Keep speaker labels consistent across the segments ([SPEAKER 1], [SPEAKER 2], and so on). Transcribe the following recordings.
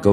[SPEAKER 1] 各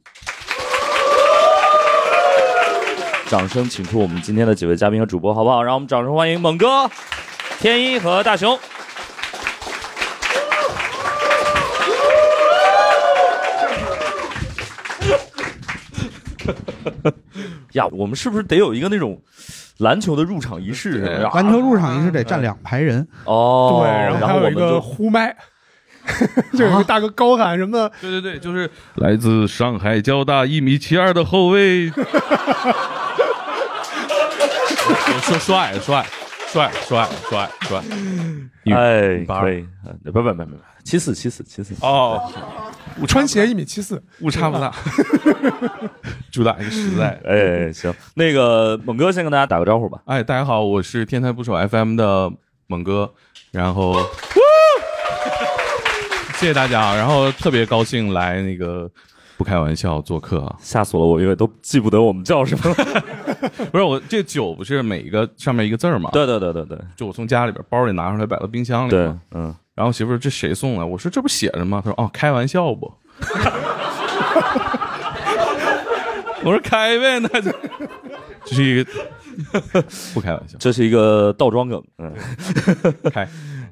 [SPEAKER 1] 掌声请出我们今天的几位嘉宾和主播，好不好？让我们掌声欢迎猛哥、天一和大熊。 呀，我们是不是得有一个那种篮球的入场仪式？是吧
[SPEAKER 2] 篮球入场仪式得站两排人，
[SPEAKER 1] 哦，
[SPEAKER 3] 对，然后
[SPEAKER 1] 然
[SPEAKER 3] 还
[SPEAKER 1] 后我
[SPEAKER 3] 有一
[SPEAKER 1] 们
[SPEAKER 3] 个
[SPEAKER 1] 就哎
[SPEAKER 3] 呼麦， 就有一个大哥高喊什么
[SPEAKER 4] 对对 对，就是来自上海交大一米七二的后卫，说帅帅帅帅帅帅，
[SPEAKER 1] 哎，
[SPEAKER 4] 八
[SPEAKER 1] 可以，呃不不不不不，七四七四七四，
[SPEAKER 4] 哦，
[SPEAKER 3] 穿鞋一米七四，
[SPEAKER 4] 误差 不大，主打一个实在。
[SPEAKER 1] 哎，行，那个猛哥先跟大家打个招呼吧。
[SPEAKER 4] 哎，大家好，我是天才捕手 FM 的猛哥，然后，谢谢大家啊，然后特别高兴来那个不开玩笑做客啊，
[SPEAKER 1] 吓死了我，因为都记不得我们叫什么了。
[SPEAKER 4] 不是我这酒不是每一个上面一个字儿嘛，
[SPEAKER 1] 对对对对对
[SPEAKER 4] 就我从家里边包里拿出来摆到冰箱里嘛，
[SPEAKER 1] 对，嗯，
[SPEAKER 4] 然后媳妇儿这谁送的？我说这不写着吗？她说哦，开玩笑不？ 我说开呗，那就这是一个 不开玩笑，
[SPEAKER 1] 这是一个倒装梗，嗯，
[SPEAKER 4] 开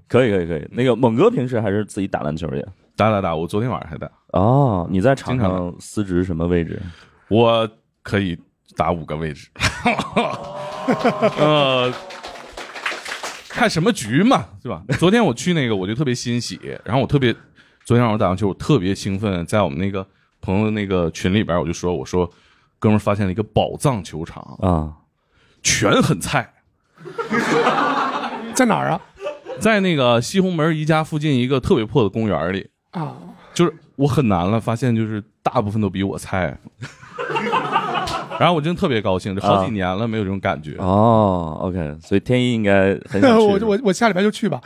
[SPEAKER 1] 可以可以可以。那个猛哥平时 还是自己打篮球也。
[SPEAKER 4] 打打打，我昨天晚上还打，
[SPEAKER 1] 哦，你在场
[SPEAKER 4] 经
[SPEAKER 1] 上司职什么位置？
[SPEAKER 4] 我可以打五个位置，呃，看什么局嘛，是吧？ 昨天我去那个，我就特别欣喜，然后我特别，昨天晚上我打完球，我特别兴奋，在我们那个朋友的那个群里边，我就说，我说哥们儿发现了一个宝藏球场，
[SPEAKER 1] 啊，
[SPEAKER 4] 全很菜，
[SPEAKER 3] 在哪儿啊？
[SPEAKER 4] 在那个西红门宜家附近一个特别破的公园里，
[SPEAKER 3] 啊，
[SPEAKER 4] 就是我很难了，发现就是大部分都比我菜。 然后我真特别高兴，就好几年了没有这种感觉。
[SPEAKER 1] 哦，OK，所以天一应该很 想去。
[SPEAKER 3] 我我我下礼拜就去吧。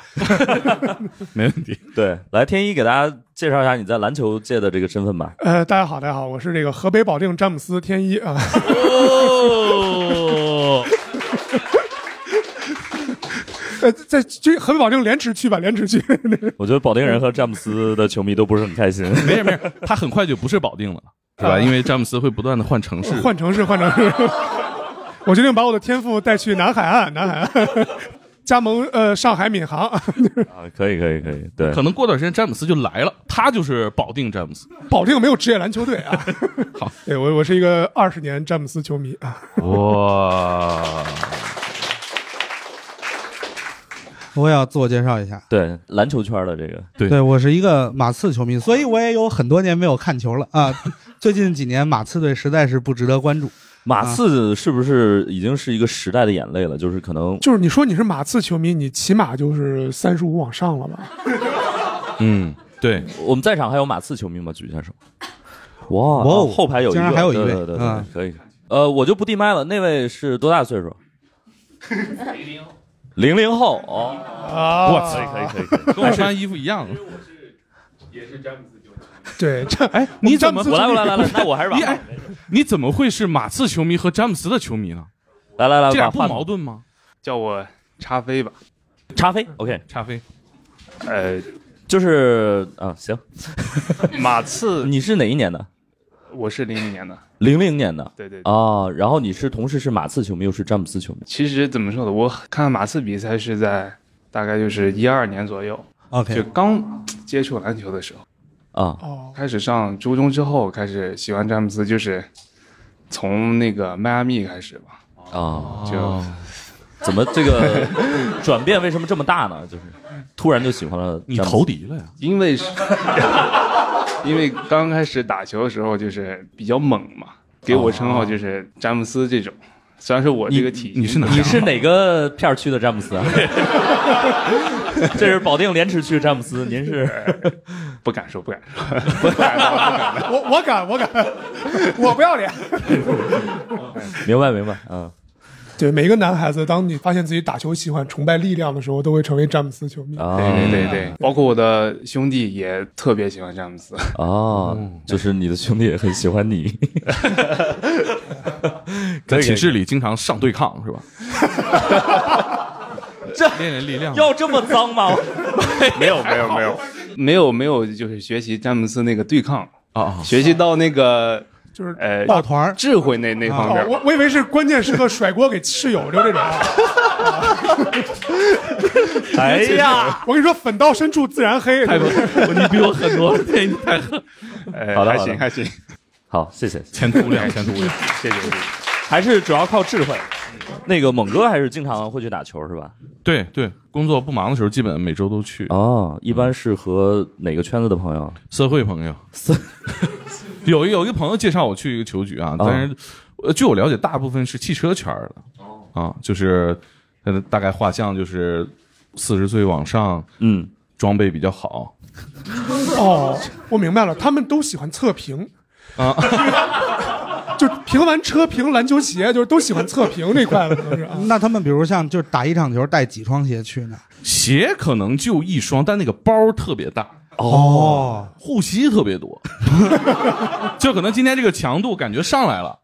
[SPEAKER 4] 没问题，
[SPEAKER 1] 对，来天一给大家介绍一下你在篮球界的这个身份吧。
[SPEAKER 3] 呃，大家好，大家好，我是这个河北保定詹姆斯天一啊，
[SPEAKER 4] 哦，
[SPEAKER 3] 呃，在去河北保定廉耻去吧，廉耻去。
[SPEAKER 1] 我觉得保定人和詹姆斯的球迷都不是很开心。
[SPEAKER 4] 没事没事，他很快就不是保 定了，是吧？因为詹姆斯会不断的换城市。
[SPEAKER 3] 换城市，换城市。 我决定把我的天赋带去南海岸，南海岸 加盟呃上海闵行，
[SPEAKER 1] 啊，可以可以可以，对，
[SPEAKER 4] 可能过段时间詹姆斯就来了，他就是保定詹姆斯。
[SPEAKER 3] 保定没有职业篮球队啊。
[SPEAKER 4] 好，
[SPEAKER 3] 对我我是一个二十年詹姆斯球迷啊。
[SPEAKER 4] 哇，
[SPEAKER 2] 我也要自我介绍一下。
[SPEAKER 1] 对篮球圈的这个，
[SPEAKER 4] 对
[SPEAKER 2] 对我是一个马刺球迷，所以我也有很多年没有看球了啊。 最近几年马刺队实在是不值得关注，啊
[SPEAKER 1] 马刺是不是已经是一个时代的眼泪了？就是可能
[SPEAKER 3] 就是你说你是马刺球迷，你起码就是三十五往上了 吧？
[SPEAKER 4] 嗯，对，
[SPEAKER 1] 我们在场还有马刺球迷吗？举一下手。哇，
[SPEAKER 2] 哇哦
[SPEAKER 1] 后排有一
[SPEAKER 2] 竟
[SPEAKER 1] 个，
[SPEAKER 2] 然还有一
[SPEAKER 1] 对
[SPEAKER 2] 位
[SPEAKER 1] 对对对
[SPEAKER 2] 嗯
[SPEAKER 1] 可以。呃，我就不递麦了。那位是多大岁数？零零后哦，
[SPEAKER 3] 啊，
[SPEAKER 4] 我
[SPEAKER 3] 操！可以可以。
[SPEAKER 1] 哎
[SPEAKER 4] 跟我穿衣服一样。啊
[SPEAKER 3] 对，这
[SPEAKER 4] 哎，你怎么
[SPEAKER 3] 我
[SPEAKER 1] 我来我来来来，那我还是把
[SPEAKER 4] 你哎，你怎么会是马刺球迷和詹姆斯的球迷呢？
[SPEAKER 1] 来来来，
[SPEAKER 4] 这
[SPEAKER 1] 把
[SPEAKER 4] 俩不
[SPEAKER 1] 话筒
[SPEAKER 4] 矛盾吗？
[SPEAKER 5] 叫我叉飞吧。
[SPEAKER 1] 茶飞，OK，
[SPEAKER 4] 查飞，
[SPEAKER 5] 呃，
[SPEAKER 1] 哎就是啊，行，
[SPEAKER 5] 马刺，
[SPEAKER 1] 你是哪一年的？
[SPEAKER 5] 我是零零年的，
[SPEAKER 1] 零零年的
[SPEAKER 5] 对对对。
[SPEAKER 1] 啊，然后你是同时是马刺球迷又是詹姆斯球迷，
[SPEAKER 5] 其实怎么说呢，我看马刺比赛是在大概就是一二年左右，就
[SPEAKER 2] OK，
[SPEAKER 5] 刚接触篮球的时候，
[SPEAKER 1] 啊
[SPEAKER 3] 哦，
[SPEAKER 5] 开始上初中之后开始喜欢詹姆斯，就是从那个迈阿密开始吧，
[SPEAKER 1] 啊，
[SPEAKER 5] 就、
[SPEAKER 1] 怎么这 个转变为什么这么大呢？就是突然就喜欢了
[SPEAKER 4] 你
[SPEAKER 1] 詹姆斯
[SPEAKER 4] 投敌了呀？
[SPEAKER 5] 因为是，因为刚开始打球的时候就是比较猛嘛，给我称号就是詹姆斯这种，虽然是我这个体系，
[SPEAKER 4] 你是哪？
[SPEAKER 1] 你是哪个片儿区的詹姆 斯啊？ 这是保定莲池区詹姆 斯，您是
[SPEAKER 5] 不敢说，不敢说，不 敢说，不敢说。
[SPEAKER 3] 我我敢，我敢， 我不要脸。
[SPEAKER 1] 明白明白，嗯，
[SPEAKER 3] 对，每一个男孩子，当你发现自己打球喜欢崇拜力量的时候，都会成为詹姆斯球迷。
[SPEAKER 1] 啊
[SPEAKER 5] 对对对对，包括我的兄弟也特别喜欢詹姆斯。
[SPEAKER 1] 啊，
[SPEAKER 4] 嗯
[SPEAKER 1] 就是你的兄弟也很喜欢你，
[SPEAKER 4] 在寝 室里经常上对抗是吧？
[SPEAKER 1] 这
[SPEAKER 4] 练练力量。
[SPEAKER 1] 要这么脏吗？
[SPEAKER 5] 没有没有没有没有没有，就是学习詹姆斯那个对抗，
[SPEAKER 4] 啊，
[SPEAKER 5] 学习到那个
[SPEAKER 3] 哦就是
[SPEAKER 5] 呃
[SPEAKER 2] 抱团儿
[SPEAKER 5] 智慧那那方
[SPEAKER 3] 哦
[SPEAKER 5] 面，。
[SPEAKER 3] 我我以为是关键时刻甩锅给室友，就这 种。
[SPEAKER 1] 哎呀，
[SPEAKER 3] 我跟你说，粉到深处自然黑。
[SPEAKER 4] 太你比 我狠多了，你太狠。
[SPEAKER 5] 呃
[SPEAKER 1] 好的
[SPEAKER 5] 还
[SPEAKER 1] 好的
[SPEAKER 5] 行还行，
[SPEAKER 1] 好，谢谢。哎
[SPEAKER 4] 前途无量，前途 无量。
[SPEAKER 5] 谢谢谢谢。
[SPEAKER 1] 还是主要靠智慧。那个猛哥还是经常会去打球是吧？
[SPEAKER 4] 对对，工作不忙的时候，基本每周都去。
[SPEAKER 1] 哦，一般是和哪个圈子的朋友？
[SPEAKER 4] 社会朋友， 有一有一个朋友介绍我去一个球局
[SPEAKER 1] 哦
[SPEAKER 4] 啊，但是呃据我了解，大部分是汽车圈儿的。啊，就是呃，大概画像就是四十岁往上，
[SPEAKER 1] 嗯，
[SPEAKER 4] 装备比较好。
[SPEAKER 3] 哦，我明白了，他们都喜欢测评
[SPEAKER 4] 啊，
[SPEAKER 3] 就评完车、评篮球鞋，就是都喜欢测评这块了，可能是啊。
[SPEAKER 2] 那他们比如像就是打一场球带几双鞋去呢？
[SPEAKER 4] 鞋可能就一双，但那个包儿特别大。
[SPEAKER 2] 哦，
[SPEAKER 4] 护膝特别多， 就可能今天这个强度感觉上来了，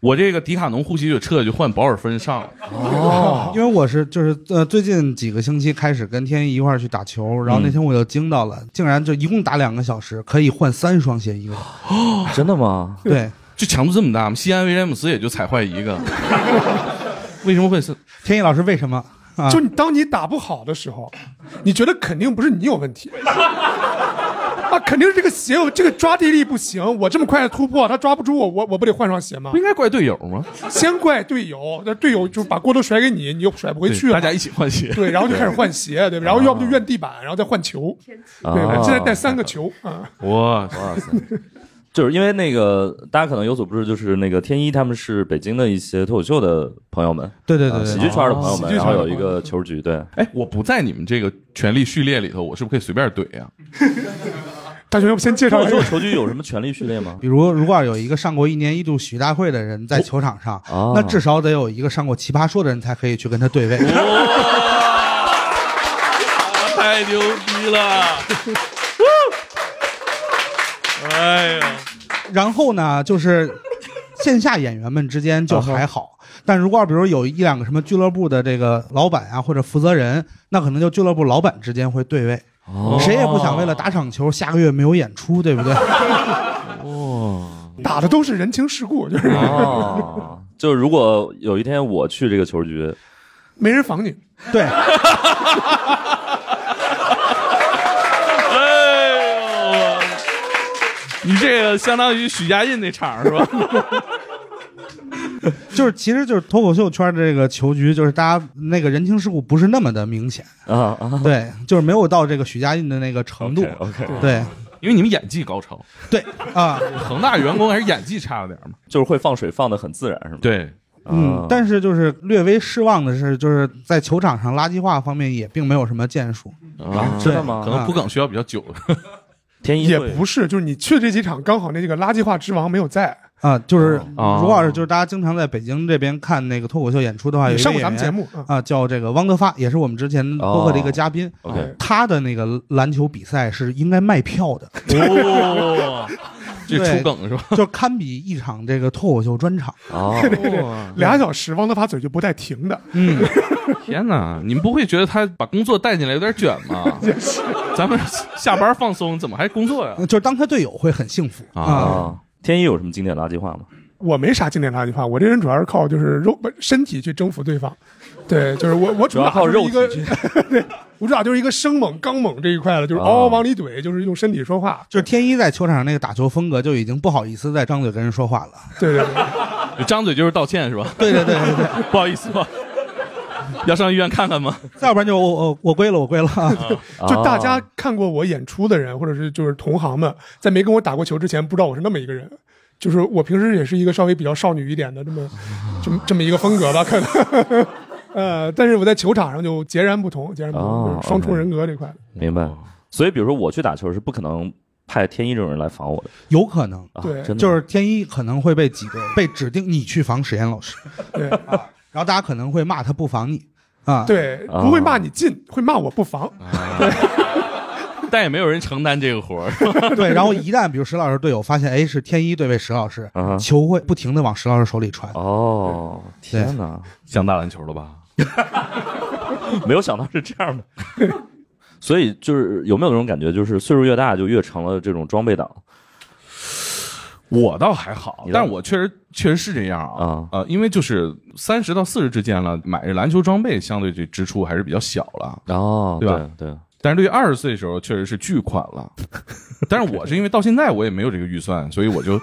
[SPEAKER 4] 我这个迪卡侬护膝就撤下去换保尔芬上了。
[SPEAKER 3] 哦
[SPEAKER 2] 因为我是就是呃最近几个星期开始跟天一一块儿去打球，然后
[SPEAKER 1] 嗯
[SPEAKER 2] 那天我就惊到了，竟然就一共打两个小时可以换三双鞋一个人。
[SPEAKER 1] 真的吗？
[SPEAKER 2] 对，
[SPEAKER 4] 就强度这么大吗？西安威廉姆斯也就踩坏一个，为什么会是？
[SPEAKER 2] 天一老师为什么啊？
[SPEAKER 3] 就你当你打不好的时候，你觉得肯定不是你有问题， 啊，肯定是这个鞋有这个抓地力不行，我这么快的突破，他抓不住我，我我不得换双鞋吗
[SPEAKER 4] 不？应该怪队友吗？
[SPEAKER 3] 先怪队友，那队友就把锅都甩给你，你又甩不回去
[SPEAKER 4] 对
[SPEAKER 3] 了，
[SPEAKER 4] 大家一起换鞋。
[SPEAKER 3] 对，然后就开始换鞋，对吧？然后要不就怨地板，然后再换球，
[SPEAKER 1] 啊
[SPEAKER 3] 对吧？现在带三个球啊，
[SPEAKER 4] 哇，
[SPEAKER 1] 哇塞！就是因为那个，大家可能有所不知，就是那个天一他们是北京的一些脱口秀的朋友们，
[SPEAKER 2] 对对
[SPEAKER 1] 啊
[SPEAKER 2] 对
[SPEAKER 1] 喜
[SPEAKER 2] 对
[SPEAKER 1] 剧，圈的朋友
[SPEAKER 3] 哦喜
[SPEAKER 1] 们，
[SPEAKER 3] 剧
[SPEAKER 1] 然
[SPEAKER 3] 圈的朋
[SPEAKER 1] 后
[SPEAKER 3] 友
[SPEAKER 1] 有一个球局，对，
[SPEAKER 4] 哎，我不在你们这个权力序列里头，我是不是可以随便怼啊？
[SPEAKER 3] 大学要不先介
[SPEAKER 1] 脱
[SPEAKER 3] 绍
[SPEAKER 1] 口
[SPEAKER 3] 一
[SPEAKER 1] 秀
[SPEAKER 2] 哦
[SPEAKER 3] 下，
[SPEAKER 1] 球局有什么权力序列吗？
[SPEAKER 2] 比如如果有一个上过一年一度喜剧大会的人在球场上，
[SPEAKER 3] 啊
[SPEAKER 1] 哦
[SPEAKER 2] 那至少得有一个上过奇葩说的人才可以去跟他对位。
[SPEAKER 3] 哦
[SPEAKER 4] 太牛逼 了！哎呀，
[SPEAKER 2] 然后呢，就是线下演员们之间就
[SPEAKER 3] 啊
[SPEAKER 2] 还好，但如果比如有一两个什么俱乐部的这个老板啊或者负责人，那可能就俱乐部老板之间会对位。
[SPEAKER 3] 哦
[SPEAKER 2] 谁也不想为了打场球下个月没有演出，对不对？
[SPEAKER 3] 打的都是人情世故，就是
[SPEAKER 1] 哦，就是如果有一天我去这个球局，
[SPEAKER 3] 没人防你。
[SPEAKER 2] 对，
[SPEAKER 4] 哎呦，你这个相当于许家印那场是吧？
[SPEAKER 2] 就是其实就是脱口秀圈的这个球局，就是大家那个人情世故不是那么的明显，
[SPEAKER 1] 啊啊，
[SPEAKER 2] 对，就是没有到这个许家印的那个程度
[SPEAKER 1] OK，
[SPEAKER 2] 对
[SPEAKER 4] 因为你们演技高超，
[SPEAKER 2] 对啊，
[SPEAKER 4] 恒大员工还是演技差了点嘛。
[SPEAKER 1] 就是会放水放的很自然，是吗？
[SPEAKER 4] 对，
[SPEAKER 2] 嗯
[SPEAKER 1] 啊，
[SPEAKER 2] 但是就是略微失望的是，就是在球场上垃圾话方面也并没有什么建树，
[SPEAKER 1] 啊，真的吗？
[SPEAKER 4] 可能铺梗需要比较久。
[SPEAKER 1] 天一
[SPEAKER 3] 也
[SPEAKER 1] 会
[SPEAKER 3] 不是，就是你去这几场，刚好那这个垃圾话之王没有在。
[SPEAKER 2] 啊，就是
[SPEAKER 4] 哦
[SPEAKER 2] 如果要是就是大家经常在北京这边看那个脱口秀演出的话，有
[SPEAKER 3] 你
[SPEAKER 2] 一
[SPEAKER 3] 上
[SPEAKER 2] 个
[SPEAKER 3] 过
[SPEAKER 2] 演
[SPEAKER 3] 咱们节
[SPEAKER 2] 员
[SPEAKER 3] 目啊？
[SPEAKER 2] 啊，叫这个汪德发，也是我们之前播客的一
[SPEAKER 4] 哦
[SPEAKER 2] 个嘉宾。
[SPEAKER 1] OK
[SPEAKER 2] 他的那个篮球比赛是应该卖票的，
[SPEAKER 4] 哦，这出梗是吧？
[SPEAKER 2] 就堪比一场这个脱口秀专场。
[SPEAKER 1] 哦，
[SPEAKER 3] 俩小时，汪德发嘴就不带停的。
[SPEAKER 2] 嗯，
[SPEAKER 4] 天哪，你们不会觉得他把工作带进来有点卷 吗？咱们下班放松，怎么还工作呀？
[SPEAKER 2] 就是当他队友会很幸福
[SPEAKER 4] 啊
[SPEAKER 2] 啊。
[SPEAKER 1] 啊，天一有什么经典垃圾话吗？
[SPEAKER 3] 我没啥经典垃圾话，我这人主要是靠就是肉不身体去征服对方。对，就是我我主
[SPEAKER 1] 主要
[SPEAKER 3] 打
[SPEAKER 1] 靠
[SPEAKER 3] 就是
[SPEAKER 1] 肉
[SPEAKER 3] 一个，
[SPEAKER 1] 体
[SPEAKER 3] 我主打就是一个生猛刚猛这一块了，就是
[SPEAKER 1] 啊
[SPEAKER 3] 嗷
[SPEAKER 4] 哦
[SPEAKER 3] 嗷往里怼，就是用身体说话。
[SPEAKER 2] 就是天一在球场上那个打球风格就已经不好意思再张嘴跟人说话了。
[SPEAKER 3] 对对对，
[SPEAKER 4] 就张嘴就是道歉是吧？
[SPEAKER 2] 对对对对对，
[SPEAKER 4] 不好意思吧，要上医院看看吗？
[SPEAKER 2] 再要不然就我
[SPEAKER 3] 呃
[SPEAKER 2] 我我归了我归了。
[SPEAKER 3] 就大家看过我演出的人，或者是就是同行们，在没跟我打过球之前，不知道我是那么一个人。就是我平时也是一个稍微比较少女一点的这么这么这么一个风格吧，可能。 呃，但是我在球场上就截然不同，截然不同，
[SPEAKER 1] 哦
[SPEAKER 3] 就是双重
[SPEAKER 1] OK
[SPEAKER 3] 人格这块。
[SPEAKER 1] 明白。
[SPEAKER 4] 哦
[SPEAKER 1] 所以，比如说我去打球是不可能派天一这种人来防我的，
[SPEAKER 2] 有可能，
[SPEAKER 1] 啊、
[SPEAKER 3] 对
[SPEAKER 1] 真的
[SPEAKER 2] 就是天一可能会被几 个被指定你去防实验老师，
[SPEAKER 3] 对
[SPEAKER 2] 啊，然后大家可能会骂他不防你啊，，
[SPEAKER 3] 对，
[SPEAKER 1] 哦啊
[SPEAKER 3] 不会骂你进，会骂我不防。
[SPEAKER 4] 但也没有人承担这个活儿。
[SPEAKER 2] 对，然后一旦比如石老师队友发现，哎，是天一对位石老师，
[SPEAKER 3] 嗯
[SPEAKER 1] 啊哈
[SPEAKER 2] 球会不停的往石老师手里传。
[SPEAKER 1] 哦，天哪，
[SPEAKER 4] 想打篮球 了吧？
[SPEAKER 1] 没有想到是这样的。所以就是有没有那种感觉，就是岁数越大就越成了这种装备党
[SPEAKER 4] 我倒还好
[SPEAKER 1] 你，倒
[SPEAKER 4] 但我确实确实是这样啊
[SPEAKER 1] 啊，
[SPEAKER 4] 呃，因为就是三十到四十之间了，买篮球装备相对这支出还是比较小了。
[SPEAKER 1] 哦
[SPEAKER 4] 对
[SPEAKER 1] 对
[SPEAKER 4] 吧
[SPEAKER 1] 对，
[SPEAKER 4] 但是对于二十岁的时候，确实是巨款 了。但是我是因为到现在我也没有这个预算，所以我就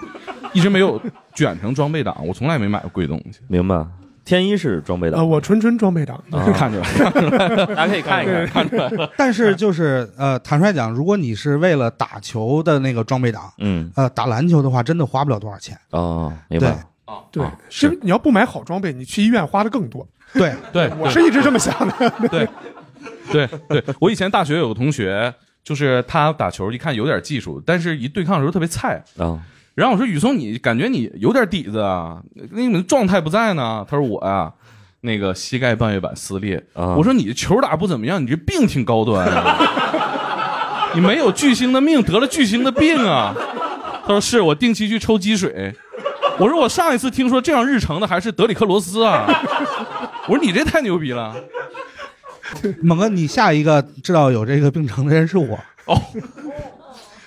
[SPEAKER 4] 一直没有卷成装备党，我从来没买过贵东西。
[SPEAKER 1] 明白。天一是装备
[SPEAKER 3] 呃，
[SPEAKER 1] 党，
[SPEAKER 3] 我纯纯装备党，
[SPEAKER 2] 哦
[SPEAKER 4] 看出来，
[SPEAKER 1] 嗯 大家可以看一看，看出来。
[SPEAKER 2] 但是就是呃，坦率讲，如果你是为了打球的那个装备党，
[SPEAKER 1] 嗯，
[SPEAKER 2] 呃，打篮球的话，真的花不了多少钱。
[SPEAKER 1] 哦，明
[SPEAKER 2] 对
[SPEAKER 1] 白。
[SPEAKER 3] 对，是你要不买好装备，你去医院花的更多。
[SPEAKER 2] 对，
[SPEAKER 4] 对，
[SPEAKER 3] 我是一直这么想的。
[SPEAKER 4] 对，对对，我以前大学有个同学，就是他打球一看有点技术，但是一对抗的时候特别菜。
[SPEAKER 1] 哦，
[SPEAKER 4] 然后我说雨松，你感觉你有点底子啊，那你怎么状态不在呢？他说我啊，那个膝盖半月板撕裂。
[SPEAKER 1] 啊
[SPEAKER 4] 我说你球打不怎么样，你这病挺高端啊， 你没有巨星的命，得了巨星的病啊。他说是我定期去抽积水。我说我上一次听说这样日程的还是德里克罗斯啊。 我说你这太牛逼了。
[SPEAKER 2] 猛哥，你下一个知道有这个病程的人是我。
[SPEAKER 4] 哦，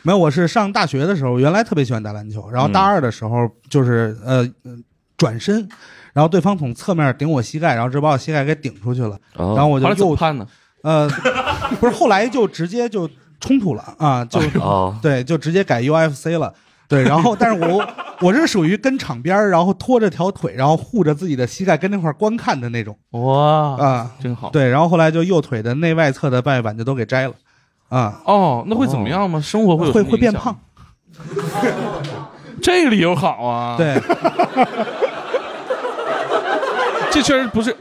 [SPEAKER 2] 没有，我是上大学的时候，原来特别喜欢打篮球，然后大二的时候就是、呃呃转身，然后对方从侧面顶我膝盖，然后直接把我膝盖给顶出去了，
[SPEAKER 1] 哦
[SPEAKER 2] 然后我
[SPEAKER 4] 后
[SPEAKER 2] 就
[SPEAKER 4] 来怎么
[SPEAKER 2] 又
[SPEAKER 4] 判呢？
[SPEAKER 2] 呃不是，后来就直接就冲突了啊， 就
[SPEAKER 1] 哦，
[SPEAKER 2] 对，就直接改 UFC 了。对，然后但是 我我是属于跟场边儿，然后拖着条腿，然后护着自己的膝盖跟那块儿观看的那种
[SPEAKER 4] 哇，
[SPEAKER 2] 啊。
[SPEAKER 4] 真好。
[SPEAKER 2] 对，然后后来就右腿的内外侧的半月板就都给摘了啊，
[SPEAKER 4] 哦，那会怎么样吗？生活会有
[SPEAKER 2] 会
[SPEAKER 4] 什么
[SPEAKER 2] 会变
[SPEAKER 4] 影响
[SPEAKER 2] 胖
[SPEAKER 4] 吗，。这个理由好啊。，
[SPEAKER 2] 对，
[SPEAKER 4] 这确实不是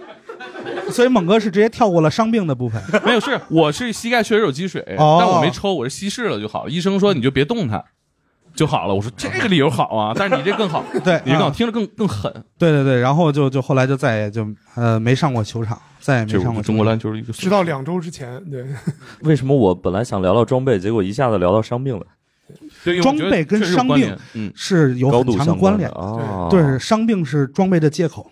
[SPEAKER 2] 所以猛哥是直接跳过了伤病的部分。
[SPEAKER 4] 没有事，我是膝盖确实有积水，
[SPEAKER 2] 哦
[SPEAKER 4] 但我没抽，我是稀释了就好了。医生说你就别动它就好了。我说这个理由好啊，但是你这更好，
[SPEAKER 2] 对
[SPEAKER 4] 你这更好，
[SPEAKER 2] 啊
[SPEAKER 4] 听着更更狠。
[SPEAKER 2] 对对对，然后就就后来就再也就呃没上过球场，再也没
[SPEAKER 4] 这
[SPEAKER 2] 上
[SPEAKER 4] 是
[SPEAKER 2] 过
[SPEAKER 4] 中
[SPEAKER 2] 球
[SPEAKER 4] 国
[SPEAKER 2] 场。
[SPEAKER 4] 篮球的一个
[SPEAKER 3] 直到两周之前，对，
[SPEAKER 1] 为什么我本来想聊到装备，结果一下子聊到伤病了？
[SPEAKER 4] 对因为
[SPEAKER 2] 装
[SPEAKER 4] 我觉得
[SPEAKER 2] 备跟
[SPEAKER 4] 确实有
[SPEAKER 2] 伤
[SPEAKER 4] 关
[SPEAKER 2] 病
[SPEAKER 4] 联嗯，
[SPEAKER 2] 是有
[SPEAKER 1] 高
[SPEAKER 2] 很
[SPEAKER 1] 度
[SPEAKER 2] 强的
[SPEAKER 1] 相
[SPEAKER 2] 关
[SPEAKER 1] 关
[SPEAKER 2] 联
[SPEAKER 1] 的。哦，
[SPEAKER 2] 对，伤病是装备的借口。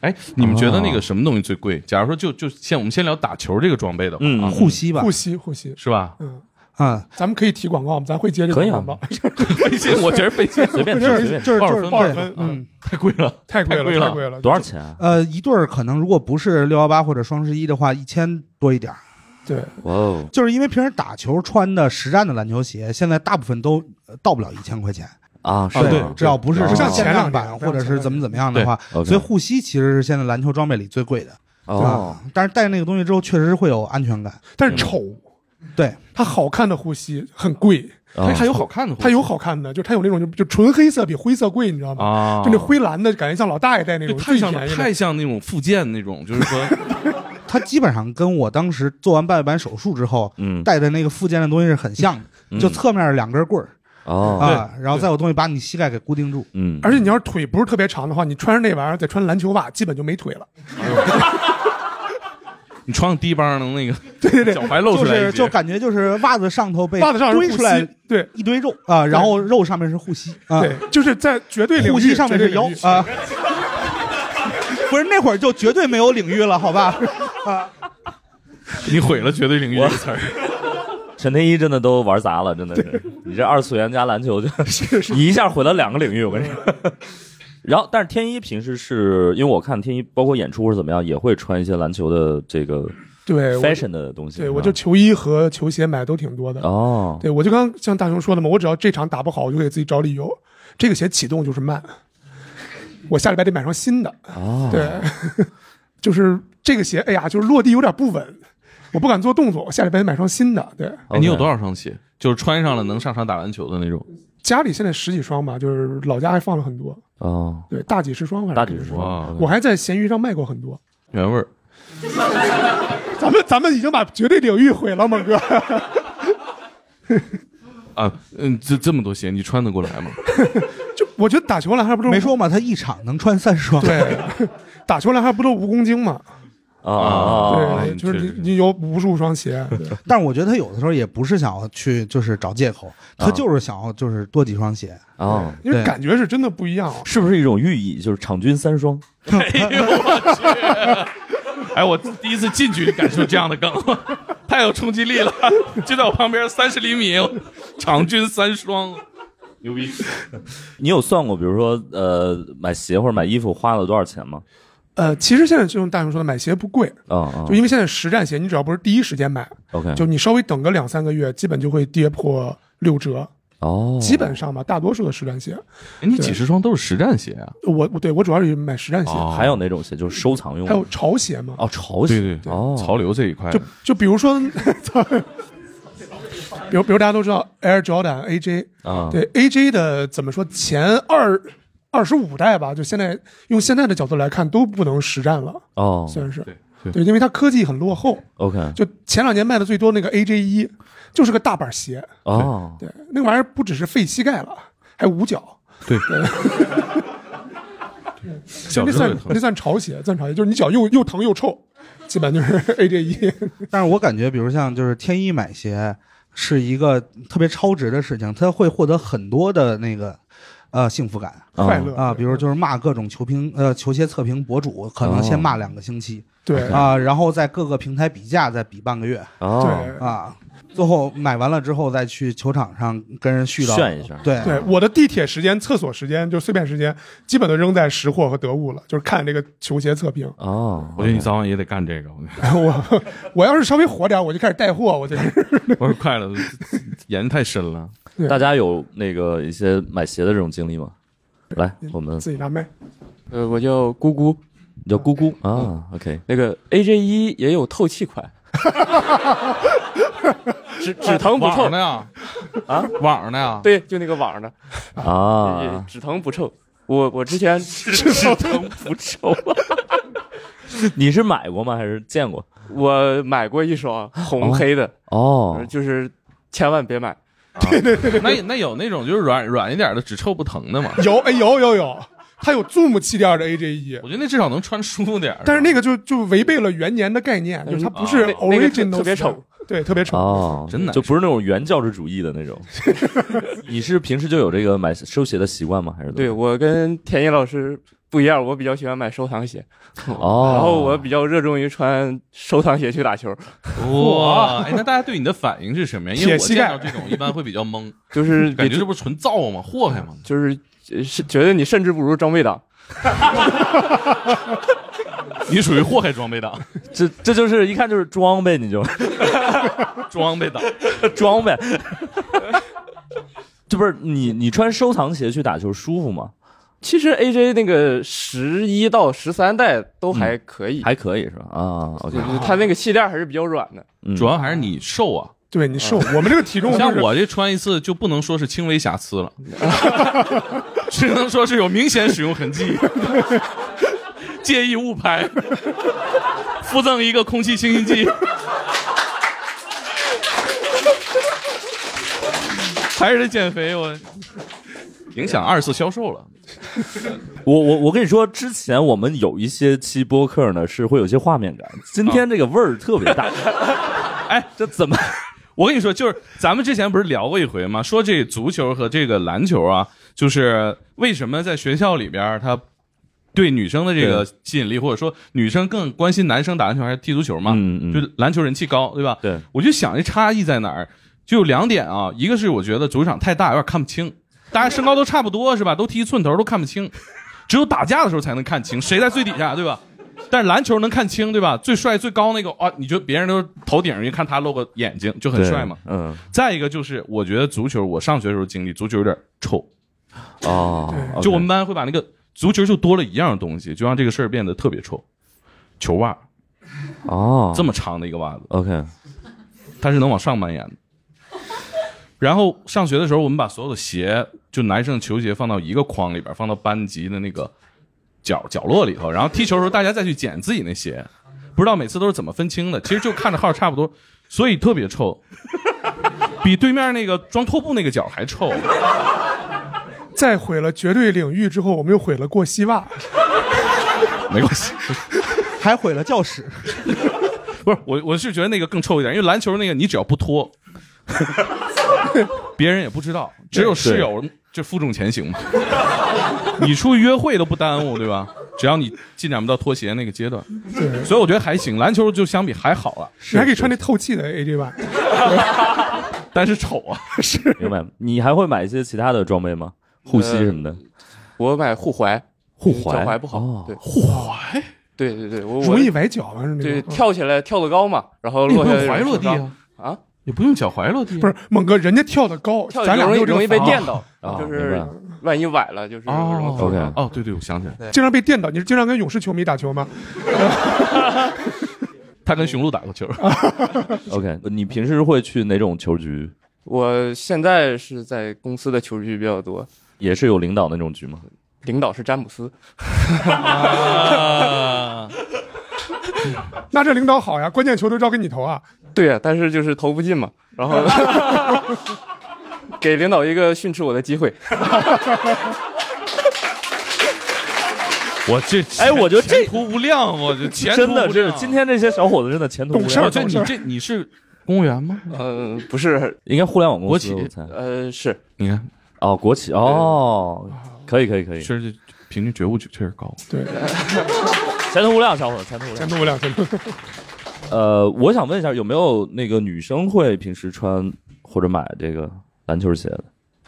[SPEAKER 4] 哎，你们觉得那个什么东西最贵？假如说就就先我们先聊打球这个装备的话，
[SPEAKER 1] 嗯
[SPEAKER 4] 啊
[SPEAKER 2] 护膝吧
[SPEAKER 3] 护，膝护膝，
[SPEAKER 4] 是吧？
[SPEAKER 3] 嗯，
[SPEAKER 2] 啊，
[SPEAKER 3] 咱们可以提广告吗？咱会接这
[SPEAKER 1] 可
[SPEAKER 3] 个
[SPEAKER 1] 以啊
[SPEAKER 3] 广 告，
[SPEAKER 4] 费劲，我觉得费劲，
[SPEAKER 1] 随便提
[SPEAKER 2] 就是
[SPEAKER 1] 随
[SPEAKER 2] 就是
[SPEAKER 1] 便
[SPEAKER 2] 就是
[SPEAKER 4] 鲍尔芬
[SPEAKER 3] 鲍尔
[SPEAKER 2] 对
[SPEAKER 3] 芬，
[SPEAKER 2] 嗯，
[SPEAKER 4] 太贵了。
[SPEAKER 3] 太贵了，
[SPEAKER 4] 太贵了
[SPEAKER 3] 太贵了，
[SPEAKER 1] 多少？钱啊？
[SPEAKER 2] 呃，一对儿可能如果不是六幺八或者双十一的话，一千多一点儿。
[SPEAKER 3] 对，
[SPEAKER 1] 哇哦，
[SPEAKER 2] 就是因为平时打球穿的实战的篮球鞋，现在大部分都呃到不了一千块钱。
[SPEAKER 1] 啊，是
[SPEAKER 4] 啊
[SPEAKER 1] 吗
[SPEAKER 4] 对
[SPEAKER 2] 只要不是
[SPEAKER 1] 不像
[SPEAKER 2] 限
[SPEAKER 3] 前两
[SPEAKER 2] 量
[SPEAKER 3] 年
[SPEAKER 2] 版
[SPEAKER 3] 不
[SPEAKER 2] 或
[SPEAKER 3] 像
[SPEAKER 2] 者
[SPEAKER 3] 前
[SPEAKER 2] 是
[SPEAKER 3] 两
[SPEAKER 2] 怎么
[SPEAKER 3] 年
[SPEAKER 2] 怎么样的
[SPEAKER 4] 对
[SPEAKER 2] 话，
[SPEAKER 1] OK
[SPEAKER 2] 所以护膝其实是现在篮球装备里最贵的。
[SPEAKER 1] 哦嗯
[SPEAKER 2] 啊，但是戴那个东西之后确实会有安全感。
[SPEAKER 3] 但是丑，
[SPEAKER 2] 对，
[SPEAKER 3] 它好看的护膝很贵，
[SPEAKER 4] 它
[SPEAKER 1] 哦
[SPEAKER 4] 还有好看的，
[SPEAKER 3] 它有好看的，就它有那种就就纯黑色比灰色贵，你知道吗？
[SPEAKER 1] 哦
[SPEAKER 4] 啊，
[SPEAKER 3] 就那灰蓝的感觉，像老大爷戴那
[SPEAKER 4] 对
[SPEAKER 3] 种
[SPEAKER 4] 太
[SPEAKER 3] 最
[SPEAKER 4] 像
[SPEAKER 3] 便宜
[SPEAKER 4] 太
[SPEAKER 3] 的，
[SPEAKER 4] 像那种附件那种，就是说
[SPEAKER 2] 它基本上跟我当时做完半月板手术之后
[SPEAKER 1] 嗯
[SPEAKER 2] 戴的那个附件的东西是很像的，就侧面是两根棍儿
[SPEAKER 1] 哦，
[SPEAKER 2] 啊，然后再有东西把你膝盖给固定住。
[SPEAKER 1] 嗯，
[SPEAKER 3] 而且你要是腿不是特别长的话，你穿上那玩意儿再穿篮球袜，基本就没腿了。
[SPEAKER 4] 你穿上低帮能那个
[SPEAKER 3] 对对对，
[SPEAKER 4] 脚踝露
[SPEAKER 2] 就
[SPEAKER 4] 出来一
[SPEAKER 2] 是
[SPEAKER 4] 截
[SPEAKER 2] 就感觉就是袜子上头被
[SPEAKER 3] 袜子上是护
[SPEAKER 2] 堆
[SPEAKER 3] 膝
[SPEAKER 2] 出来
[SPEAKER 3] 对
[SPEAKER 2] 一堆肉啊，然后肉上面是护膝啊，
[SPEAKER 3] 对，就是在绝对领域
[SPEAKER 2] 护膝上面是腰
[SPEAKER 3] 绝对领域
[SPEAKER 2] 啊，不是那会儿就绝对没有领域了，好吧？啊
[SPEAKER 1] 啊
[SPEAKER 4] 你毁了绝对领域这个词儿。
[SPEAKER 1] 陈天一真的都玩砸了，真的是，你这二次元加篮球就，你一下毁了两个领域，我跟你说。
[SPEAKER 3] 嗯
[SPEAKER 1] 然后，但是天一平时是因为我看天一，包括演出或者怎么样，也会穿一些篮球的这个
[SPEAKER 3] 对我
[SPEAKER 1] fashion 的东西。啊
[SPEAKER 3] 对
[SPEAKER 1] 是吧
[SPEAKER 3] 我就球衣和球鞋买的都挺多的。
[SPEAKER 1] 哦，
[SPEAKER 3] 对我就刚像大雄说的嘛，我只要这场打不好，我就给自己找理由，这个鞋启动就是慢，我下礼拜得买双新的。
[SPEAKER 1] 哦，
[SPEAKER 3] 对， 就是这个鞋，哎呀，就是落地有点不稳，我不敢做动作，我下礼拜得买双新的。对，
[SPEAKER 4] 哎你有多少双鞋？就是穿上了能上场打篮球的那种，
[SPEAKER 3] 家里现在十几双吧，就是老家还放了很多，
[SPEAKER 1] 哦，
[SPEAKER 3] 对，大几十双反正。
[SPEAKER 1] 大几十双
[SPEAKER 3] 我还在闲鱼上卖过很多。
[SPEAKER 4] 原味儿。
[SPEAKER 3] 咱们咱们已经把绝对领域毁了，猛哥。
[SPEAKER 4] 啊，嗯，这这么多鞋，你穿得过来吗？
[SPEAKER 3] 就我觉得打球篮还不都
[SPEAKER 2] 没说嘛，他一场能穿三双。
[SPEAKER 3] 对，打球篮还不都蜈蚣精嘛？
[SPEAKER 1] 啊啊
[SPEAKER 3] 对，就是你你有无数双鞋，对
[SPEAKER 2] 但是我觉得他有的时候也不是想要去就是找借口，他就是想要就是多几双鞋。
[SPEAKER 1] 啊啊！
[SPEAKER 3] 因为
[SPEAKER 2] 对
[SPEAKER 3] 感觉是真的不一样。啊
[SPEAKER 1] 是不是一种寓意？就是场均三双，
[SPEAKER 4] 哎，我第一次近距离感受这样的 梗，太有冲击力了，就在我旁边三十厘米，场均三双，牛 逼！
[SPEAKER 1] 你有算过，比如说呃，买鞋或者买衣服花了多少钱吗？
[SPEAKER 3] 呃，其实现在就用大熊说的，买鞋不贵，
[SPEAKER 1] 啊啊
[SPEAKER 3] 就因为现在实战鞋，你只要不是第一时间买，
[SPEAKER 1] ，OK，
[SPEAKER 3] 就你稍微等个两三个月，基本就会跌破六折，
[SPEAKER 1] 哦，
[SPEAKER 3] 基本上吧，大多数的实战鞋，
[SPEAKER 4] 哎你几十双都是实战鞋啊？
[SPEAKER 3] 我我对我主要是买实战鞋，
[SPEAKER 4] 哦
[SPEAKER 1] 还有哪种鞋就是收藏用
[SPEAKER 3] 还
[SPEAKER 1] 的
[SPEAKER 3] 有？潮鞋嘛，
[SPEAKER 1] 哦，潮鞋，
[SPEAKER 4] 对对对，
[SPEAKER 1] 哦，
[SPEAKER 4] 潮流这一块
[SPEAKER 3] 就就比如说， 操比如比如大家都知道 Air Jordan AJ，
[SPEAKER 1] 啊，
[SPEAKER 3] 对 AJ 的怎么说前二二十五代吧，就现在用现在的角度来看都不能实战了，
[SPEAKER 1] 哦
[SPEAKER 3] 算是
[SPEAKER 4] 对
[SPEAKER 3] 对，因为它科技很落后。
[SPEAKER 1] ，OK，
[SPEAKER 3] 就前两年卖的最多那个 AJ 一，就是个大板鞋，
[SPEAKER 1] 哦，
[SPEAKER 3] 对，那个玩意儿不只是费膝盖了，还捂脚，
[SPEAKER 4] 对。小
[SPEAKER 3] 那
[SPEAKER 4] 时候也
[SPEAKER 3] 算
[SPEAKER 4] 疼
[SPEAKER 3] 那算潮鞋，算潮鞋，就是你脚又又疼又臭，基本就是 AJ 一。
[SPEAKER 2] 但是我感觉，比如像就是天一买鞋是一个特别超值的事情，他会获得很多的那个呃幸福感
[SPEAKER 1] 啊
[SPEAKER 3] 快乐
[SPEAKER 2] 啊，比如就是骂各种球评呃球鞋测评博主，可能先
[SPEAKER 1] 哦
[SPEAKER 2] 骂两个星期
[SPEAKER 3] 对
[SPEAKER 2] 啊，然后在各个平台比价，再比半个月
[SPEAKER 1] 哦，
[SPEAKER 3] 对
[SPEAKER 2] 啊，最后买完了之后再去球场上跟人絮叨
[SPEAKER 1] 炫一下
[SPEAKER 2] 对
[SPEAKER 3] 对，我的地铁时间、厕所时间，就碎片时间，基本都扔在识货和得物了，就是看这个球鞋测评。
[SPEAKER 1] 哦，
[SPEAKER 4] 我觉得你早晚也得干这个，我
[SPEAKER 3] 我我要是稍微火点，我就开始 带货，我就是。
[SPEAKER 4] 我说快了， 眼太深了。
[SPEAKER 3] 对
[SPEAKER 1] 大家有那个一些买鞋的这种经历吗？来，我们
[SPEAKER 3] 自己拿麦。
[SPEAKER 6] 呃，我叫咕咕，
[SPEAKER 1] 你叫姑姑
[SPEAKER 3] 嗯
[SPEAKER 1] 啊，OK，
[SPEAKER 6] 那个 AJ 一也有透气款，只只疼不臭
[SPEAKER 4] 哎网，呢呀？啊，网呢呀？
[SPEAKER 6] 对，就那个网的， 也
[SPEAKER 1] 啊，
[SPEAKER 6] 只疼不臭。我我之 前 只疼不臭，
[SPEAKER 1] 你是买过吗？哎还是见过？
[SPEAKER 6] 我买过一双红黑的，
[SPEAKER 1] 哦
[SPEAKER 6] 呃，就是千万别买。
[SPEAKER 4] 啊 那那有那种就是软软一点的，只臭不疼的嘛？
[SPEAKER 3] 有哎有有有，它有 Zoom 气垫的 AJ 一
[SPEAKER 4] 我，觉得那至少能穿舒服点儿。嗯
[SPEAKER 3] 但是那个就就违背了元年的概念，就是它不是
[SPEAKER 4] 啊
[SPEAKER 6] 那那个特
[SPEAKER 3] original，
[SPEAKER 6] 特别
[SPEAKER 3] style
[SPEAKER 6] 丑，
[SPEAKER 3] 对，特别丑。
[SPEAKER 1] 哦，
[SPEAKER 4] 真难
[SPEAKER 1] 就不是那种原教旨主义的那 种。你是平时就有这个买收鞋的习惯吗？还是怎么
[SPEAKER 6] 对我跟田一老师不一样，我比较喜欢买收藏鞋，
[SPEAKER 1] 哦，
[SPEAKER 6] 然后我比较热衷于穿收藏鞋去打球，
[SPEAKER 4] 哇， 哎，那大家对你的反应是什么呀？因为
[SPEAKER 3] 铁
[SPEAKER 4] 我
[SPEAKER 3] 膝
[SPEAKER 4] 见
[SPEAKER 3] 盖
[SPEAKER 4] 到这种一般会比较懵，
[SPEAKER 6] 就是
[SPEAKER 4] 感
[SPEAKER 6] 比
[SPEAKER 4] 觉这不是纯造吗？祸害吗？
[SPEAKER 6] 就是呃是觉得你甚至不如装备党。
[SPEAKER 4] 你属于祸害装备党，
[SPEAKER 1] 这这就是一看就是装呗， 你就
[SPEAKER 4] 装备党。
[SPEAKER 1] 装呗。 这不是你你穿收藏鞋去打球舒服吗？
[SPEAKER 6] 其实 AJ 那个十一到十三代都还
[SPEAKER 4] 嗯
[SPEAKER 6] 可以，
[SPEAKER 1] 还可以是吧？啊，OK，
[SPEAKER 6] 就是它那个气垫还是比较软的。
[SPEAKER 1] 嗯
[SPEAKER 4] 主要还是你瘦 啊，
[SPEAKER 3] 对你瘦，我们这个体重
[SPEAKER 4] 像
[SPEAKER 3] 就是
[SPEAKER 4] 我这穿一次就不能说是轻微瑕疵了，只能说是有明显使用痕迹。 建议勿拍，附赠一个空气清新剂。还是得减肥，我影响啊二次销售了。
[SPEAKER 1] 我我我跟你说，之前我们有一些期播客呢是会有一些画面感，今
[SPEAKER 4] 啊
[SPEAKER 1] 天这个味儿特别 大。
[SPEAKER 4] 哎，
[SPEAKER 1] 这怎么？
[SPEAKER 4] 我跟你说，就是咱们之前不是聊过一回吗？说这足球和这个篮球啊，就是为什么在学校里边儿他对女生的这个吸引力，或者说女生更关心男生打篮球还是踢足球嘛？
[SPEAKER 1] 嗯嗯
[SPEAKER 4] 就篮球人气高，对吧？
[SPEAKER 1] 对，
[SPEAKER 4] 我就想这差异在哪儿？就有两点啊，一个是我觉得足球场太大，有点看不清，大家身高都差不多是吧？都踢一寸头都看不清，只有打架的时候才能看清谁在最底下，对吧？但是篮球能看清，对吧？最帅最高那个啊，你就别人都头顶上，一看他露个眼睛就很帅嘛。
[SPEAKER 1] 对？嗯，
[SPEAKER 4] 再一个就是，我觉得足球，我上学的时候经历，足球有点臭，
[SPEAKER 1] 哦，
[SPEAKER 4] 就我们班会把那个足球就多了一样东西，就让这个事儿变得特别臭，球袜
[SPEAKER 1] 哦，
[SPEAKER 4] 这么长的一个袜子，
[SPEAKER 1] OK，
[SPEAKER 4] 它是能往上蔓延的。然后上学的时候，我们把所有的鞋就男生的球鞋放到一个筐里边，放到班级的那个角角落里头，然后踢球的时候大家再去捡自己那鞋，不知道每次都是怎么分清的，其实就看着号差不多，所以特别臭， 比对面那个装拖布那个角还臭。
[SPEAKER 3] 在毁了绝对领域之后，我们又毁了过膝袜，
[SPEAKER 4] 没关系，
[SPEAKER 2] 还毁了教室。
[SPEAKER 4] 不是我，我是觉得那个更臭一点，因为篮球那个你只要不脱， 别人也不知道，只有室友就负重前行嘛。你出去约会都不耽误，对吧？只要你进展不到脱鞋那个阶段，
[SPEAKER 3] 对
[SPEAKER 4] 所以我觉得还行，篮球就相比还好了。
[SPEAKER 3] 你还可以穿那透气的 AJ 袜，
[SPEAKER 4] 但是丑 啊，
[SPEAKER 3] 是
[SPEAKER 1] 明白？你还会买一些其他的装备吗？护膝什么的？
[SPEAKER 6] 我买护踝，
[SPEAKER 1] 呃护
[SPEAKER 6] 脚
[SPEAKER 1] 踝？
[SPEAKER 6] 踝不好，
[SPEAKER 1] 哦
[SPEAKER 6] 对
[SPEAKER 3] 护踝
[SPEAKER 6] 对对对，我我
[SPEAKER 3] 容易崴脚啊，是那
[SPEAKER 6] 对
[SPEAKER 3] 种。
[SPEAKER 6] 跳起来跳得高嘛，然后
[SPEAKER 4] 你
[SPEAKER 6] 落
[SPEAKER 4] 不
[SPEAKER 6] 下
[SPEAKER 4] 用
[SPEAKER 6] 来
[SPEAKER 4] 踝落地
[SPEAKER 6] 受伤
[SPEAKER 4] 啊，
[SPEAKER 6] 啊，
[SPEAKER 4] 也不用脚踝落地啊，
[SPEAKER 3] 不是猛哥，人家跳的高，
[SPEAKER 6] 跳
[SPEAKER 3] 咱
[SPEAKER 6] 起来
[SPEAKER 3] 俩没
[SPEAKER 6] 容易
[SPEAKER 3] 有这个
[SPEAKER 6] 容易被
[SPEAKER 3] 防
[SPEAKER 6] 电到，
[SPEAKER 1] 啊
[SPEAKER 6] 就
[SPEAKER 1] 明白
[SPEAKER 6] 是哦
[SPEAKER 1] 了
[SPEAKER 6] 万一崴了就是容易受
[SPEAKER 1] OK
[SPEAKER 6] 伤。
[SPEAKER 4] 哦，对对，我想起来，
[SPEAKER 3] 经常被电到。你是经常跟勇士球迷打球吗？
[SPEAKER 4] 他跟雄鹿打过球，
[SPEAKER 1] OK，你平时会去哪种球局？
[SPEAKER 6] 我现在是在公司的球局比较多，
[SPEAKER 1] 也是有领导那种局吗？
[SPEAKER 6] 领导是詹姆斯，
[SPEAKER 4] 啊
[SPEAKER 3] 那这领导好呀，关键球都交给你投 啊。
[SPEAKER 6] 对啊，但是就是投不进嘛，然后 给领导一个训斥我的机会。
[SPEAKER 4] 我这
[SPEAKER 1] 哎我觉得这
[SPEAKER 4] 前途无量，我这前途啊
[SPEAKER 1] 真的是，今天这些小伙子真的前途无
[SPEAKER 3] 懂事儿
[SPEAKER 1] 量
[SPEAKER 4] 我。觉得你这你是公务员吗？
[SPEAKER 6] 呃，不是，
[SPEAKER 1] 应该互联网公司，
[SPEAKER 4] 国企
[SPEAKER 1] 我猜
[SPEAKER 6] 呃，是
[SPEAKER 4] 你看，
[SPEAKER 1] 哦，国企哦，可以可以可以，
[SPEAKER 4] 确实平均觉悟确实高。
[SPEAKER 3] 对，
[SPEAKER 1] 前途无量，小伙子，前途无
[SPEAKER 3] 前
[SPEAKER 1] 量。
[SPEAKER 3] 途无量，前途。
[SPEAKER 1] 呃，我想问一下，有没有那个女生会平时穿或者买这个篮球鞋的？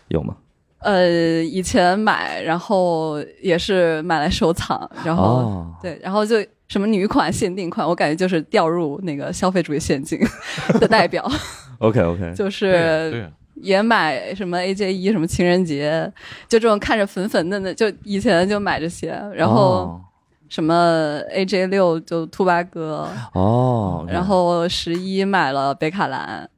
[SPEAKER 1] 有吗？
[SPEAKER 7] 呃，以前买，然后也是买来收藏，然后、
[SPEAKER 1] 哦，
[SPEAKER 7] 对，然后就什么女款、限定款，我感觉就是掉入那个消费主义陷阱的代表，
[SPEAKER 1] ，OK OK，
[SPEAKER 7] 就是
[SPEAKER 4] 对啊，
[SPEAKER 7] 也买什么 AJ 一，什么情人节，就这种看着粉粉嫩嫩，就以前就买这些，然后
[SPEAKER 1] 哦
[SPEAKER 7] 什么 AJ 六就兔八哥，
[SPEAKER 1] 哦，
[SPEAKER 7] 然后十一买了北卡蓝，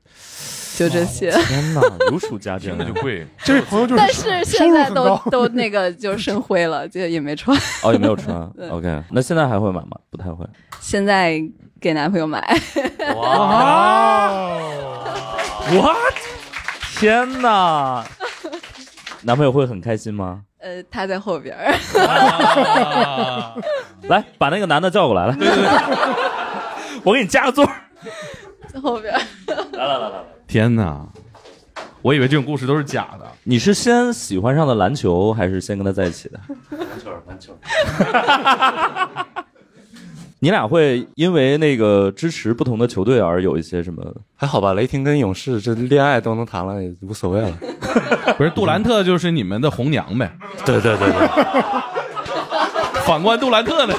[SPEAKER 7] 就这些。
[SPEAKER 1] 天哪，如数家珍啊
[SPEAKER 4] 听着就贵。
[SPEAKER 3] 这位 朋友就
[SPEAKER 7] 但
[SPEAKER 3] 是
[SPEAKER 7] 是
[SPEAKER 3] 收
[SPEAKER 7] 现
[SPEAKER 3] 入
[SPEAKER 7] 在
[SPEAKER 3] 很
[SPEAKER 7] 都
[SPEAKER 3] 高
[SPEAKER 7] 都那个就深灰了，就也没穿。
[SPEAKER 1] 哦，也没有穿
[SPEAKER 7] 对。
[SPEAKER 1] OK，那现在还会买吗？不太会。
[SPEAKER 7] 现在给男朋友买，哦
[SPEAKER 4] 啊
[SPEAKER 1] What？天哪！男朋友会很开心吗？
[SPEAKER 7] 呃，他在后边儿。
[SPEAKER 4] 啊
[SPEAKER 1] 来，把那个男的叫过来，来， 我给你加个座。
[SPEAKER 7] 后边儿
[SPEAKER 4] 天哪，我以为这种故事都是假的。
[SPEAKER 1] 你是先喜欢上的篮球，还是先跟他在一起的？篮球，篮球。你俩会因为那个支持不同的球队而有一些什么？
[SPEAKER 8] 还好吧，雷霆跟勇士这恋爱都能谈了，也无所谓了。
[SPEAKER 4] 不是杜兰特就是你们的红娘呗？
[SPEAKER 8] 对对对对，
[SPEAKER 4] 反观杜兰特呢，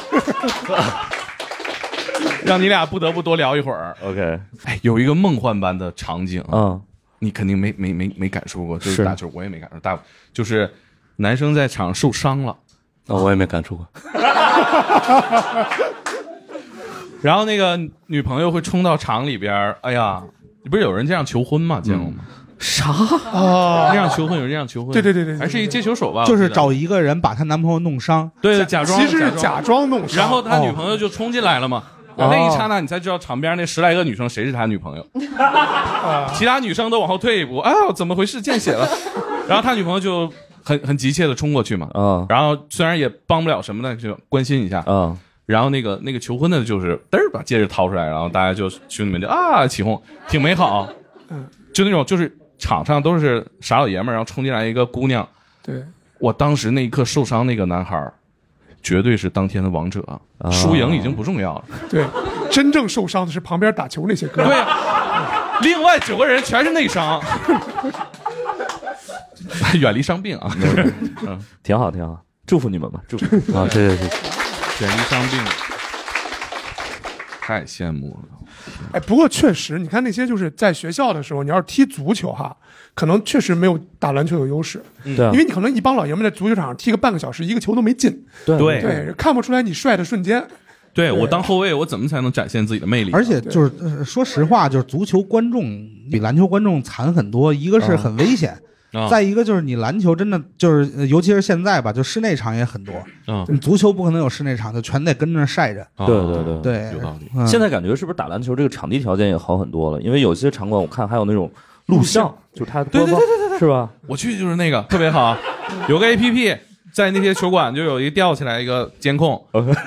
[SPEAKER 4] 让你俩不得不多聊一会儿。
[SPEAKER 1] OK，
[SPEAKER 4] 哎，有一个梦幻般的场景，啊
[SPEAKER 1] 嗯，
[SPEAKER 4] 你肯定没没没没感受过，就是
[SPEAKER 1] 是
[SPEAKER 4] 打球我也没感受，大就是男生在场受伤了，
[SPEAKER 8] 那、
[SPEAKER 3] 哦
[SPEAKER 8] 我也没感触过。
[SPEAKER 4] 然后那个女朋友会冲到场里边儿，哎呀，不是有人这样求婚吗？见过吗？
[SPEAKER 3] 啊
[SPEAKER 4] 那，样求婚有人这样求婚，
[SPEAKER 3] 嗯对对对对对
[SPEAKER 4] 还是一接球手吧，
[SPEAKER 2] 就
[SPEAKER 4] 我
[SPEAKER 2] 是
[SPEAKER 4] 记得
[SPEAKER 2] 找一个人把她男朋友弄伤，
[SPEAKER 4] 对对假装
[SPEAKER 3] 其实是假装弄伤。哦
[SPEAKER 4] 然后他女朋友就冲进来了嘛。那一刹那，你才知道场边那十来个女生谁是他女朋友， 其他女生都往后退一步，啊，怎么回事？见血 了。然后他女朋友就很很急切的冲过去嘛，
[SPEAKER 1] 啊
[SPEAKER 4] 然后虽然也帮不了什么的，就关心一下。
[SPEAKER 1] 啊，
[SPEAKER 4] 然后那个那个求婚的，就是嘚儿把戒指掏出来，然后大家就兄弟们就啊起哄，挺美好。就那种就是场上都是傻老爷们儿，然后冲进来一个姑娘，
[SPEAKER 3] 对，
[SPEAKER 4] 我当时那一刻受伤那个男孩儿，绝对是当天的王者，啊输赢已经不重要了。
[SPEAKER 3] 对，真正受伤的是旁边打球那些哥。
[SPEAKER 6] 啊
[SPEAKER 4] 对，另外九个人全是内伤， 远离伤病啊，
[SPEAKER 1] 挺好，挺好，祝福你们吧，祝福。
[SPEAKER 8] 嗯啊，对对对，
[SPEAKER 4] 远离伤病。太羡慕了，
[SPEAKER 3] 哎，不过确实，你看那些就是在学校的时候，你要是踢足球哈，可能确实没有打篮球有优势，
[SPEAKER 1] 对啊
[SPEAKER 3] 因为你可能一帮老爷们在足球场上踢个半个小时，一个球都没进，
[SPEAKER 4] 对
[SPEAKER 3] 对，看不出来你帅的瞬间。
[SPEAKER 4] 对我当后卫，我怎么才能展现自己的魅力？
[SPEAKER 2] 啊
[SPEAKER 4] 啊
[SPEAKER 2] 而且就是呃说实话，就是足球观众比篮球观众惨很多，一个是很危险。
[SPEAKER 4] 啊
[SPEAKER 2] 再一个就是你篮球真的就是，呃尤其是现在吧，就室内场也很多。
[SPEAKER 4] 嗯
[SPEAKER 2] 你足球不可能有室内场，就全得跟着晒着。
[SPEAKER 4] 啊
[SPEAKER 1] 对对对
[SPEAKER 2] 对，嗯
[SPEAKER 1] 现在感觉是不是打篮球这个场地条件也好很多了？因为有些场馆我看还有那种录像，就是它嗯对对对对对，是吧？
[SPEAKER 4] 我去就是那个特别好，啊有个 A P P 在那些球馆就有一吊起来一个监 控，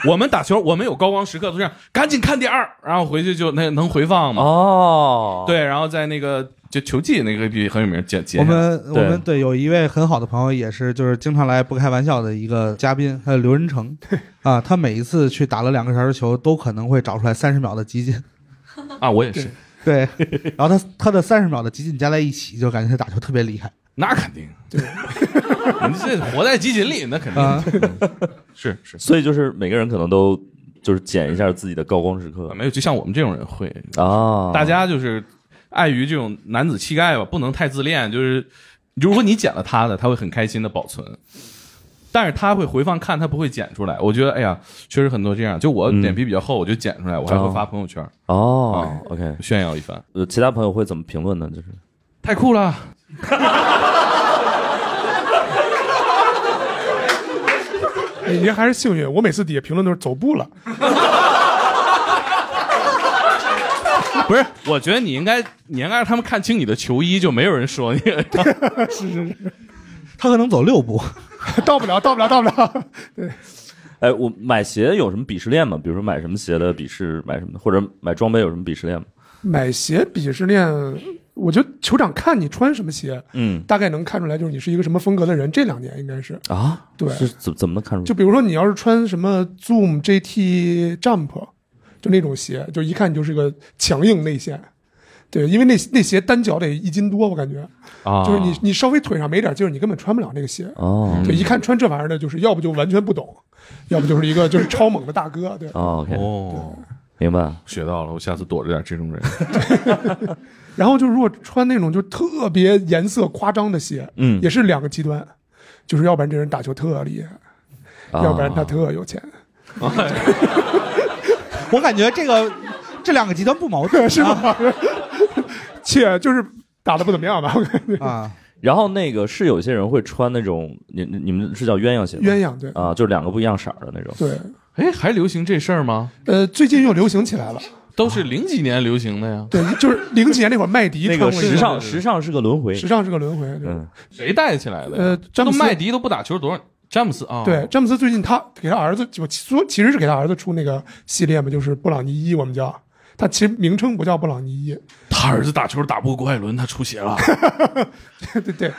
[SPEAKER 4] 我们打球我们有高光时刻都这样，赶紧看第二，然后回去就那能回放嘛。
[SPEAKER 1] 哦，
[SPEAKER 4] 对，然后在那个就球技那个 A P P 很有名，剪剪
[SPEAKER 2] 我
[SPEAKER 4] 下来。
[SPEAKER 2] 们我们对有一位很好的朋友，也是就是经常来不开玩笑的一个嘉宾，还有刘仁 成啊，他每一次去打了两个小时球，都可能会找出来三十秒的集锦。
[SPEAKER 4] 啊，我也是，
[SPEAKER 2] 对，然后他他的三十秒的集锦加在一起，就感觉他打球特别厉害。
[SPEAKER 4] 那肯定，对， 你这活在集锦里，那肯
[SPEAKER 1] 嗯
[SPEAKER 4] 定嗯是是。
[SPEAKER 1] 所以就是每个人可能都就是剪一下自己的高光时刻，
[SPEAKER 4] 没有，就像我们这种人会
[SPEAKER 1] 啊，
[SPEAKER 4] 大家就是碍于这种男子气概吧，不能太自恋。就是如果你剪了他的，他会很开心的保存，但是他会回放看，他不会剪出来。我觉得，哎呀，确实很多这样。就我
[SPEAKER 1] 嗯
[SPEAKER 4] 脸皮比较厚，我就剪出来，
[SPEAKER 1] 啊
[SPEAKER 4] 我还会发朋友圈。
[SPEAKER 1] 哦，OK，
[SPEAKER 4] 啊炫耀一番。
[SPEAKER 1] 呃，其他朋友会怎么评论呢？就是
[SPEAKER 4] 太酷了！
[SPEAKER 3] 你这还是幸运，我每次底下评论都是走步了，
[SPEAKER 4] 不是，我觉得你应该，你应该让他们看清你的球衣，就没有人说你。
[SPEAKER 3] 是是是，
[SPEAKER 2] 他 可能走六步，
[SPEAKER 3] 到不了，到不了，到不了。
[SPEAKER 1] 哎，我买鞋有什么鄙视链吗？比如说买什么鞋的鄙视，买什么或者买装备有什么鄙视链吗？
[SPEAKER 3] 买鞋鄙视链，我觉得酋长看你穿什么鞋，
[SPEAKER 1] 嗯
[SPEAKER 3] 大概能看出来就是你是一个什么风格的人。这两年应该是，
[SPEAKER 1] 啊，
[SPEAKER 3] 对
[SPEAKER 1] 是怎怎么能看出来？
[SPEAKER 3] 就比如说你要是穿什么 Zoom、JT、Jump，就那种鞋，就一看你就是个强硬内线。对，因为那那鞋单脚得一斤多，我感觉，
[SPEAKER 4] 啊
[SPEAKER 3] 就是你你稍微腿上没点劲儿，你根本穿不了那个鞋。
[SPEAKER 1] 哦
[SPEAKER 3] 就一看穿这玩意儿的，就是要不就完全不懂，要不就是一个就是超猛的大哥。对，
[SPEAKER 1] 哦，OK，
[SPEAKER 4] 哦，
[SPEAKER 1] 明白，
[SPEAKER 4] 学到了，我下次躲着点 这种人。
[SPEAKER 3] 然后就如果穿那种就特别颜色夸张的鞋，
[SPEAKER 4] 嗯
[SPEAKER 3] 也是两个极端，就是要不然这人打球特厉害，
[SPEAKER 1] 啊
[SPEAKER 3] 要不然他特有钱，
[SPEAKER 2] 我感觉这个这两个极端不矛盾、啊
[SPEAKER 3] 是吧？且就是打的不怎么样吧，我感觉
[SPEAKER 2] 啊，
[SPEAKER 1] 然后那个是有些人会穿那种，你你你们是叫鸳鸯鞋吗？
[SPEAKER 3] 鸳鸯对
[SPEAKER 1] 啊，就是两个不一样色儿的那种。
[SPEAKER 3] 对，
[SPEAKER 4] 哎，还流行这事儿吗？
[SPEAKER 3] 呃，最近又流行起来了，
[SPEAKER 4] 都是零几年流行的呀。
[SPEAKER 3] 对，就是零几年那会儿麦迪
[SPEAKER 1] 那
[SPEAKER 3] 穿
[SPEAKER 1] 个
[SPEAKER 3] 过
[SPEAKER 1] 时尚，
[SPEAKER 3] 时
[SPEAKER 1] 时尚是个轮回。
[SPEAKER 3] 时尚是个轮回，对
[SPEAKER 1] 嗯，
[SPEAKER 4] 谁带起来的呀？
[SPEAKER 3] 呃
[SPEAKER 4] 这
[SPEAKER 3] 詹姆
[SPEAKER 4] 都
[SPEAKER 3] 斯
[SPEAKER 4] 麦迪都不打球多少？詹姆斯
[SPEAKER 1] 哦
[SPEAKER 4] 啊，
[SPEAKER 3] 对，，詹姆斯最近他给他儿子，就说其实是给他儿子出那个系列嘛，就是布朗尼一，我们叫他其实名称不叫布朗尼一，
[SPEAKER 4] 他儿子打球打不过郭艾伦，他出血了。
[SPEAKER 3] 对对，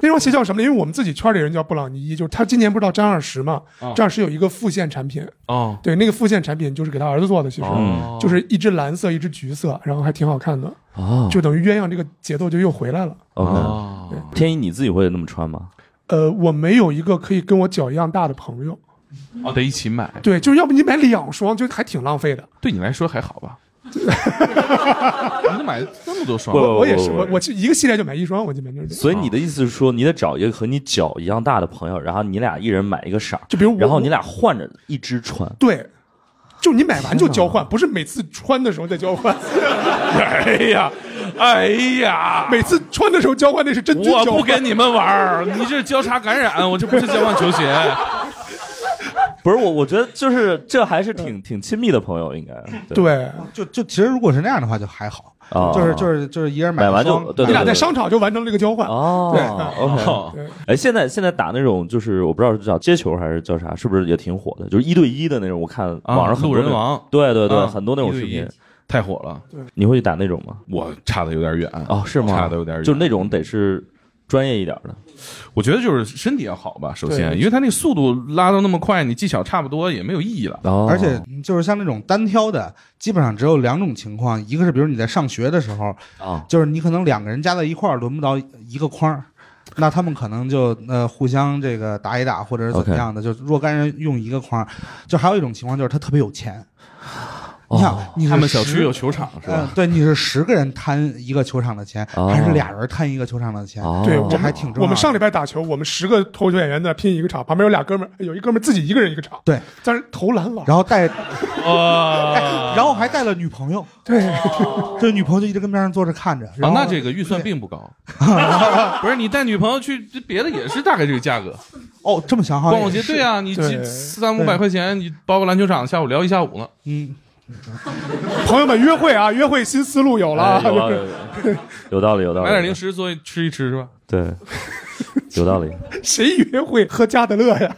[SPEAKER 3] 那双鞋叫什么呢？因为我们自己圈里人叫布朗尼一，就是他今年不是到詹二十嘛，
[SPEAKER 1] 哦
[SPEAKER 3] 詹二十有一个复线产品，
[SPEAKER 4] 哦，
[SPEAKER 3] 对，那个复线产品就是给他儿子做的，其实、
[SPEAKER 4] 哦
[SPEAKER 3] 就是一只蓝色，一只橘色，然后还挺好看的，
[SPEAKER 1] 哦
[SPEAKER 3] 就等于鸳鸯这个节奏就又回来了。
[SPEAKER 4] 哦
[SPEAKER 1] OK，天一你自己会那么穿吗？
[SPEAKER 3] 呃，我没有一个可以跟我脚一样大的朋友，
[SPEAKER 4] 哦，得一起买。
[SPEAKER 3] 对，就是要不你买两双，就还挺浪费的。
[SPEAKER 4] 对你来说还好吧？你得买那么多双，
[SPEAKER 1] 不不不
[SPEAKER 3] 我也是，
[SPEAKER 1] 不
[SPEAKER 3] 我我就一个系列就买一双，我基本就是这样。
[SPEAKER 1] 所以你的意思是说，你得找一个和你脚一样大的朋友，然后你俩一人买一个色儿，
[SPEAKER 3] 就比如我
[SPEAKER 1] 然后你俩换着一只穿。
[SPEAKER 3] 对，就你买完就交换，不是每次穿的时候再交换。
[SPEAKER 4] 哎呀，哎呀，
[SPEAKER 3] 每次穿的时候交换那是真菌
[SPEAKER 4] 我
[SPEAKER 3] 交换。
[SPEAKER 4] 不跟你们玩儿，你这交叉感染，我这不是交换球 鞋。啊
[SPEAKER 1] 不是我，我觉得就是这还是挺挺亲密的朋友，应该对
[SPEAKER 3] 对，
[SPEAKER 2] 就就其实如果是那样的话，就还好，
[SPEAKER 1] 啊
[SPEAKER 2] 就是就是就是一人买
[SPEAKER 1] 买完
[SPEAKER 2] 一双
[SPEAKER 1] 就对
[SPEAKER 3] 你俩
[SPEAKER 1] 对
[SPEAKER 3] 在商场就完成了这个交换。啊
[SPEAKER 1] 哦
[SPEAKER 4] 哦
[SPEAKER 1] ，OK，哎，现在现在打那种就是我不知道是叫接球还是叫啥，是不是也挺火的？就是一对一的那种，我看
[SPEAKER 4] 啊
[SPEAKER 1] 网上很多
[SPEAKER 4] 路人
[SPEAKER 1] 那种
[SPEAKER 4] 王
[SPEAKER 1] 对对对，
[SPEAKER 4] 啊
[SPEAKER 1] 很多那种视
[SPEAKER 4] 一
[SPEAKER 1] 频
[SPEAKER 4] 对一，太火了，
[SPEAKER 1] 你会去打那种吗？
[SPEAKER 4] 我差的有点远
[SPEAKER 1] 哦，是吗？
[SPEAKER 4] 差的有点远。
[SPEAKER 1] 就是那种得是专业一点的，
[SPEAKER 4] 我觉得就是身体要好吧，首先，
[SPEAKER 3] 对
[SPEAKER 4] 因为他那个速度拉到那么快，你技巧差不多也没有意义了。
[SPEAKER 1] 哦
[SPEAKER 2] 而且就是像那种单挑的，基本上只有两种情况，一个是比如你在上学的时候，
[SPEAKER 1] 啊，
[SPEAKER 2] 就是你可能两个人加在一块儿轮不到一个框儿，那他们可能就呃互相这个打一打或者是怎么样的就若干人用一个框儿。就还有一种情况就是他特别有钱，
[SPEAKER 1] 哦
[SPEAKER 2] 你想你是
[SPEAKER 4] 他们小
[SPEAKER 2] 十
[SPEAKER 4] 区有球场是
[SPEAKER 2] 嗯
[SPEAKER 4] 吧？，
[SPEAKER 2] 对，你是十个人摊一个球场的钱，
[SPEAKER 1] 哦
[SPEAKER 2] 还是俩人摊一个球场的钱？
[SPEAKER 1] 哦
[SPEAKER 3] 对，我
[SPEAKER 2] 这
[SPEAKER 3] 们
[SPEAKER 2] 还挺重要的
[SPEAKER 3] 我们上礼拜打球，我们十个投球演员在拼一个场，旁边有俩哥们儿，有一哥们儿自己一个人一个场，
[SPEAKER 2] 对，
[SPEAKER 3] 但是投篮了。
[SPEAKER 2] 然后带，
[SPEAKER 4] 啊，
[SPEAKER 2] 然后还带了女朋友，
[SPEAKER 3] 对，
[SPEAKER 2] 这女朋友就一直跟边上坐着看着。
[SPEAKER 4] 啊
[SPEAKER 2] 然后
[SPEAKER 4] 那这个预算并不高， 不是你带女朋友去这别的也是大概这个价格。
[SPEAKER 2] 哦，这么想好像
[SPEAKER 4] 逛逛街，
[SPEAKER 2] 也是
[SPEAKER 4] 对啊，你
[SPEAKER 2] 对
[SPEAKER 4] 这三五百块钱，你包个篮球场，下午聊一下午呢。
[SPEAKER 2] 嗯，
[SPEAKER 3] 朋友们约会啊，约会新思路有了，
[SPEAKER 1] 哎 有啊有道 理，有道理。
[SPEAKER 4] 买点零食作为吃一吃是吧？
[SPEAKER 1] 对， 有道理。
[SPEAKER 3] 谁约会喝加德乐 呀？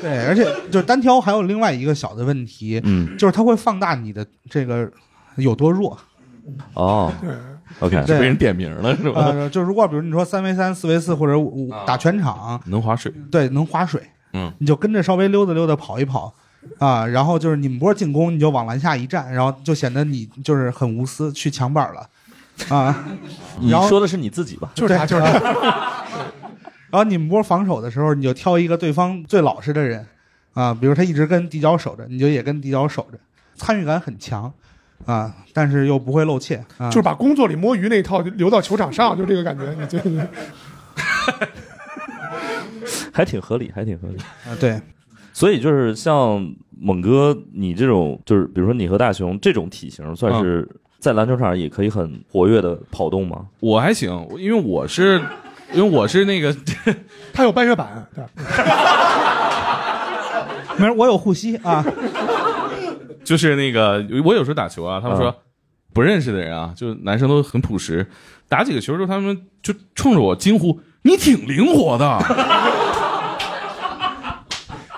[SPEAKER 2] 对，而且就是单挑还有另外一个小的问题，
[SPEAKER 1] 嗯，
[SPEAKER 2] 就是它会放大你的这个有多弱。
[SPEAKER 1] 哦，OK，
[SPEAKER 2] 对
[SPEAKER 4] 点名了是啊
[SPEAKER 2] 呃，就如果比如你说三 v 三、四 v 四或者五五打全场，
[SPEAKER 4] 能划水，
[SPEAKER 2] 对，能划水，
[SPEAKER 4] 嗯，
[SPEAKER 2] 你就跟着稍微溜达溜达跑一跑啊，然后就是你们不是进攻，你就往篮下一站，然后就显得你就是很无私，去抢板了 啊。
[SPEAKER 1] 你
[SPEAKER 2] 然后
[SPEAKER 1] 说的是你自己吧？
[SPEAKER 2] 就是他，就是他。 然后你们波防守的时候，你就挑一个对方最老实的人啊，比如他一直跟底角守着，你就也跟底角守着，参与感很强啊，但是又不会露怯，啊、
[SPEAKER 3] 就是把 工作里摸鱼那一套留到球场上，就这个感觉。你这个
[SPEAKER 1] 还挺合理，还挺合理
[SPEAKER 2] 啊。对，
[SPEAKER 1] 所以就是像猛哥你这种，就是比如说你和大雄这种体型，算是在篮球场上也可以很活跃的跑动吗？
[SPEAKER 4] 嗯我还行，我因为我是，因为我是那个，
[SPEAKER 3] 他有半月板，对
[SPEAKER 2] 没事，我有护膝啊。
[SPEAKER 4] 就是那个，我有时候打球啊，他们说、
[SPEAKER 1] 啊
[SPEAKER 4] 不认识的人啊，就是男生都很朴实，打几个球之后，他们就冲着我惊呼：“你挺灵活的。”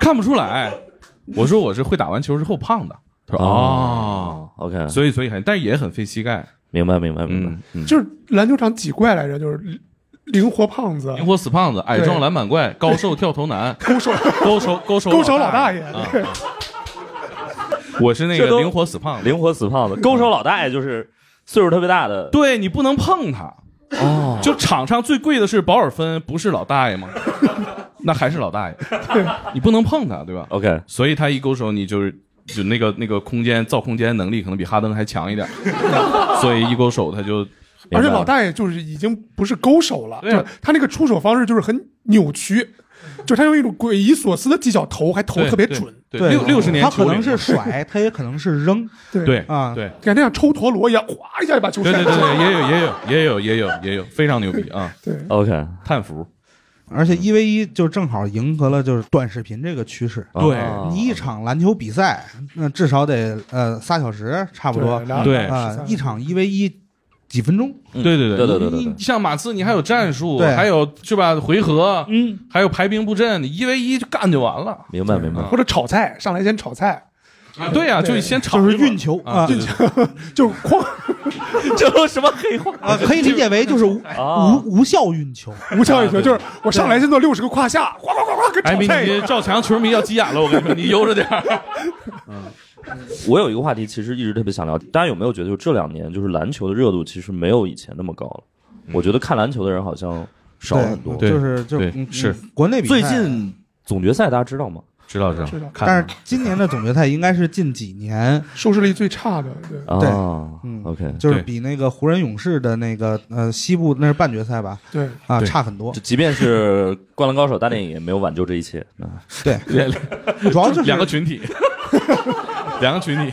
[SPEAKER 4] 看不出来，我说我是会打完球之后胖的。他说：“哦
[SPEAKER 1] 哦，OK，
[SPEAKER 4] 所以所以很，但是也很费膝盖。
[SPEAKER 1] 明白，明白，明白。
[SPEAKER 4] 嗯
[SPEAKER 3] 就是篮球场几怪来着，就是灵活胖子、
[SPEAKER 4] 灵活死胖子，矮壮篮板怪，高瘦跳投男，
[SPEAKER 3] 勾手、
[SPEAKER 4] 勾手勾 手
[SPEAKER 3] 勾手老
[SPEAKER 4] 大
[SPEAKER 3] 大爷。
[SPEAKER 4] 啊
[SPEAKER 3] 对
[SPEAKER 4] 我是那
[SPEAKER 1] 这都
[SPEAKER 4] 个灵活死胖子，嗯
[SPEAKER 1] 灵活死胖子，勾手老大爷就是岁数特别大的，
[SPEAKER 4] 对你不能碰他。
[SPEAKER 1] 哦，
[SPEAKER 4] 就场上最贵的是保尔芬，不是老大爷吗？那还是老 大爷，你不能碰他，对吧？
[SPEAKER 1] OK，
[SPEAKER 4] 所以他一勾手，你就是就那个那个空间造空间能力可能比哈登还强一点， 所以一勾手他就
[SPEAKER 3] 而且老大爷就是已经不是勾手了，
[SPEAKER 4] 对啊
[SPEAKER 3] 就他那个出手方式就是很扭曲，就他用一种诡异所思的技巧投，还投
[SPEAKER 4] 对
[SPEAKER 3] 特别
[SPEAKER 4] 对
[SPEAKER 3] 准。
[SPEAKER 4] 对六六十年
[SPEAKER 2] 他
[SPEAKER 4] 球
[SPEAKER 2] 可
[SPEAKER 4] 龄
[SPEAKER 2] 能是甩，他也可能是扔，
[SPEAKER 3] 对
[SPEAKER 4] 对
[SPEAKER 2] 啊
[SPEAKER 4] 对
[SPEAKER 3] 感觉像抽陀螺一样，哗一下就把球
[SPEAKER 4] 对
[SPEAKER 3] 扇
[SPEAKER 4] 对
[SPEAKER 3] 出
[SPEAKER 4] 对
[SPEAKER 3] 来。
[SPEAKER 4] 对，也有也有也有也有也有非常牛逼啊！
[SPEAKER 3] 对
[SPEAKER 1] OK，
[SPEAKER 4] 叹服，
[SPEAKER 2] 而且一 v 一就正好迎合了就是短视频这个趋势。
[SPEAKER 4] 对
[SPEAKER 1] 啊
[SPEAKER 2] 你一场篮球比赛，那至少得呃仨小时差不多
[SPEAKER 3] 对俩，
[SPEAKER 4] 对
[SPEAKER 2] 啊
[SPEAKER 3] 13，
[SPEAKER 2] 一场一 v 一几分钟，
[SPEAKER 4] 嗯对对
[SPEAKER 1] 对对对对对
[SPEAKER 4] 你你像马刺，你还有战术，
[SPEAKER 2] 对
[SPEAKER 4] 还有是吧？回合，
[SPEAKER 2] 嗯，
[SPEAKER 4] 还有排兵布阵，你一 v 一就干就完了。
[SPEAKER 1] 明白明白。
[SPEAKER 3] 或者炒菜，上来先炒菜，
[SPEAKER 4] 啊对呀，就先
[SPEAKER 2] 就
[SPEAKER 4] 场
[SPEAKER 2] 是运球
[SPEAKER 4] 啊，
[SPEAKER 2] 啊
[SPEAKER 4] 对对对
[SPEAKER 3] 就 哐
[SPEAKER 1] 这都什么黑话
[SPEAKER 2] 啊，可以理解为就是无
[SPEAKER 1] 啊
[SPEAKER 2] 无无效运球。啊
[SPEAKER 3] 无效一球，就是我上来先做六十个胯下，哗哗哗哗跟
[SPEAKER 4] 哎，
[SPEAKER 3] 炒
[SPEAKER 4] 你
[SPEAKER 3] 菜一样。
[SPEAKER 4] 你赵强球迷要急眼了，我跟你说，你悠着点 儿。
[SPEAKER 1] 我有一个话题，其实一直特别想聊，大家有没有觉得，就这两年，就是篮球的热度其实没有以前那么高了？我觉得看篮球的人好像少了很多。
[SPEAKER 4] 嗯对
[SPEAKER 2] 就是就
[SPEAKER 4] 对
[SPEAKER 2] 嗯
[SPEAKER 4] 是
[SPEAKER 2] 嗯国内比赛
[SPEAKER 1] 最近总决赛大家知道吗？
[SPEAKER 4] 知道知道
[SPEAKER 3] 知道
[SPEAKER 4] 看
[SPEAKER 2] 但是今年的总决赛应该是近几年，
[SPEAKER 3] 收视率最差的，对，
[SPEAKER 2] 对
[SPEAKER 1] 啊
[SPEAKER 2] 嗯
[SPEAKER 1] ，OK，
[SPEAKER 2] 就是
[SPEAKER 4] 对
[SPEAKER 2] 比那个湖人勇士的那个呃西部那是半决赛吧，
[SPEAKER 3] 对
[SPEAKER 2] 啊
[SPEAKER 4] 对
[SPEAKER 2] 差很多
[SPEAKER 1] 就。即便是《灌篮高手》大电影也没有挽救这一切。啊
[SPEAKER 2] 对，
[SPEAKER 4] 两
[SPEAKER 2] 主要就是
[SPEAKER 4] 两个群体，两个群体。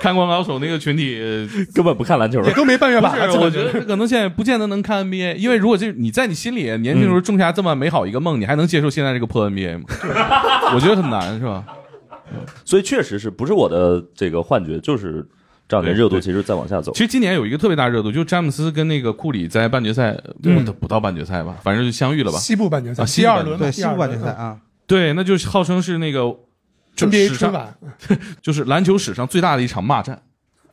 [SPEAKER 4] 看《灌篮高手》那个群体，呃
[SPEAKER 1] 根本不看篮球了
[SPEAKER 3] 也。都没半月板
[SPEAKER 4] 不
[SPEAKER 3] 了。
[SPEAKER 4] 是，
[SPEAKER 3] 怎么
[SPEAKER 4] 我觉得可能现在不见得能看 NBA，因为如果这你在你心里年轻时
[SPEAKER 1] 嗯
[SPEAKER 4] 候种下这么美好一个梦，你还能接受现在这个破 NBA 吗？我觉得很难，是吧？
[SPEAKER 1] 所以确实是不是我的这个幻觉，就是这两年
[SPEAKER 4] 对
[SPEAKER 1] 热度
[SPEAKER 4] 对
[SPEAKER 1] 其实在往下走
[SPEAKER 4] 其。实今年有一个特别大热度，就詹姆斯跟那个库里在半决赛，不到不到半决赛吧，反正就相遇了吧。
[SPEAKER 3] 西部半决赛，
[SPEAKER 4] 啊西
[SPEAKER 3] 第
[SPEAKER 4] 部
[SPEAKER 3] 二轮嘛，
[SPEAKER 2] 对
[SPEAKER 3] 第
[SPEAKER 2] 西
[SPEAKER 3] 二
[SPEAKER 2] 部
[SPEAKER 3] 轮
[SPEAKER 2] 半决赛啊，
[SPEAKER 4] 对，那就是号称是那个就
[SPEAKER 3] ，NBA
[SPEAKER 4] 史
[SPEAKER 3] 春
[SPEAKER 4] 上
[SPEAKER 3] 晚，
[SPEAKER 4] 就是篮球史上最大的一场骂战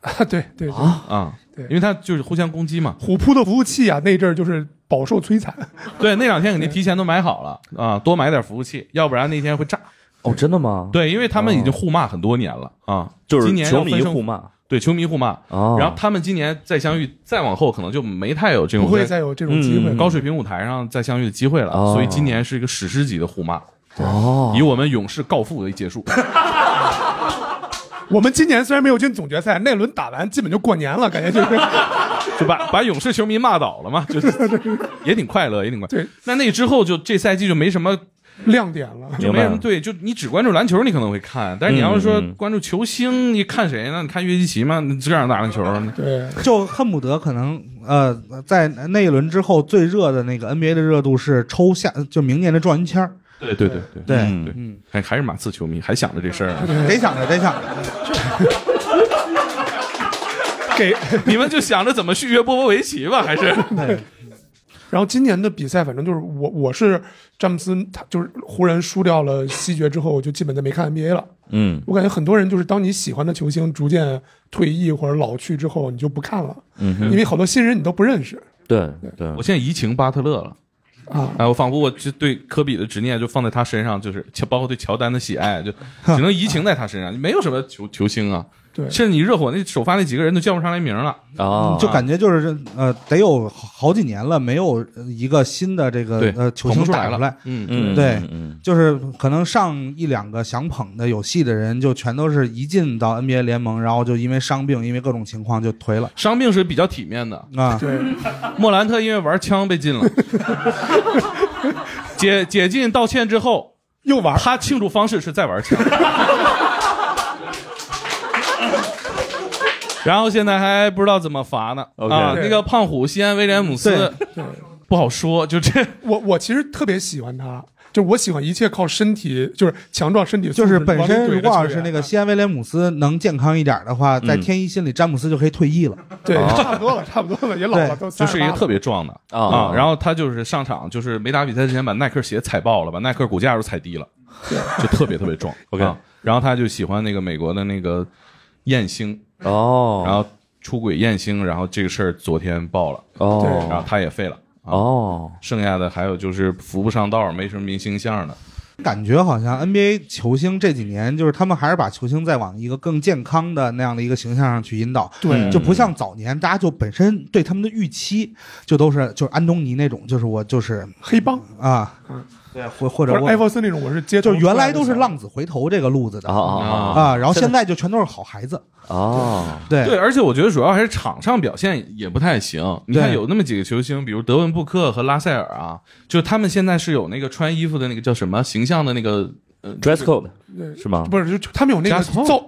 [SPEAKER 3] 啊，对对对，
[SPEAKER 4] 啊，
[SPEAKER 3] 对
[SPEAKER 4] 因为他就是互相攻击嘛。
[SPEAKER 3] 虎扑的服务器啊，那阵儿就是饱受摧残。
[SPEAKER 4] 对，那两天肯定提前都买好了啊，多买点服务器，要不然那天会炸。
[SPEAKER 1] 哦，真的吗？，
[SPEAKER 4] 对，因为他们已经互骂很多年了啊，
[SPEAKER 1] 就是
[SPEAKER 4] 今年要
[SPEAKER 1] 球迷
[SPEAKER 4] 分胜
[SPEAKER 1] 互骂。
[SPEAKER 4] 对球迷互骂，
[SPEAKER 1] 哦，
[SPEAKER 4] 然后他们今年再相遇，再往后可能就没太有这种
[SPEAKER 3] 不会
[SPEAKER 4] 在
[SPEAKER 3] 再有这种机会
[SPEAKER 1] 嗯
[SPEAKER 3] 了。
[SPEAKER 4] 高水平舞台上再相遇的机会了，
[SPEAKER 1] 哦
[SPEAKER 4] 所以今年是一个史诗级的互骂，
[SPEAKER 1] 哦
[SPEAKER 4] 以，我们勇士告负为结束。
[SPEAKER 3] 我们今年虽然没有进总决赛，那轮打完基本就过年了，感觉就是
[SPEAKER 4] 就把把勇士球迷骂倒了嘛，就是也挺快乐，也挺快。
[SPEAKER 3] 对，
[SPEAKER 4] 那那之后就这赛季就没什么
[SPEAKER 3] 亮点了。
[SPEAKER 4] 就没什么对，就你只关注篮球，你可能会看，但是你要是说关注球星，你看谁呢？你看约基奇吗？你这样打篮球，
[SPEAKER 3] 对，
[SPEAKER 2] 就恨不得可能呃，在那一轮之后最热的那个 NBA 的热度是抽下，就明年的状元签儿。
[SPEAKER 4] 对对对对
[SPEAKER 2] 对
[SPEAKER 4] 嗯对，还还是马刺球迷，还想着这事儿啊，
[SPEAKER 2] 得想着，得想着，
[SPEAKER 3] 给
[SPEAKER 4] 你们就想着怎么续约波波维奇吧，还是
[SPEAKER 3] 然后今年的比赛，反正就是我我是詹姆斯，他就是湖人输掉了西决之后，我就基本再没看 NBA 了。
[SPEAKER 1] 嗯
[SPEAKER 3] 我感觉很多人就是当你喜欢的球星逐渐退役或者老去之后，你就不看了，
[SPEAKER 1] 嗯哼
[SPEAKER 3] 因为好多新人你都不认识。
[SPEAKER 1] 对对，
[SPEAKER 4] 我现在移情巴特勒了。
[SPEAKER 3] 啊！
[SPEAKER 4] 哎，我仿佛我就对科比的执念就放在他身上，就是包括对乔丹的喜爱，就只能移情在他身上，没有什么球球星啊。
[SPEAKER 3] 对
[SPEAKER 4] 甚至你热火那首发那几个人都叫不上来名了。
[SPEAKER 1] 啊
[SPEAKER 2] 就感觉就是呃，得有好几年了，没有呃一个新的这个
[SPEAKER 4] 对
[SPEAKER 2] 呃球
[SPEAKER 4] 捧
[SPEAKER 2] 星
[SPEAKER 4] 不出
[SPEAKER 2] 打
[SPEAKER 4] 来
[SPEAKER 2] 出
[SPEAKER 4] 了
[SPEAKER 2] 来。。
[SPEAKER 4] 嗯
[SPEAKER 1] 嗯
[SPEAKER 2] 对
[SPEAKER 1] 嗯嗯
[SPEAKER 2] 就是可能上一两个想捧的有戏的人，就全都是一进到 NBA 联盟，然后就因为伤病，因为各种情况就颓了
[SPEAKER 4] 伤病是比较体面的。
[SPEAKER 2] 啊。
[SPEAKER 3] 对，
[SPEAKER 4] 莫兰特因为玩枪被禁 了，解解禁道歉之后，
[SPEAKER 3] 又玩
[SPEAKER 4] 他庆祝方式是在玩 枪。然后现在还不知道怎么罚呢
[SPEAKER 1] OK
[SPEAKER 4] 啊！那个胖虎西安威廉姆斯不好说，就这
[SPEAKER 3] 我我其实特别喜欢他，就是我喜欢一切靠身体，就是强壮身体素
[SPEAKER 2] 就
[SPEAKER 3] 质
[SPEAKER 2] 是
[SPEAKER 3] 往里怼的
[SPEAKER 2] 本
[SPEAKER 3] 球员。
[SPEAKER 2] 身如果要是那个西安威廉姆斯能健康一点的话，
[SPEAKER 4] 嗯
[SPEAKER 2] 在天一心里詹姆斯就可以退役了。
[SPEAKER 3] 对，差不多了，差不多了，也老了，
[SPEAKER 2] 对
[SPEAKER 3] 都
[SPEAKER 4] 哦就
[SPEAKER 3] 38
[SPEAKER 4] 是一个特
[SPEAKER 3] 了
[SPEAKER 4] 别壮的
[SPEAKER 1] 啊
[SPEAKER 4] 啊。然后他就是上场，就是没打比赛之前把耐克鞋踩爆了，把耐克股价都踩低了，就特别特别壮。
[SPEAKER 1] OK
[SPEAKER 4] 啊然后他就喜欢那个美国的那个艳星，
[SPEAKER 1] 哦，
[SPEAKER 4] 然后出轨艳星，然后这个事儿昨天爆了，
[SPEAKER 1] 哦
[SPEAKER 4] 然后他也废了。啊
[SPEAKER 1] 哦，
[SPEAKER 4] 剩下的还有就是扶不上道，没什么明星相的。
[SPEAKER 2] 感觉好像 NBA 球星这几年，就是他们还是把球星再往一个更健康的那样的一个形象上去引导，
[SPEAKER 3] 对
[SPEAKER 2] 就不像早年大家就本身对他们的预期就都是就是安东尼那种，就是我就是
[SPEAKER 3] 黑帮，
[SPEAKER 2] 啊，对，或或
[SPEAKER 3] 嗯或
[SPEAKER 2] 者
[SPEAKER 3] 者艾
[SPEAKER 2] 我
[SPEAKER 3] 弗森那种，我是接
[SPEAKER 2] 就
[SPEAKER 3] 头
[SPEAKER 2] 原
[SPEAKER 3] 出
[SPEAKER 2] 来
[SPEAKER 3] 的
[SPEAKER 2] 都是
[SPEAKER 3] 小
[SPEAKER 2] 浪子回头这个路子的
[SPEAKER 1] 啊啊
[SPEAKER 4] 啊
[SPEAKER 2] 啊，然后现在就全都是好孩子，
[SPEAKER 1] 啊啊，
[SPEAKER 4] 对，
[SPEAKER 2] 对
[SPEAKER 4] 而且我觉得主要还是场上表现也不太行。你看
[SPEAKER 2] 对
[SPEAKER 4] 有那么几个球星，比如德文布克和拉塞尔啊，就他们现在是有那个穿衣服的那个叫什么形象的那个呃
[SPEAKER 1] dress code
[SPEAKER 3] 对
[SPEAKER 1] 是吗
[SPEAKER 3] 不是，就就他们有那个
[SPEAKER 4] Just Home
[SPEAKER 3] 造，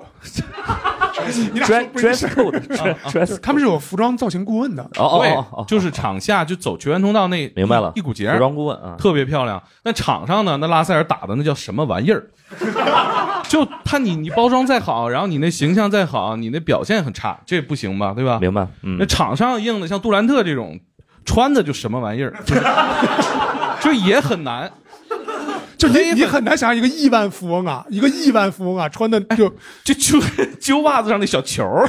[SPEAKER 3] 你俩说
[SPEAKER 1] ？dress
[SPEAKER 3] 不是一
[SPEAKER 1] dress
[SPEAKER 3] 事儿
[SPEAKER 1] code dress
[SPEAKER 3] 他们是有服装造型顾问的，
[SPEAKER 1] 哦哦
[SPEAKER 4] 对
[SPEAKER 1] 哦，哦，
[SPEAKER 4] 就是场下就走球员通道那
[SPEAKER 1] 明白了
[SPEAKER 4] 一股节
[SPEAKER 1] 服装顾问啊，
[SPEAKER 4] 特别漂亮。那场上呢，那拉塞尔打的那叫什么玩意儿？ 就他你你包装再好，然后你那形象再好，你那表现很差，这不行吧？对吧？
[SPEAKER 1] 明白，
[SPEAKER 4] 那
[SPEAKER 1] 嗯，
[SPEAKER 4] 场上硬的像杜兰特这种，穿的就什么玩意儿， 就也很难。
[SPEAKER 3] 就
[SPEAKER 4] 黑
[SPEAKER 3] 你
[SPEAKER 4] 粉
[SPEAKER 3] 你很难想象一个亿万富翁啊，一个亿万富翁啊，穿的就
[SPEAKER 4] 哎就 揪揪袜子上那小球儿，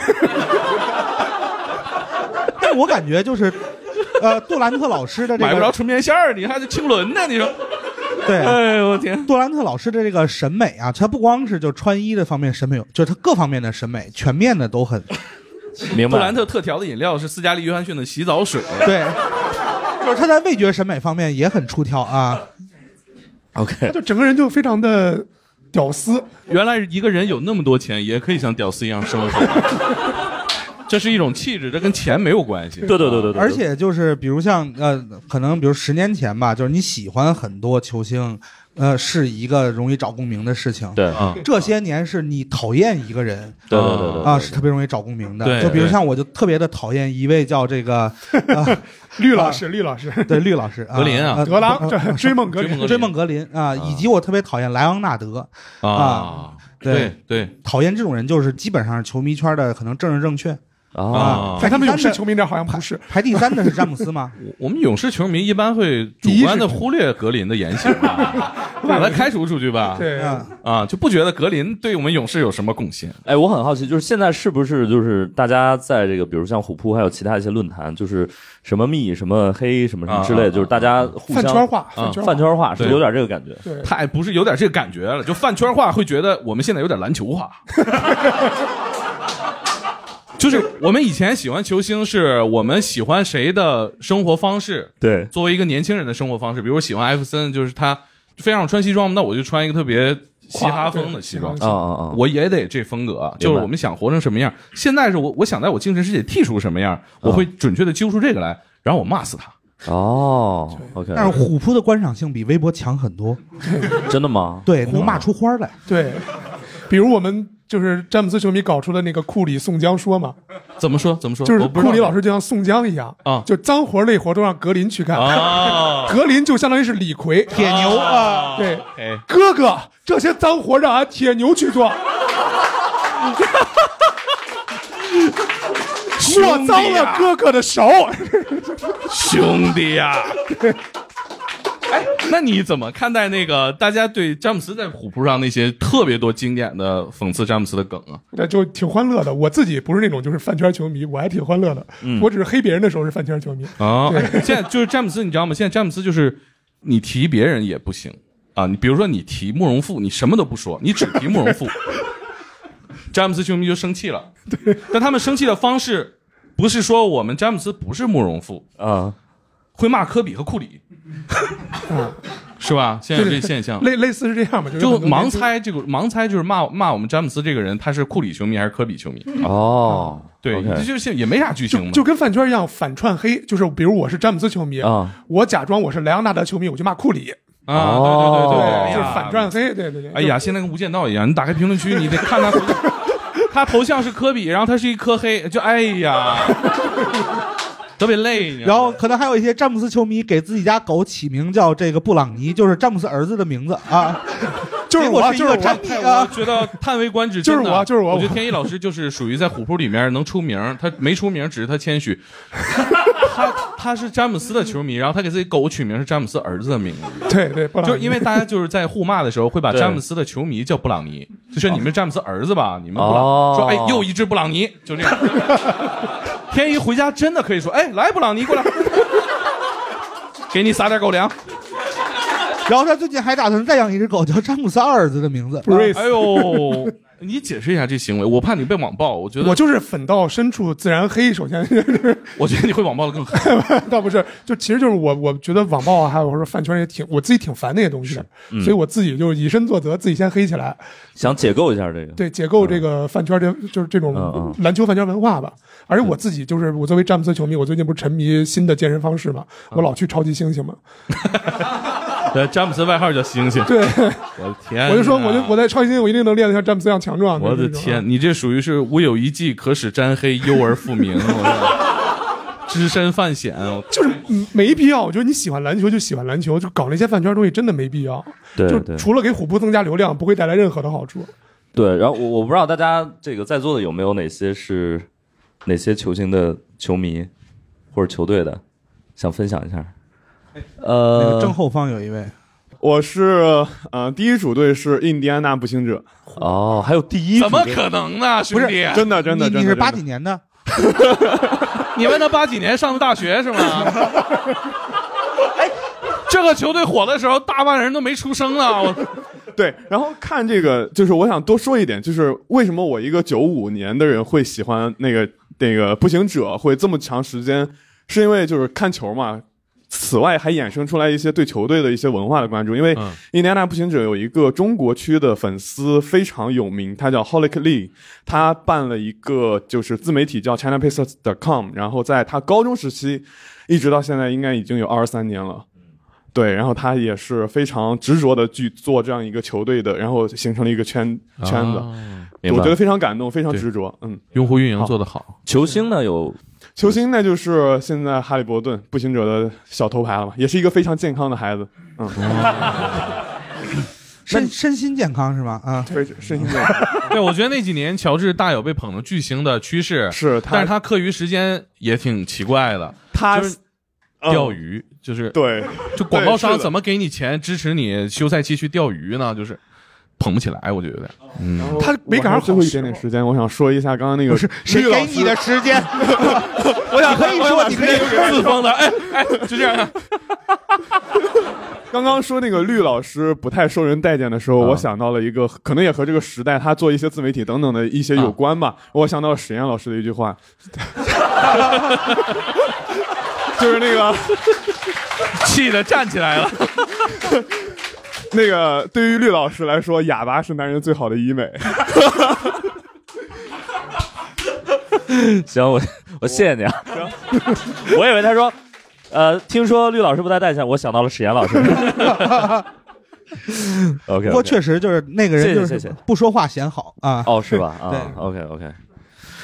[SPEAKER 2] 但我感觉就是。呃，杜兰特老师的这
[SPEAKER 4] 买不着
[SPEAKER 2] 个
[SPEAKER 4] 纯棉线儿，你还得青纶呢？你说，
[SPEAKER 2] 对，啊
[SPEAKER 4] 哎呦我天！
[SPEAKER 2] 杜兰特老师的这个审美啊，他不光是就穿衣的方面审美有，就是他各方面的审美全面的都很
[SPEAKER 1] 明白。
[SPEAKER 4] 杜兰特特调的饮料是斯嘉丽·约翰逊的洗澡水。
[SPEAKER 2] 对，就是他在味觉审美方面也很出挑啊。
[SPEAKER 3] 他就整个人就非常的屌丝，
[SPEAKER 4] 原来一个人有那么多钱，也可以像屌丝一样生 活，这是一种气质，这跟钱没有关系。
[SPEAKER 1] 对对对对对，
[SPEAKER 2] 而且就是比如像呃，可能比如十年前吧，就是你喜欢很多球星，呃，是一个容易找共鸣的事情。
[SPEAKER 1] 对
[SPEAKER 4] 啊，
[SPEAKER 2] 这些年是你讨厌一个人
[SPEAKER 1] 对对对对
[SPEAKER 2] 啊，是特别容易找共鸣
[SPEAKER 4] 对
[SPEAKER 2] 的。就比如
[SPEAKER 4] 对
[SPEAKER 2] 像我就特别的讨厌一位叫这 个呃
[SPEAKER 3] 绿老 师，绿老师，
[SPEAKER 2] 对绿老师啊
[SPEAKER 4] 格林啊
[SPEAKER 2] 呃
[SPEAKER 3] 格拉
[SPEAKER 2] 呃
[SPEAKER 3] 这 追梦格
[SPEAKER 4] 追梦
[SPEAKER 3] 林，
[SPEAKER 2] 追梦格林啊，以及我特别讨厌莱昂纳德。
[SPEAKER 4] 啊
[SPEAKER 2] 啊，
[SPEAKER 4] 对
[SPEAKER 2] 对
[SPEAKER 4] 对
[SPEAKER 2] 讨厌这种人，就是基本上是球迷圈的可能政治正确
[SPEAKER 1] 啊，
[SPEAKER 2] 排
[SPEAKER 3] 哎，他们勇
[SPEAKER 2] 第三
[SPEAKER 3] 士
[SPEAKER 2] 的
[SPEAKER 3] 球迷那好像不是，
[SPEAKER 2] 排第三的是詹姆 斯吗？
[SPEAKER 4] 我们勇士球迷一般会主观的忽略格林的言行吧， 把他开除出去吧。
[SPEAKER 3] 对，
[SPEAKER 2] 嗯，
[SPEAKER 4] 啊，就不觉得格林对我们勇士有什么贡献。
[SPEAKER 1] 哎，我很好奇，就是现在是不是就是大家在这个，比如像虎扑还有其他一些论坛，就是什么密、什么黑、什么什么之类
[SPEAKER 4] 啊啊
[SPEAKER 1] 的，就是大家互
[SPEAKER 3] 饭
[SPEAKER 1] 相
[SPEAKER 3] 圈化，
[SPEAKER 4] 嗯
[SPEAKER 3] 饭圈化
[SPEAKER 1] 饭，圈化，是不是
[SPEAKER 4] 对
[SPEAKER 1] 有点这个感觉。
[SPEAKER 3] 对，
[SPEAKER 4] 他哎不是有点这个感觉了，就饭圈化会觉得我们现在有点篮球 化。就是我们以前喜欢球星，是我们喜欢谁的生活方式，
[SPEAKER 1] 对，
[SPEAKER 4] 作为一个年轻人的生活方式，比如我喜欢艾弗森，就是他非让我穿西装，那我就穿一个特别嘻哈风的西装
[SPEAKER 3] 对，
[SPEAKER 1] 啊啊啊，
[SPEAKER 4] 我也得这风格，
[SPEAKER 1] 明白
[SPEAKER 4] 就是我们想活成什么样。
[SPEAKER 1] 啊
[SPEAKER 4] 现在是我我想在我精神世界剔除什么样，我会准确的揪出这个来，然后我骂死他。
[SPEAKER 1] 哦，OK，
[SPEAKER 2] 但是虎扑的观赏性比微博强很多，
[SPEAKER 1] 真的啊吗？
[SPEAKER 2] 对，能骂出花来。
[SPEAKER 3] 对，比如我们就是詹姆斯球迷搞出的那个库里宋江说嘛，
[SPEAKER 4] 怎么说？怎么说？
[SPEAKER 3] 就是
[SPEAKER 4] 我不知道
[SPEAKER 3] 库里老师就像宋江一样
[SPEAKER 4] 啊
[SPEAKER 3] 就脏活累活都让格林去干，
[SPEAKER 4] 哦
[SPEAKER 3] 格林就相当于是李逵，
[SPEAKER 2] 铁牛啊
[SPEAKER 3] 对，
[SPEAKER 4] 哎，
[SPEAKER 3] 哥哥，这些脏活让俺铁牛去做。
[SPEAKER 4] 兄
[SPEAKER 3] 我
[SPEAKER 4] 弟
[SPEAKER 3] 脏了
[SPEAKER 4] 啊
[SPEAKER 3] 哥哥的手，
[SPEAKER 4] 兄弟呀、哎，那你怎么看待那个大家对詹姆斯在虎扑上那些特别多经典的讽刺詹姆斯的梗啊？
[SPEAKER 3] 那就挺欢乐的。我自己不是那种就是饭圈球迷，我还挺欢乐的。我只是黑别人的时候是饭圈球迷。
[SPEAKER 4] 嗯哦，哎 现在就是詹姆斯，你知道吗？现在詹姆斯就是你提别人也不行啊。你比如说你提慕容复，你什么都不说，你只提慕容复， 詹姆斯球迷就生气了。对，但他们生气的方式不是说我们詹姆斯不是慕容复啊，会骂科比和库里，是吧？现在有这现象。
[SPEAKER 3] 类类似是这样吧，就是
[SPEAKER 4] 就
[SPEAKER 3] 很多
[SPEAKER 4] 盲
[SPEAKER 3] 年轻
[SPEAKER 4] 猜这个盲猜就是骂骂我们詹姆斯这个人，他是库里球迷还是科比球迷？
[SPEAKER 1] 哦，
[SPEAKER 4] 对，
[SPEAKER 1] OK
[SPEAKER 4] 这就是也没啥剧情嘛。
[SPEAKER 3] 就跟饭圈一样反串黑，就是比如我是詹姆斯球迷
[SPEAKER 1] 啊，
[SPEAKER 3] 我假装我是莱昂纳德球迷，我就骂库里，
[SPEAKER 4] 啊，
[SPEAKER 1] 哦
[SPEAKER 4] 对对对对，哎
[SPEAKER 3] 就
[SPEAKER 4] 呀
[SPEAKER 3] 是反串黑，对对对。
[SPEAKER 4] 哎呀，，现在跟《无间道》一样，你打开评论区，你得看他头像，他头像是科比，然后他是一颗黑，就哎呀，特别累。你知
[SPEAKER 2] 然
[SPEAKER 4] 道
[SPEAKER 2] 后
[SPEAKER 4] 吗
[SPEAKER 2] 可能还有一些詹姆斯球迷给自己家狗起名叫这个布朗尼，就是詹姆斯儿子的名字 啊，
[SPEAKER 3] 就是
[SPEAKER 4] 哎
[SPEAKER 2] 结果
[SPEAKER 3] 我，
[SPEAKER 2] 一
[SPEAKER 3] 就
[SPEAKER 2] 个
[SPEAKER 3] 是
[SPEAKER 2] 詹
[SPEAKER 3] 我，
[SPEAKER 2] 米啊
[SPEAKER 4] 我。觉得叹为观止，
[SPEAKER 3] 就是
[SPEAKER 4] 真的
[SPEAKER 3] 我就是我
[SPEAKER 4] 我觉得天一老师就是属于在虎扑里面能出名，他没出名，只是他谦虚。 他他是詹姆斯的球迷，然后他给自己狗取名是詹姆斯儿子的名字。
[SPEAKER 3] 对对，布朗
[SPEAKER 4] 就
[SPEAKER 3] 尼
[SPEAKER 4] 是因为大家就是在互骂的时候，会把
[SPEAKER 1] 对
[SPEAKER 4] 詹姆斯的球迷叫布朗尼，就说你们詹姆斯儿子吧，你们布朗、
[SPEAKER 1] 哦
[SPEAKER 4] 说哎又一只布朗尼，就这样。天一回家真的可以说哎来布朗尼过 来，给你撒点狗粮。
[SPEAKER 2] 然后他最近还打算再养一只狗，叫詹姆斯二儿子的名字。啊
[SPEAKER 3] Brace
[SPEAKER 4] 哎呦，你解释一下这行为，我怕你被网暴，我觉得
[SPEAKER 3] 我就是粉到深处自然黑，首先
[SPEAKER 4] 我觉得你会网暴的更狠。
[SPEAKER 3] 倒不是，就其实就是我，我觉得网暴啊，还有说饭圈也挺，我自己挺烦那些东西的，
[SPEAKER 4] 嗯
[SPEAKER 3] 所以我自己就以身作则，自己先黑起来，
[SPEAKER 1] 想解构一下这个，
[SPEAKER 3] 对，解构这个饭圈这就是这种
[SPEAKER 1] 嗯
[SPEAKER 3] 篮球饭圈文化吧。
[SPEAKER 4] 嗯
[SPEAKER 3] 而且我自己就是我作为詹姆斯球迷，我最近不是沉迷新的健身方式嘛，
[SPEAKER 4] 嗯
[SPEAKER 3] 我老去超级猩猩嘛，
[SPEAKER 4] 对，呃詹姆斯外号叫星星。
[SPEAKER 3] 对，
[SPEAKER 4] 我的天哪，
[SPEAKER 3] 我就说我就我在超级猩猩，我一定能练得像詹姆斯一样强壮。
[SPEAKER 4] 我的
[SPEAKER 3] 就是这种啊
[SPEAKER 4] 天，，你这属于是无有一计可使沾黑，忧而复明，我说只身犯险。我
[SPEAKER 3] 就是嗯没必要。我觉得你喜欢篮球就喜欢篮球，就搞那些饭圈东西真的没必要。
[SPEAKER 1] 对
[SPEAKER 3] 就
[SPEAKER 1] 对
[SPEAKER 3] 除了给虎扑增加流量，不会带来任何的好处。
[SPEAKER 1] 对。然后我我不知道大家这个在座的有没有哪些是哪些球星的球迷或者球队的，想分享一下。
[SPEAKER 2] 那
[SPEAKER 1] 呃
[SPEAKER 2] 个，正后方有一位，
[SPEAKER 9] 我是呃，第一主队是印第安纳步行者，
[SPEAKER 1] 哦，还有第一
[SPEAKER 4] 怎么可能呢，兄弟？
[SPEAKER 9] 真的真的真
[SPEAKER 2] 你
[SPEAKER 9] 的。
[SPEAKER 2] 你
[SPEAKER 9] 真
[SPEAKER 2] 是
[SPEAKER 9] 的
[SPEAKER 2] 八几？年的？
[SPEAKER 4] 你问他八几年上的大学 是吗？哎，这个球队火的时候，大半人都没出生呢。我
[SPEAKER 9] 对，然后看这个，就是我想多说一点，就是为什么我一个九五年的人会喜欢那个那个步行者，会这么长时间，是因为就是看球嘛。此外，还衍生出来一些对球队的一些文化的关注，因为
[SPEAKER 4] 嗯
[SPEAKER 9] 印第安纳步行者有一个中国区的粉丝非常有名，他叫 Holic Lee，他办了一个就是自媒体叫 ChinaPacers.com，然后在他高中时期，一直到现在应该已经有二十三年了。对，然后他也是非常执着的去做这样一个球队的，然后形成了一个圈圈子，
[SPEAKER 1] 明
[SPEAKER 9] 我觉
[SPEAKER 1] 白
[SPEAKER 9] 得。非常感动，非常
[SPEAKER 4] 对
[SPEAKER 9] 执着。嗯，
[SPEAKER 4] 用户运营做得好，
[SPEAKER 1] 球星呢有
[SPEAKER 9] 球星那就是现在哈利伯顿步行者的小头牌了嘛，也是一个非常健康的孩子，嗯
[SPEAKER 2] 身身心健康是吗？啊，
[SPEAKER 9] 非身心健康。
[SPEAKER 4] 对我觉得那几年乔治大有被捧成巨星的趋势，
[SPEAKER 9] 是
[SPEAKER 4] 但
[SPEAKER 9] 他
[SPEAKER 4] 是他课余时间也挺奇怪的，
[SPEAKER 9] 他
[SPEAKER 4] 就是钓
[SPEAKER 9] 鱼，
[SPEAKER 4] 鱼，就是
[SPEAKER 9] 对
[SPEAKER 4] 就广告
[SPEAKER 9] 对
[SPEAKER 4] 商
[SPEAKER 9] 是的
[SPEAKER 4] 怎么给你钱支持你休赛期去钓鱼呢？就是捧不起来，我觉得。嗯，
[SPEAKER 3] 他没赶上
[SPEAKER 9] 我还有最
[SPEAKER 3] 好
[SPEAKER 9] 后一
[SPEAKER 3] 时
[SPEAKER 9] 点点
[SPEAKER 3] 候
[SPEAKER 9] 时间，我想说一下刚刚那个是
[SPEAKER 2] 谁给你的时 间？我想可以说，哎你可以说。
[SPEAKER 4] 自 封的，哎哎，就 这样。
[SPEAKER 9] 刚刚说那个绿老师不太受人待见的时候，
[SPEAKER 1] 啊
[SPEAKER 9] 我想到了一个，可能也和这个时代他做一些自媒体等等的一些有关
[SPEAKER 4] 啊
[SPEAKER 9] 吧。我想到了史岩老师的一句话， 就是那个
[SPEAKER 4] 气得站起来了。
[SPEAKER 9] 那个，对于绿老师来说，哑巴是男人最好的医美。
[SPEAKER 1] 行，我我谢谢你啊。我以为他说呃，听说绿老师不在带下，我想到了史岩老师。OK，
[SPEAKER 2] 不过确实就是那个人就是
[SPEAKER 1] 谢谢谢谢
[SPEAKER 2] 不说话显好啊。
[SPEAKER 1] 哦，是吧？
[SPEAKER 2] 对
[SPEAKER 1] 啊，OK OK，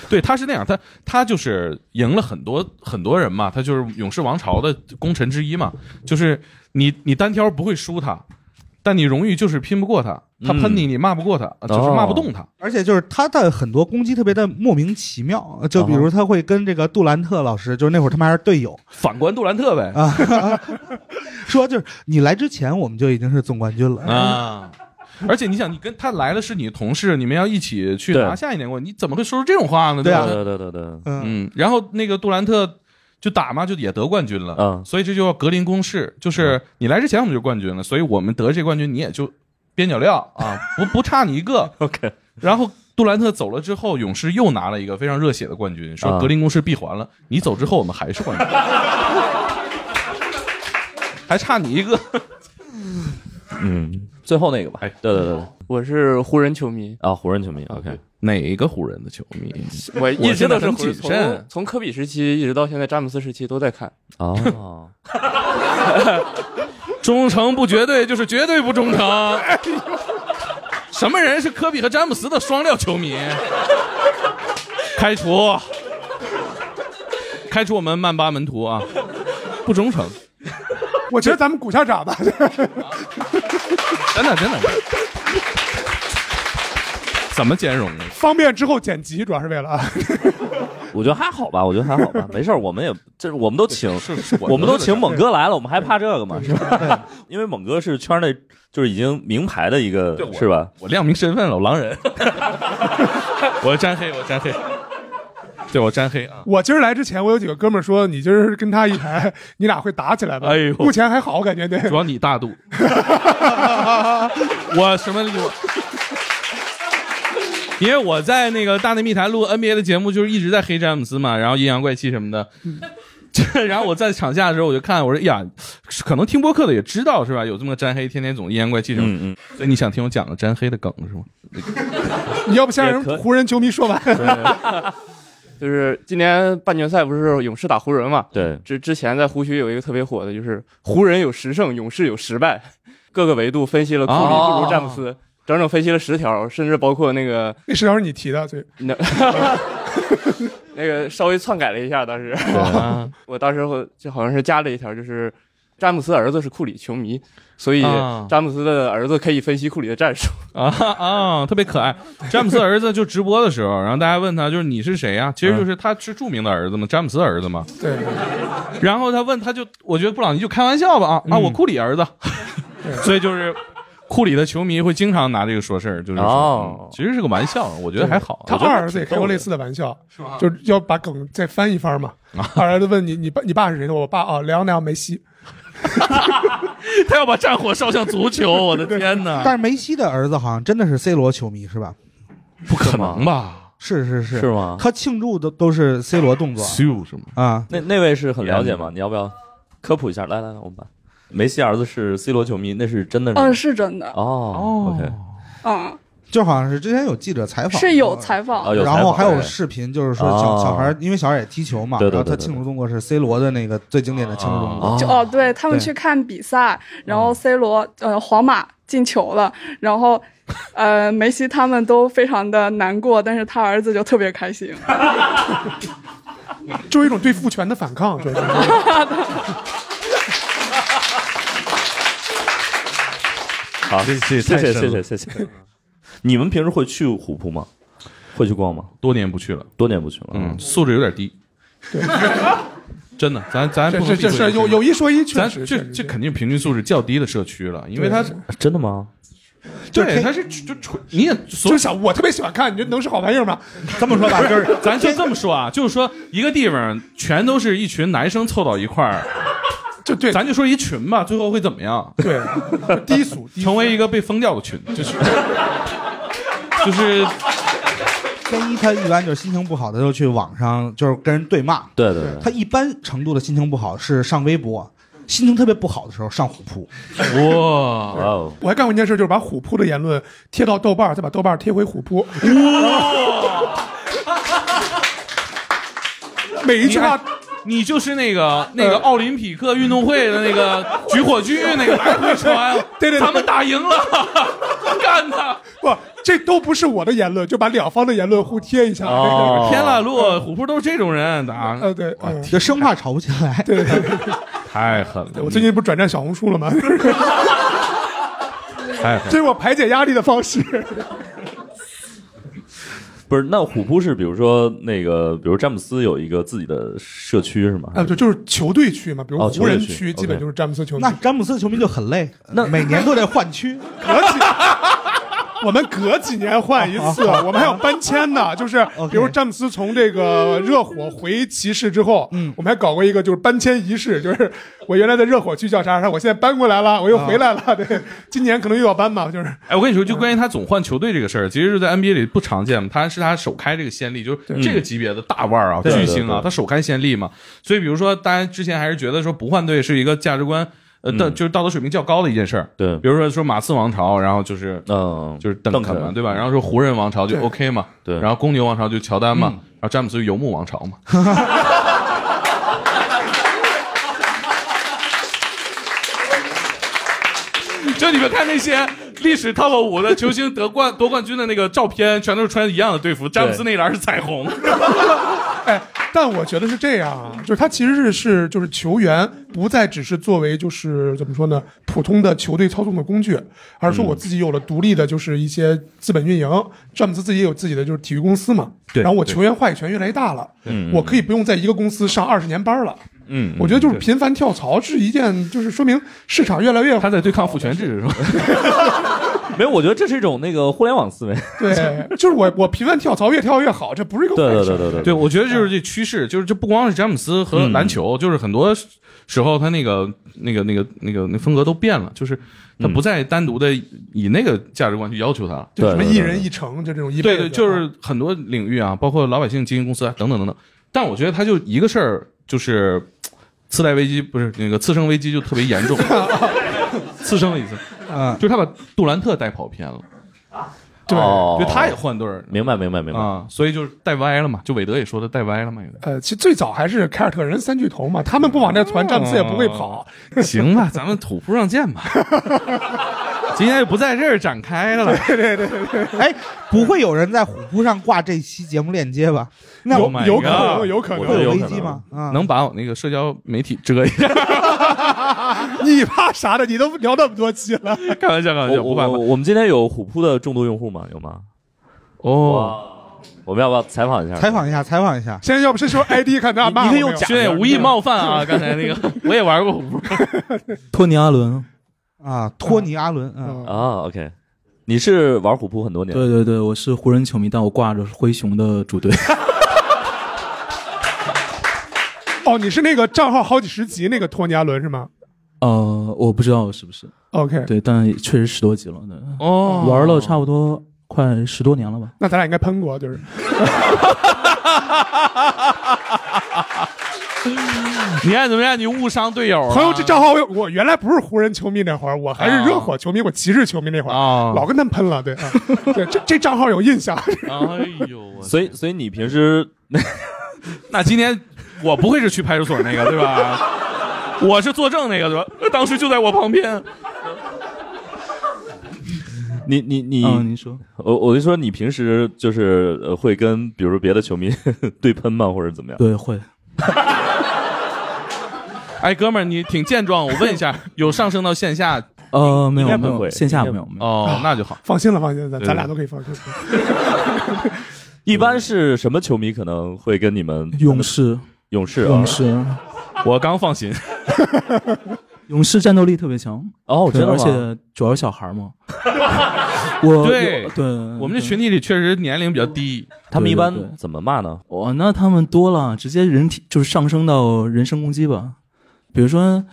[SPEAKER 4] 对，他是那样，他他就是赢了很多很多人嘛，他就是勇士王朝的功臣之一嘛，就是你你单挑不会输他，但你荣誉就是拼不过他，他
[SPEAKER 9] 嗯
[SPEAKER 4] 喷你你骂不过他，
[SPEAKER 9] 哦
[SPEAKER 4] 就是
[SPEAKER 1] 哦
[SPEAKER 4] 骂不动他。
[SPEAKER 2] 而且就是他的很多攻击特别的莫名其妙，呃就比
[SPEAKER 1] 啊
[SPEAKER 2] 如他会跟这个杜兰特老师，就是那会儿他们还是队 友，
[SPEAKER 1] 反观杜兰特呗
[SPEAKER 2] 啊， 说就是你来之前我们就已经是总冠军了
[SPEAKER 4] 啊。而且你想，你跟他来的是你同事，你们要一起去拿下一年冠军，你怎么会说出这种话呢？
[SPEAKER 2] 对啊
[SPEAKER 4] 吧？
[SPEAKER 2] 对
[SPEAKER 1] 对对对，
[SPEAKER 4] 嗯。然后那个杜兰特就打嘛，就也得冠军了，嗯。所以这就叫格林公式，就是你来之前我们就冠军了，所以我们得这冠军你也就边角料啊，不不差你一个。
[SPEAKER 1] OK。
[SPEAKER 4] 然后杜兰特走了之后，勇士又拿了一个非常热血的冠军，说
[SPEAKER 1] 啊
[SPEAKER 4] 格林公式闭环了，你走之后我们还是冠军，还差你一个。
[SPEAKER 1] 嗯，最后那个吧。哎，对对对，
[SPEAKER 6] 我是湖人球迷，
[SPEAKER 1] 啊，湖人球迷，OK，
[SPEAKER 4] 哪一个湖人的球迷？
[SPEAKER 6] 我一直都是
[SPEAKER 4] 很
[SPEAKER 6] 湖人
[SPEAKER 4] 谨慎
[SPEAKER 6] 从。从科比时期一直到现在詹姆斯时期都在看。
[SPEAKER 1] 哦，
[SPEAKER 4] 忠诚不绝对，就是绝对不忠诚。什么人是科比和詹姆斯的双料球迷？开除，开除我们曼巴门徒啊！不忠诚，
[SPEAKER 3] 我觉得咱们股价 涨吧，
[SPEAKER 4] 真的真的，怎么兼容呢？
[SPEAKER 3] 方便之后剪辑，主要是为了啊。
[SPEAKER 1] 我觉得还好吧，我觉得还好吧，没 事儿，我们也这我们都请，我们都请猛哥来了，我们还怕这个吗？是吧？ 因为猛哥是圈内就是已经名牌的一个，是吧？
[SPEAKER 4] 我亮明身份了，我 狼人，我沾黑，我沾黑，对我沾黑啊！
[SPEAKER 3] 我今儿来之前，我有几个哥们儿说，你今儿跟他一台，你俩会打起来吧？
[SPEAKER 4] 哎呦
[SPEAKER 3] 目前还好，我感觉对。
[SPEAKER 4] 主要你大度，我什么我。因为我在那个大内密谈录 NBA 的节目，就是一直在黑詹姆斯嘛，然后阴阳怪气什么的。 然后我在场下的时候，我就看，我说哎呀，可能听播客的也知道是吧？有这么个詹黑，天天总阴阳怪气什么的。
[SPEAKER 1] 嗯
[SPEAKER 4] 所以你想听我讲个詹黑的梗是吗？
[SPEAKER 3] 你要不先
[SPEAKER 6] 也
[SPEAKER 3] 让
[SPEAKER 6] 可以
[SPEAKER 3] 湖人球迷说完？
[SPEAKER 6] 就是今年半决赛不是勇士打湖人嘛？
[SPEAKER 1] 对，
[SPEAKER 6] 之之前在湖区有一个特别火的，就是湖人有十胜，勇士有十败，各个维度分析了库里
[SPEAKER 3] 哦
[SPEAKER 6] 不如詹姆斯，整整分析了十条，甚至包括那个
[SPEAKER 3] 那是要是你提的，对。
[SPEAKER 6] 那 那个稍微篡改了一下，当时
[SPEAKER 4] 啊
[SPEAKER 6] 我当时会就好像是加了一条，就是詹姆斯儿子是库里球迷，所以
[SPEAKER 4] 啊
[SPEAKER 6] 詹姆斯的儿子可以分析库里的战术。
[SPEAKER 4] 啊啊，特别可爱。詹姆斯儿子就直播的时候，然后大家问他就是你是谁呀、啊其实就是他是著名的儿子嘛，詹姆斯的儿子嘛。
[SPEAKER 3] 对。
[SPEAKER 4] 然后他问他就，我觉得布朗尼就开玩笑吧啊
[SPEAKER 3] 嗯
[SPEAKER 4] 啊，我库里儿子， 所以就是。库里的球迷会经常拿这个说事儿，就是说
[SPEAKER 1] 哦
[SPEAKER 4] 嗯其实是个玩笑，我觉得还好。
[SPEAKER 3] 他
[SPEAKER 4] 我觉得
[SPEAKER 3] 二儿子也开过类似的玩笑，就是要把梗再翻一番嘛。二儿子问你，你爸你爸是谁的？我爸啊，莱昂纳尔梅西。
[SPEAKER 4] 他要把战火烧向足球，我的天啊哪！
[SPEAKER 2] 但是梅西的儿子好像真的是 C 罗球迷是吧？
[SPEAKER 4] 不可能吧？
[SPEAKER 2] 是是是
[SPEAKER 1] 是吗
[SPEAKER 2] 他庆祝的都是 C 罗动作，
[SPEAKER 4] 咻是吗？
[SPEAKER 2] 啊，
[SPEAKER 1] 那那位是很了解吗？你要不要科普一下？来来，来，我们把梅西儿子是 C 罗球迷，那是真的
[SPEAKER 7] 嗯，
[SPEAKER 1] 人
[SPEAKER 7] 是真的，
[SPEAKER 1] 哦，OK，
[SPEAKER 7] 嗯，
[SPEAKER 2] 就好像是之前有记者采访，
[SPEAKER 7] 是有采访，
[SPEAKER 1] 啊有采
[SPEAKER 2] 然
[SPEAKER 1] 访
[SPEAKER 2] 后还
[SPEAKER 4] 哎
[SPEAKER 2] 有
[SPEAKER 1] 对
[SPEAKER 2] 视频，就是说小
[SPEAKER 1] 哦
[SPEAKER 2] 小孩儿，因为小孩儿也踢球嘛，
[SPEAKER 1] 对
[SPEAKER 2] 然
[SPEAKER 1] 对
[SPEAKER 2] 后
[SPEAKER 1] 对
[SPEAKER 2] 他
[SPEAKER 1] 对
[SPEAKER 2] 庆祝动作是 C 罗的那个最经典的庆祝动
[SPEAKER 7] 就
[SPEAKER 2] 作，
[SPEAKER 7] 哦，对他们
[SPEAKER 2] 对
[SPEAKER 7] 去看比赛，然后 C 罗呃皇马进球了，然后呃梅西他们都非常的难过，但是他儿子就特别开心。
[SPEAKER 3] 就有一种对父权的反抗，对。
[SPEAKER 1] 好，谢谢
[SPEAKER 4] 太
[SPEAKER 1] 谢
[SPEAKER 4] 深
[SPEAKER 1] 谢
[SPEAKER 4] 了
[SPEAKER 1] 谢谢谢。你们平时会去虎扑吗？会去逛吗？
[SPEAKER 4] 多年不去了，
[SPEAKER 1] 多年不去了，
[SPEAKER 4] 嗯，素质有点低， 真的，咱咱
[SPEAKER 3] 这
[SPEAKER 4] 不
[SPEAKER 3] 这
[SPEAKER 4] 说
[SPEAKER 3] 这
[SPEAKER 4] 避讳
[SPEAKER 3] 是有有一说一，确
[SPEAKER 4] 咱
[SPEAKER 3] 实
[SPEAKER 4] 这这肯定平均素质较低的社区了，因为它
[SPEAKER 1] 啊真的吗？
[SPEAKER 4] 对，它是就纯你也
[SPEAKER 3] 就想我特别喜欢看，你这能是好玩意 儿吗？
[SPEAKER 2] 这么说吧，就是
[SPEAKER 4] 咱就这么说啊，就是说一个地方全都是一群男生凑到一块儿，
[SPEAKER 3] 就对，
[SPEAKER 4] 咱就说一群吧，最后会怎么样？
[SPEAKER 3] 对，低俗，
[SPEAKER 4] 成为一个被封掉的群，就是 就是
[SPEAKER 2] 天一他一般就是心情不好的就去网上就是跟人对骂，
[SPEAKER 1] 对对对
[SPEAKER 2] 他一般程度的心情不好是上微博，心情特别不好的时候上虎扑，
[SPEAKER 4] 哇
[SPEAKER 1] 哦，
[SPEAKER 3] 我还干过一件事，就是把虎扑的言论贴到豆瓣儿，再把豆瓣儿贴回虎 扑。 每一句话，
[SPEAKER 4] 你就是那个那个奥林匹克运动会的那个举火炬那个来回传
[SPEAKER 3] 对对对
[SPEAKER 4] 咱们打赢了， 干他！
[SPEAKER 3] 不，这都不是我的言论，就把两方的言论互贴一下。，
[SPEAKER 4] 哦天籁路、琥珀都是这种人打，
[SPEAKER 3] 呃，对，嗯
[SPEAKER 2] 就生怕吵不起来。
[SPEAKER 3] 对，对对
[SPEAKER 4] 太狠了！
[SPEAKER 3] 我最近不转战小红书了吗？
[SPEAKER 1] 哎
[SPEAKER 4] 太
[SPEAKER 3] 这是我排解压力的方式。
[SPEAKER 1] 不是，那虎扑是比如说那个，比如詹姆斯有一个自己的社区是吗？
[SPEAKER 3] 啊，对，就是球队区嘛，比如
[SPEAKER 1] 哦
[SPEAKER 3] 湖人
[SPEAKER 1] 球队区
[SPEAKER 3] 区基本
[SPEAKER 1] OK
[SPEAKER 3] 就是詹姆斯球迷。
[SPEAKER 2] 那詹姆斯球迷就很累，那每年都得换区。
[SPEAKER 3] 隔几，我们隔几年换一次，我们还有搬迁呢。 就是比如詹姆斯从这个热火回骑士之后，嗯，我们还搞过一个就是搬迁仪式，就是我原来在热火区叫啥啥，我现在搬过来了，我又回来了。对，今年可能又要搬嘛，就是
[SPEAKER 4] 哎，我跟你说，就关于他总换球队这个事儿，其实就在 NBA 里不常见嘛。他是他首开这个先例，就是这个级别的大腕儿啊、
[SPEAKER 1] 对
[SPEAKER 4] 巨星
[SPEAKER 1] 对对
[SPEAKER 4] 啊
[SPEAKER 1] 对，
[SPEAKER 4] 他首开先例嘛。所以，比如说，大家之前还是觉得说不换队是一个价值观，呃，道就是道德水平较高的一件事儿。
[SPEAKER 1] 嗯对
[SPEAKER 4] 比如说说马刺王朝，然后就是
[SPEAKER 1] 嗯，
[SPEAKER 4] 就是邓肯嘛，
[SPEAKER 1] 肯
[SPEAKER 4] 对吧？然后说湖人王朝就
[SPEAKER 3] 对
[SPEAKER 4] OK 嘛，
[SPEAKER 1] 对嗯
[SPEAKER 4] 然后公牛王朝就乔丹嘛，然后詹姆斯就游牧王朝嘛。 就你们看那些历史 top 五的球星得冠夺冠军的那个照片，全都是穿一样的队服，詹姆斯那一栏是彩虹。
[SPEAKER 3] 哎，但我觉得是这样啊，就是他其实是是就是球员不再只是作为就是怎么说呢，普通的球队操纵的工具，而是说我自己有了独立的，就是一些资本运营。詹姆斯自己也有自己的就是体育公司嘛，
[SPEAKER 4] 对
[SPEAKER 3] 然后我
[SPEAKER 4] 对
[SPEAKER 3] 球员话语权越来越大了，
[SPEAKER 1] 嗯
[SPEAKER 3] 我可以不用在一个公司上二十年班了。
[SPEAKER 4] 嗯
[SPEAKER 3] 我觉得就是频繁跳槽是一件，就是说明市场越来越
[SPEAKER 4] 他在对抗父权制是吧？
[SPEAKER 1] 没有，我觉得这是一种那个互联网 思维。
[SPEAKER 3] 对，就是我我频繁跳槽越跳越好，这不是一个
[SPEAKER 1] 对
[SPEAKER 3] 坏
[SPEAKER 1] 对
[SPEAKER 3] 事
[SPEAKER 1] 对。对对嗯
[SPEAKER 4] 对，我觉得就是这趋势，就是这不光是詹姆斯和篮球，就是很多时候他那个那个那个那个那风格都变了，就是他
[SPEAKER 1] 嗯
[SPEAKER 4] 不再单独的以那个价值观去要求他了。
[SPEAKER 3] 就什么一人一城，就这种一辈
[SPEAKER 4] 对
[SPEAKER 3] 子啊
[SPEAKER 4] 对，就是很多领域啊，包括老百姓经营公司啊，等等等等。但我觉得他就一个事儿，就是次贷危机不是那个次生危机就特别严 重，次生了一次，
[SPEAKER 2] 啊，
[SPEAKER 4] 就是他把杜兰特带跑偏了，
[SPEAKER 3] 对
[SPEAKER 1] 哦
[SPEAKER 4] 就他也换队儿
[SPEAKER 1] 明白明白明白。
[SPEAKER 4] 啊，所以就是带歪了嘛，就韦德也说他带歪了嘛，有点。
[SPEAKER 3] 呃，其实最早还是凯尔特人三巨头嘛，他们不往那传， 詹姆斯也不会跑。
[SPEAKER 4] 哦行 吧，咱们土铺上哦见吧。今天就不在这儿展 开了。
[SPEAKER 2] 哎，不会有人在虎扑上挂这期节目链接吧？那
[SPEAKER 4] Oh my
[SPEAKER 3] 有可能
[SPEAKER 4] God
[SPEAKER 3] 有可能
[SPEAKER 4] 我觉
[SPEAKER 2] 会
[SPEAKER 4] 得
[SPEAKER 2] 有危
[SPEAKER 4] 有可
[SPEAKER 2] 机吗？啊，
[SPEAKER 4] 能把我那个社交媒体遮 一下？
[SPEAKER 3] 你怕啥的？你都聊那么多期了，
[SPEAKER 4] 开玩笑，开玩
[SPEAKER 1] 我
[SPEAKER 4] 笑，不
[SPEAKER 1] 我
[SPEAKER 4] 怕
[SPEAKER 1] 我
[SPEAKER 4] 不怕。
[SPEAKER 1] 我们今天有虎扑的重度用户吗？有吗？
[SPEAKER 4] 哦，
[SPEAKER 1] 我们要不要采访一下？
[SPEAKER 2] 采访一下，采访一下。
[SPEAKER 3] 现在要不是 说 ID 看他骂我
[SPEAKER 2] 你可以
[SPEAKER 3] 没
[SPEAKER 2] 用
[SPEAKER 3] 有，
[SPEAKER 2] 假
[SPEAKER 4] 兄弟，无意冒 犯啊！刚才那个我也玩过虎扑，
[SPEAKER 10] 托尼阿伦，
[SPEAKER 2] 啊，托尼阿伦，嗯，
[SPEAKER 3] 嗯
[SPEAKER 1] 啊，OK，你是玩虎扑很多年，
[SPEAKER 10] 对对对，我是湖人球迷，但我挂着灰熊的主队。
[SPEAKER 3] 哦，你是那个账号好几十集那个托尼阿伦是吗
[SPEAKER 10] 呃，我不知道是不是
[SPEAKER 3] ？OK，
[SPEAKER 10] 对，但确实十多集了，对
[SPEAKER 4] 哦
[SPEAKER 10] 玩了差不多快十多年了吧。
[SPEAKER 3] 那咱俩应该喷过，就是
[SPEAKER 4] 你看怎么样？你误伤队友了。
[SPEAKER 3] 朋友这账号我有我原来不是湖人球迷那会儿，我还是
[SPEAKER 4] 哦
[SPEAKER 3] 热火球迷，我骑士球迷那会儿，
[SPEAKER 4] 啊，
[SPEAKER 3] 老跟他们喷了。对啊，对，这这账号有印象。
[SPEAKER 4] 哎呦，我
[SPEAKER 1] 所以所以你平时
[SPEAKER 4] 那今天我不会是去派出所那个 对吧？我是作证那个对吧？当时就在我旁边。
[SPEAKER 1] 你你你，
[SPEAKER 10] 嗯，您说，
[SPEAKER 1] 我我就说你平时就是呃会跟比如说别的球迷 对喷吗，或者怎么样？
[SPEAKER 10] 对，会，
[SPEAKER 4] 哎，哥们儿，你挺健壮，我问 一下，有上升到线下
[SPEAKER 10] 呃，没
[SPEAKER 1] 应该
[SPEAKER 10] 有
[SPEAKER 1] 不
[SPEAKER 10] 没有，
[SPEAKER 1] 会
[SPEAKER 10] 线下没有没有。
[SPEAKER 4] 哦？那就好。
[SPEAKER 3] 放心了，放心了，咱
[SPEAKER 4] 对
[SPEAKER 3] 咱俩都可以放心。
[SPEAKER 1] 一般是什么球迷可能会跟你们
[SPEAKER 10] 勇士，
[SPEAKER 1] 勇士啊
[SPEAKER 10] 勇？士，
[SPEAKER 4] 我刚放心。
[SPEAKER 10] 勇士战斗力特别强，
[SPEAKER 1] 哦，真
[SPEAKER 10] 对，
[SPEAKER 1] 的
[SPEAKER 10] 而
[SPEAKER 1] 吗？
[SPEAKER 10] 且主要是小孩 嘛。我
[SPEAKER 4] 对
[SPEAKER 10] 我对，
[SPEAKER 4] 我们这
[SPEAKER 10] 对
[SPEAKER 4] 群体里确实年龄比较低，
[SPEAKER 1] 他们一
[SPEAKER 10] 对对
[SPEAKER 1] 般
[SPEAKER 10] 对
[SPEAKER 1] 怎么骂呢？
[SPEAKER 10] 哇，哦那他们多了，直接人体就是上升到人身攻击吧。比如说，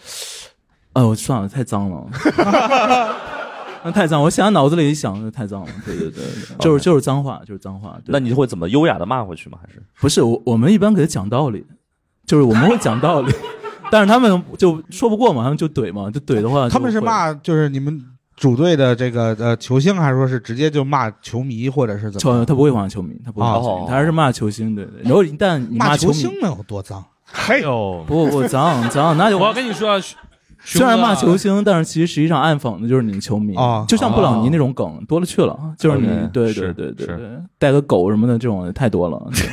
[SPEAKER 10] 哎呦，算了，太脏了， 那太脏。我想想脑子里一想，太脏了。对对对，对就是就是脏话，就是脏话。对
[SPEAKER 1] 那你会怎么优雅的骂回去吗？还是
[SPEAKER 10] 不是我，我们一般给他讲道理，就是我们会讲道理， 但是他们就说不过嘛，他们就怼嘛，就怼的话就会，
[SPEAKER 2] 他们是骂就是你们主队的这个呃球星，还是说是直接就骂球迷，或者是怎么
[SPEAKER 10] 球，他不会骂球迷，他不会骂球迷，
[SPEAKER 1] 哦
[SPEAKER 10] 他还是骂球星。对对，然后一旦你
[SPEAKER 2] 骂
[SPEAKER 10] 球
[SPEAKER 2] 球
[SPEAKER 10] 迷
[SPEAKER 2] 星能有多脏？
[SPEAKER 3] 嘿
[SPEAKER 4] 哎呦，
[SPEAKER 10] 不不脏脏，那就
[SPEAKER 4] 我要跟你说啊，徐
[SPEAKER 10] 虽然骂
[SPEAKER 4] 熊哥
[SPEAKER 10] 球星，但是其实实际上暗讽的就是你球迷
[SPEAKER 4] 啊
[SPEAKER 10] 就像布朗尼那种梗多了去了，就是你
[SPEAKER 4] OK，
[SPEAKER 10] 对对
[SPEAKER 4] 是
[SPEAKER 10] 对对
[SPEAKER 4] 是
[SPEAKER 10] 对，带个狗什么的这种太多 了。对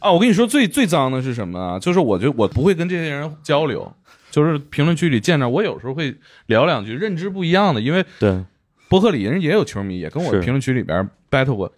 [SPEAKER 4] 啊，我跟你说最最脏的是什么啊？就是我觉得我不会跟这些人交流，就是评论区里见着我有时候会聊两句认知不一样的，因为
[SPEAKER 11] 对
[SPEAKER 4] 伯克里人也有球迷，也跟我
[SPEAKER 11] 是
[SPEAKER 4] 评论区里边 battle 过。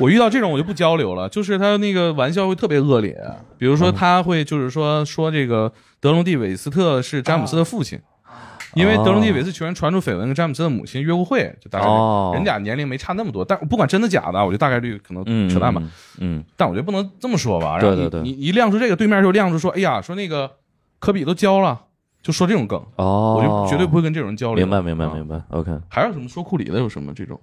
[SPEAKER 4] 我遇到这种我就不交流了，就是他那个玩笑会特别恶劣，比如说
[SPEAKER 11] 嗯
[SPEAKER 4] 他会就是说说这个德隆蒂韦斯特是詹姆斯的父亲，
[SPEAKER 11] 哦
[SPEAKER 4] 因为德隆蒂韦斯球员传出绯闻跟詹姆斯的母亲约过会，就大概率、
[SPEAKER 11] 哦
[SPEAKER 4] 人俩年龄没差那么多，但不管真的假的啊，我觉得大概率可能
[SPEAKER 11] 嗯，
[SPEAKER 4] 扯淡吧。
[SPEAKER 11] 嗯，嗯，
[SPEAKER 4] 但我觉得不能这么说吧。
[SPEAKER 11] 对
[SPEAKER 4] 然后你
[SPEAKER 11] 对对
[SPEAKER 4] 你你一亮出这个，对面就亮出说，哎呀，说那个科比都教了，就说这种梗，
[SPEAKER 11] 哦，
[SPEAKER 4] 我就绝对不会跟这种人交流。
[SPEAKER 11] 明白，明白，
[SPEAKER 4] 啊
[SPEAKER 11] 明白。OK，
[SPEAKER 4] 还有什么说库里的有什么这种？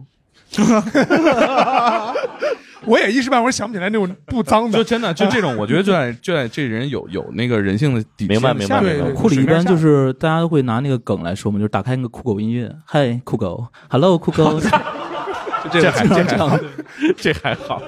[SPEAKER 3] 我也一时半会儿想不起来那种不脏的，
[SPEAKER 4] 就真的就这种，我 觉得就在就在这人有有那个人性的底线的下面。
[SPEAKER 10] 库里一般就是大家会拿那个梗来说嘛，就是打开那个酷狗音乐，嗨酷狗，hello 酷狗，
[SPEAKER 4] 这还这
[SPEAKER 10] 这
[SPEAKER 4] 还
[SPEAKER 10] 样
[SPEAKER 4] 好，这还好。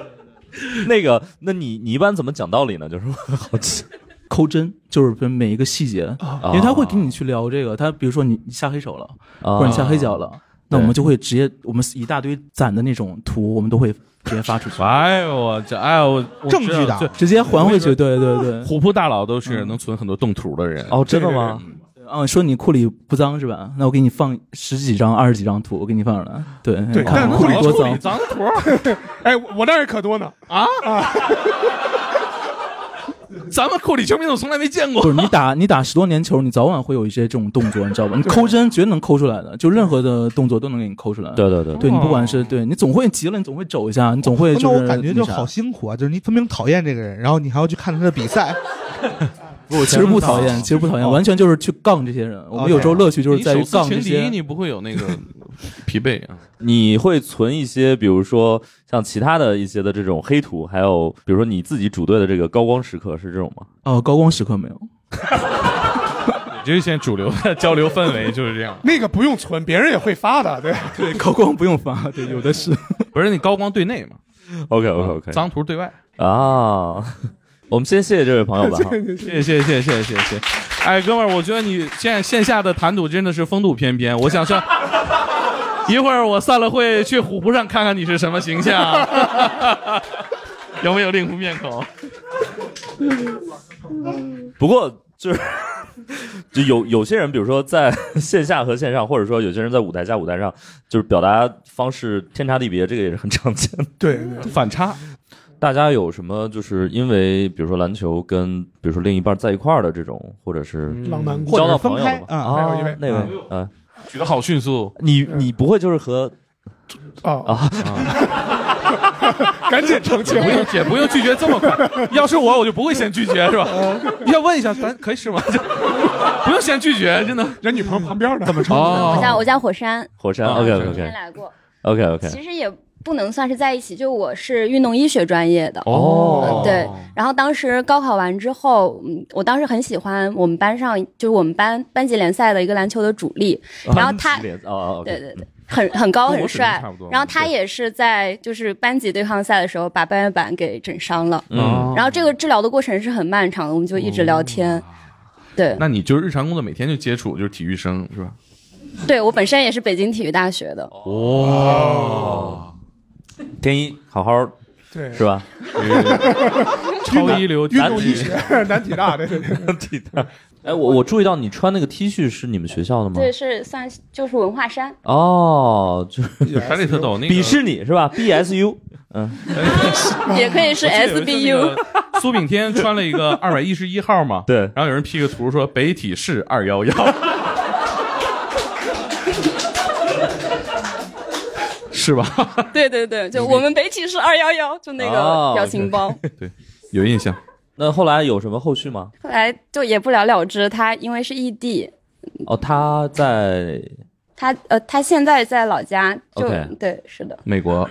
[SPEAKER 1] 那个，那你你一般怎么讲道理呢？就是我好奇，
[SPEAKER 10] 抠针，就是每一个细节，
[SPEAKER 4] 哦啊
[SPEAKER 10] 因为他会给你去聊这个。他比如说你你下黑手了，
[SPEAKER 1] 啊
[SPEAKER 4] 哦
[SPEAKER 10] 或者你下黑脚了，那
[SPEAKER 1] 对
[SPEAKER 10] 我们就会直接，我们一大堆攒的那种图，我们都会直接发出去。
[SPEAKER 4] 哎呦我这哎呦我我
[SPEAKER 10] 证
[SPEAKER 4] 知
[SPEAKER 10] 据
[SPEAKER 4] 道
[SPEAKER 10] 的
[SPEAKER 4] 对
[SPEAKER 10] 直接还回去对对对
[SPEAKER 4] 虎扑大佬都是能存很多动图的人。
[SPEAKER 10] 哦真的吗？啊，说你库里不脏是吧？那我给你放十几张、二十几张图，我给你放上来。对，
[SPEAKER 3] 对，但
[SPEAKER 10] 看
[SPEAKER 3] 嗯
[SPEAKER 10] 看
[SPEAKER 3] 库里
[SPEAKER 10] 多
[SPEAKER 3] 库里脏图儿，哎，我我那儿可多呢 啊啊！
[SPEAKER 4] 咱们库里球迷我从来没见过。
[SPEAKER 10] 不是你打你打十多年球，你早晚会有一些这种动作，你知道吧？你抠针绝对能抠出来的，就任何的动作都能给你抠出来。
[SPEAKER 1] 对对对
[SPEAKER 10] 对你不管
[SPEAKER 4] 哦
[SPEAKER 10] 是对你总会急了，你总会肘一下，你总会
[SPEAKER 2] 那
[SPEAKER 10] 就是
[SPEAKER 2] 我感觉就
[SPEAKER 10] 那啥
[SPEAKER 2] 好辛苦啊！就是你分明讨厌这个人，然后你还要去看他的比赛。
[SPEAKER 10] 不，其实不讨厌，其实不讨厌，完全就是去杠这些人。我们
[SPEAKER 2] OK
[SPEAKER 10] 有时候乐趣就是在于
[SPEAKER 4] 哦你手
[SPEAKER 10] 杠
[SPEAKER 4] 撕
[SPEAKER 10] 这
[SPEAKER 4] 情敌，
[SPEAKER 10] 些。
[SPEAKER 4] 你不会有那个疲惫啊。
[SPEAKER 1] 你会存一些，比如说像其他的一些的这种黑图，还有比如说你自己组队的这个高光时刻是这种吗？
[SPEAKER 10] 哦，高光时刻没有。
[SPEAKER 4] 这现在主流的交流氛围就是这样。
[SPEAKER 3] 那个不用存，别人也会发的，对
[SPEAKER 10] 对，高光 不用发，对，有的是。
[SPEAKER 4] 不是你高光对内嘛
[SPEAKER 1] OK OK OK，
[SPEAKER 4] 脏图对外。
[SPEAKER 1] 啊， 我们先谢谢这位朋友吧。哈
[SPEAKER 4] 谢谢谢谢谢谢谢谢。哎，哥们儿，我觉得你现在线下的谈吐真的是风度翩翩。我想上，一会儿我散了会去虎扑上看看你是什么形象，啊有没有另副面孔？
[SPEAKER 1] 不过就是。 就有有些人，比如说在线下和线上，或者说有些人在舞台下、舞台上，就是表达方式天差地别，这个也是很常见的。
[SPEAKER 3] 对，
[SPEAKER 4] 反差。
[SPEAKER 1] 大家有什么就是因为比如说篮球跟比如说另一半在一块儿的这种，或者是
[SPEAKER 3] 浪漫故事
[SPEAKER 1] 交到朋友了吧
[SPEAKER 3] 分开啊还有
[SPEAKER 1] 啊
[SPEAKER 3] 一位，
[SPEAKER 1] 那位
[SPEAKER 3] 嗯
[SPEAKER 1] 啊，
[SPEAKER 4] 举得好迅速。
[SPEAKER 1] 你你不会就是和
[SPEAKER 3] 啊
[SPEAKER 1] 啊
[SPEAKER 3] 赶紧澄清
[SPEAKER 4] 也不用也不用拒绝这 么快。要是我，我就不会先拒绝，是吧？
[SPEAKER 3] 哦
[SPEAKER 4] 要问一下，咱可以是吗？ 就不用先拒绝，真的。
[SPEAKER 3] 人女朋友旁边 的
[SPEAKER 4] 怎么称
[SPEAKER 1] 哦
[SPEAKER 12] 我叫我叫火山，
[SPEAKER 1] 火山
[SPEAKER 12] 啊
[SPEAKER 1] ，OK
[SPEAKER 12] 我
[SPEAKER 1] OK
[SPEAKER 12] 之前
[SPEAKER 1] OK
[SPEAKER 12] 来过，
[SPEAKER 1] OK OK，
[SPEAKER 12] 其实也不能算是在一起，就我是运动医学专业的
[SPEAKER 1] 哦
[SPEAKER 12] 嗯对。然后当时高考完之后，嗯，我当时很喜欢我们班上就是我们班班级联赛的一个篮球的主力，然后 他
[SPEAKER 1] 班级联赛哦哦，OK
[SPEAKER 12] 对对对。很很高
[SPEAKER 1] 跟我
[SPEAKER 12] 很
[SPEAKER 1] 水平
[SPEAKER 12] 帅
[SPEAKER 1] 差不多，
[SPEAKER 12] 然后他也是在就是班级对抗赛的时候把半月板给整伤了，
[SPEAKER 4] 嗯
[SPEAKER 12] 然后这个治疗的过程是很漫长的，我们就一直聊天，
[SPEAKER 1] 哦
[SPEAKER 12] 对
[SPEAKER 4] 那你就是日常工作每天就接触就是体育生是吧？
[SPEAKER 12] 对我本身也是北京体育大学的，
[SPEAKER 4] 哦，
[SPEAKER 1] 天一好好，
[SPEAKER 3] 对
[SPEAKER 1] 是吧？
[SPEAKER 3] 超一流运动医学 南体大对对对
[SPEAKER 1] 南体大。哎，我我注意到你穿那个 T 恤是你们学校的吗？
[SPEAKER 12] 对，是算是就是文化衫，
[SPEAKER 1] 哦，就是
[SPEAKER 4] 还得特逗那个
[SPEAKER 1] 鄙视你是 吧？BSU，嗯，
[SPEAKER 12] 也可以是
[SPEAKER 4] 我记得有一次
[SPEAKER 12] SBU。
[SPEAKER 4] 那个 苏炳添穿了一个二百一十一号嘛，对，然后有人 P 个图说北体市二幺 幺，是吧？
[SPEAKER 12] 对对对，就我们北体是二幺幺，就那
[SPEAKER 1] 哦
[SPEAKER 12] 个表情包。
[SPEAKER 4] 对，有印象。
[SPEAKER 1] 那后来有什么后续吗？
[SPEAKER 12] 后来就也不了了之，他因为是异地，
[SPEAKER 1] 哦，他在
[SPEAKER 12] 他呃他现在在老家，就
[SPEAKER 1] OK
[SPEAKER 12] 对是的，
[SPEAKER 4] 美国，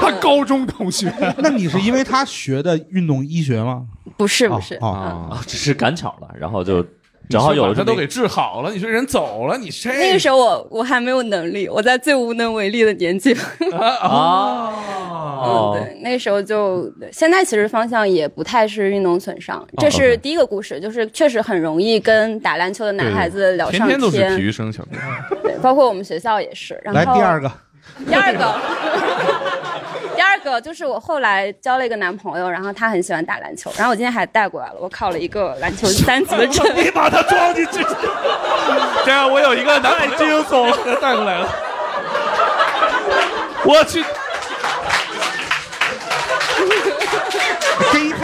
[SPEAKER 3] 他高中同学，
[SPEAKER 2] 那你是因为他 学的运动医学吗？哦
[SPEAKER 12] 不是不是，
[SPEAKER 1] 啊，只是赶巧了，然后就正好有
[SPEAKER 4] 你说把
[SPEAKER 1] 这么
[SPEAKER 4] 他都
[SPEAKER 1] 一
[SPEAKER 4] 给治好了，你说人走了，你 谁？
[SPEAKER 12] 那个时候我我还没有能力，我在最无能为力的年纪。
[SPEAKER 4] 啊，
[SPEAKER 7] 嗯
[SPEAKER 1] 哦。
[SPEAKER 12] 对，那时候就现在其实方向也不太是运动损伤，这
[SPEAKER 4] 哦
[SPEAKER 12] 是第一个故事，就是确实很容易跟打篮球的男孩子聊上
[SPEAKER 4] 天都是体育生，小哥。
[SPEAKER 12] 对，包括我们学校也是。然后
[SPEAKER 2] 来第二个，
[SPEAKER 12] 第二个， 第二个就是我后来交了一个男朋友，然后他很喜欢打篮球，然后我今天还带过来了，我考了一个篮球三级 的证
[SPEAKER 1] 你把他装进 去。
[SPEAKER 4] 这样，啊我有一个男太惊悚了， 带过来了。我去，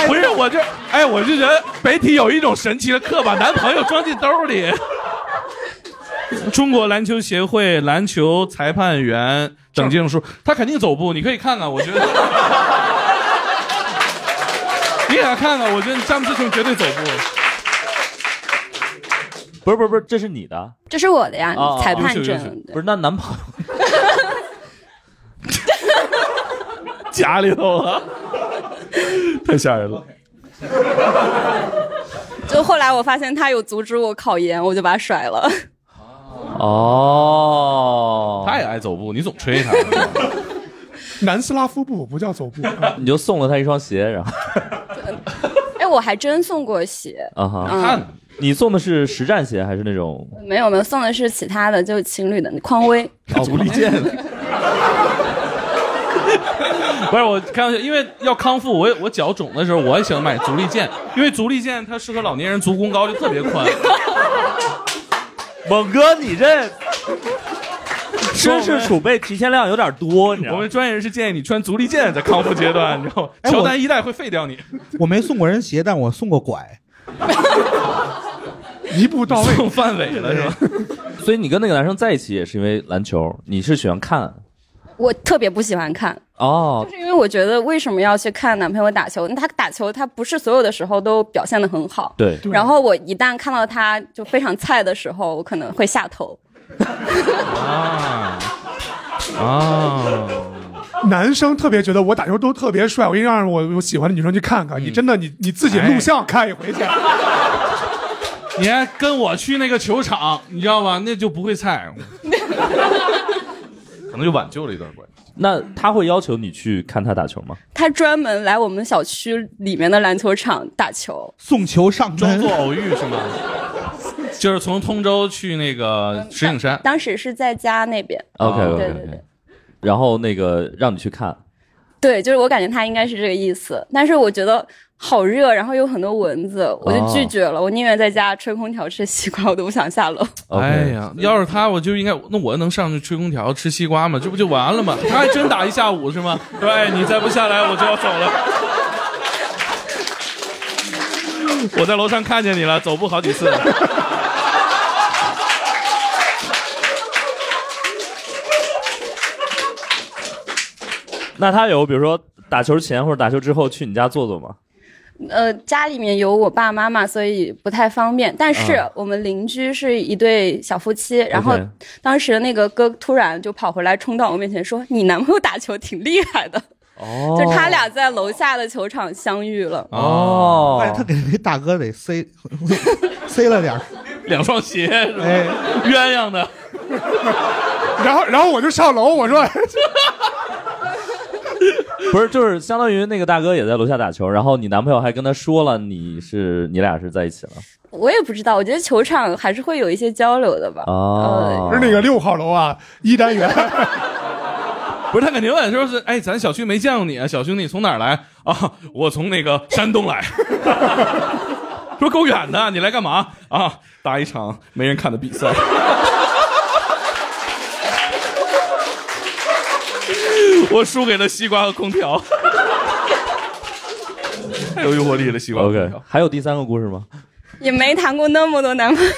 [SPEAKER 4] 不是我这，哎，我就觉得北体有一种神奇的课，把男朋友装进兜里。中国篮球协会篮球裁判员等级证书，他肯定走步，你可以看看，我觉得。 你给他看看，我觉得詹姆斯琼绝对走步。
[SPEAKER 1] 不是不是不是，这是你的
[SPEAKER 12] 这是我的呀，
[SPEAKER 1] 啊
[SPEAKER 12] 裁判
[SPEAKER 1] 优秀优秀
[SPEAKER 12] 证。
[SPEAKER 1] 不是那男朋 友夹里头
[SPEAKER 4] 啊
[SPEAKER 1] 了，
[SPEAKER 4] 太吓人了。
[SPEAKER 12] 就后来我发现他有阻止我考研，我就把他甩 了。
[SPEAKER 1] 哦，
[SPEAKER 4] 他也爱走步，你总吹他，
[SPEAKER 3] 南斯拉夫步不叫走步，
[SPEAKER 1] 你就送了他一双鞋，然后
[SPEAKER 12] 哎，我还真送过鞋，
[SPEAKER 1] 啊哈，
[SPEAKER 12] 嗯看
[SPEAKER 1] 你送的是实战鞋还是那种
[SPEAKER 12] 没有没有，送的是其他的，就是情侣的匡威。
[SPEAKER 4] 哦
[SPEAKER 1] 足力健？
[SPEAKER 4] 不是我开玩笑，因为要康复，我也我脚肿的时候，我也想买足力健，因为足力健它适合老年人，足弓高就特别宽。
[SPEAKER 1] 猛哥，你 这知识储备提前量有点多，你知道
[SPEAKER 4] 我们专业人士建议你穿足力健在康复阶段，你知 道吗？
[SPEAKER 2] 哎
[SPEAKER 4] 乔
[SPEAKER 2] 我
[SPEAKER 4] 丹一代会废掉你。
[SPEAKER 2] 我没送过人鞋，但我送过 拐，
[SPEAKER 3] 一步到
[SPEAKER 4] 位，送范伟了是吧？
[SPEAKER 1] 所以你跟那个男生在一起也是因为篮球，你是喜欢看
[SPEAKER 12] 我特别不喜欢看，
[SPEAKER 1] 哦
[SPEAKER 12] 就是因为我觉得为什么要去看男朋友打球？他打球，他不是所有的时候都表现得很好。
[SPEAKER 1] 对对
[SPEAKER 12] 然后我一旦看到他就非常菜的时候，我可能会下头。
[SPEAKER 4] 啊啊！
[SPEAKER 3] 男生特别觉得我打球都特别帅，我一定让我我喜欢的女生去看看。你
[SPEAKER 4] 嗯
[SPEAKER 3] 真的你你自己录像看一回去，
[SPEAKER 4] 哎你还跟我去那个球场，你知道吗？那就不会菜，可能就挽救了一段关系。
[SPEAKER 1] 那他会要求你去看他打球吗？
[SPEAKER 12] 他专门来我们小区里面的篮球场打球，
[SPEAKER 2] 送球上
[SPEAKER 4] 装作偶遇是吗？就是从通州去那个石景山。
[SPEAKER 12] 当时是在家那边。
[SPEAKER 4] 哦
[SPEAKER 1] ？OK
[SPEAKER 12] 对
[SPEAKER 1] OK
[SPEAKER 12] 对
[SPEAKER 1] OK，然后那个让你去看，
[SPEAKER 12] 对，就是我感觉他应该是这个意思，但是我觉得好热，然后有很多蚊子，我就拒绝了。我宁愿在家吹空调吃西瓜，我都不想下楼。
[SPEAKER 4] 哎呀，要是他，我就应该，那我能上去吹空调、吃西瓜吗？这不就完了吗？他还真打一下午是吗？对你再不下来，我就要走了。我在楼上看见你了，走步好几次了。
[SPEAKER 1] 那他有比如说打球前或者打球之后去你家坐坐吗？
[SPEAKER 12] 呃，家里面有我爸妈妈，所以不太方便。但是
[SPEAKER 1] 啊
[SPEAKER 12] 我们邻居是一对小夫妻，然后
[SPEAKER 1] OK
[SPEAKER 12] 当时那个哥突然就跑回来冲到我面前说：“你男朋友打球挺厉害的。”
[SPEAKER 1] 哦
[SPEAKER 12] 就是他俩在楼下的球场相遇了。
[SPEAKER 1] 哦
[SPEAKER 2] 哎，他给那大哥得塞 塞了点儿
[SPEAKER 4] 两双鞋是吧？
[SPEAKER 2] 哎
[SPEAKER 4] 鸳鸯的。
[SPEAKER 3] 然后然后我就上楼，我 说
[SPEAKER 1] 不是，就是相当于那个大哥也在楼下打球，然后你男朋友还跟他说了你是你俩是在一起了。
[SPEAKER 12] 我也不知道，我觉得球场还是会有一些交流的吧。
[SPEAKER 1] 哦
[SPEAKER 3] 是那个六号楼啊，一单元。
[SPEAKER 4] 不是他肯定问，说是哎，咱小区没见过你啊，小兄弟你从哪儿来 啊？我从那个山东来， 说够远的，你来干嘛啊？打一场没人看的比赛。 我输给了西瓜和空调，太有诱惑力了，西瓜。
[SPEAKER 1] OK，还有第三个故事吗
[SPEAKER 12] 也没谈过那么多男朋友。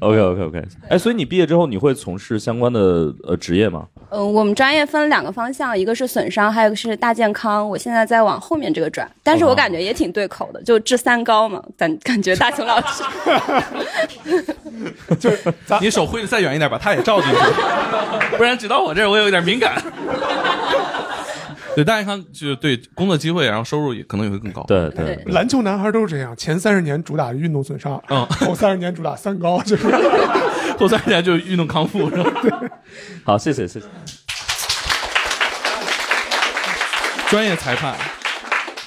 [SPEAKER 1] ？OK OK OK，哎，所以你毕业之后你会从事相关的呃职业吗？
[SPEAKER 12] 嗯，我们专业分两个方向，一个是损伤，还有一个是大健康。我现在在往后面这个转，但是我感觉也挺对口的，就治三高嘛，感感觉大熊老师。
[SPEAKER 4] 你手挥的再远一点，把他也照进去，不然只到我这儿我有点敏感。对，大家看，就是对工作机会，然后收入也可能也会更高。
[SPEAKER 1] 对
[SPEAKER 4] 对
[SPEAKER 3] 篮球男孩都是这样，前三十年主打运动损伤，
[SPEAKER 4] 嗯
[SPEAKER 3] 后三十年主打三 高，就是。
[SPEAKER 4] 后三十年就是运动康复，是吧？
[SPEAKER 1] 好，谢谢谢谢。
[SPEAKER 4] 专业裁判。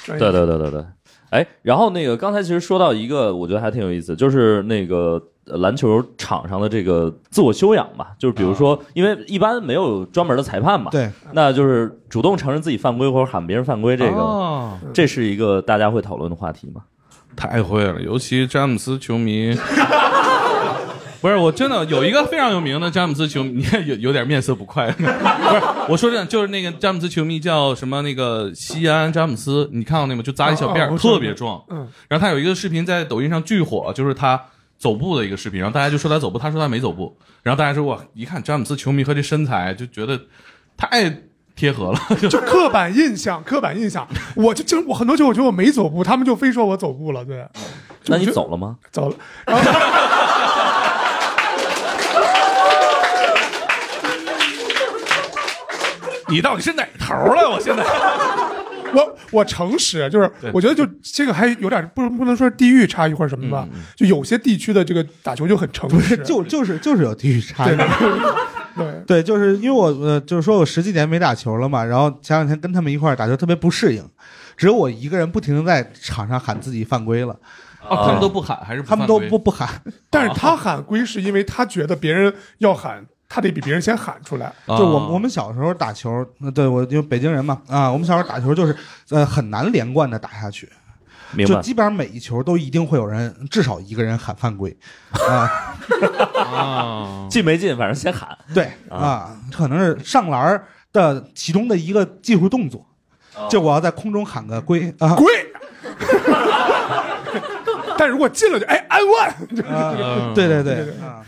[SPEAKER 1] 对对对对对。哎，然后那个刚才其实说到一个，我觉得还挺有意思，就是那个呃篮球场上的这个自我修养吧，就是比如说，因为一般没有专门的裁判嘛，
[SPEAKER 2] 对，
[SPEAKER 1] 那就是主动承认自己犯规或者喊别人犯规，这个
[SPEAKER 4] 哦
[SPEAKER 1] 这是一个大家会讨论的话题吗？
[SPEAKER 4] 太会了，尤其詹姆斯球迷。 不是，我真的有一个非常有名的詹姆斯球迷，你看有有点面色不快。 不是，我说真的，就是那个詹姆斯球迷叫什么？那个西安詹姆斯，你看过那吗？就扎一小辫儿，
[SPEAKER 9] 哦哦我知道
[SPEAKER 4] 特别壮。
[SPEAKER 9] 嗯，
[SPEAKER 4] 然后他有一个视频在抖音上巨火，就是他走步的一个视频，然后大家就说他走步，他说他没走步，然后大家说哇，一看詹姆斯球迷和这身材就觉得太贴合了，
[SPEAKER 3] 就刻板印象，刻板印象。我就就我很多球我觉得我没走步，他们就非说我走步了，对，
[SPEAKER 1] 那你走了吗？
[SPEAKER 3] 走了。
[SPEAKER 4] 你到底是哪头了？我现在。
[SPEAKER 3] 我我诚实，就是我觉得就这个还有点不不能说是地域差异或者什么吧，
[SPEAKER 4] 嗯
[SPEAKER 3] 就有些地区的这个打球就很诚实，
[SPEAKER 2] 就就是就是有地域差异。
[SPEAKER 3] 对
[SPEAKER 2] 对，就是因为我呃，就是说我十几年没打球了嘛，然后前两天跟他们一块儿打球，特别不适应，只有我一个人不停的在场上喊自己犯规了。呃
[SPEAKER 4] 哦他们都不喊还是不
[SPEAKER 2] 他们都
[SPEAKER 4] 犯
[SPEAKER 2] 不
[SPEAKER 4] 规
[SPEAKER 2] 不喊，
[SPEAKER 3] 但是他喊归是因为他觉得别人要喊，他得比别人先喊出来。
[SPEAKER 1] 啊
[SPEAKER 2] 就我我们小时候打球，呃对我因为北京人嘛啊，我们小时候打球就是呃很难连贯的打下去，
[SPEAKER 1] 明白
[SPEAKER 2] 就基本上每一球都一定会有人至少一个人喊犯规啊，
[SPEAKER 4] 啊
[SPEAKER 1] 进没进，反正先喊。
[SPEAKER 2] 对啊，可能是上篮儿的其中的一个技术动作，
[SPEAKER 1] 哦
[SPEAKER 2] 就我要在空中喊个归啊
[SPEAKER 3] 归，但如果进了就哎安万，
[SPEAKER 2] 啊对对对，
[SPEAKER 1] 嗯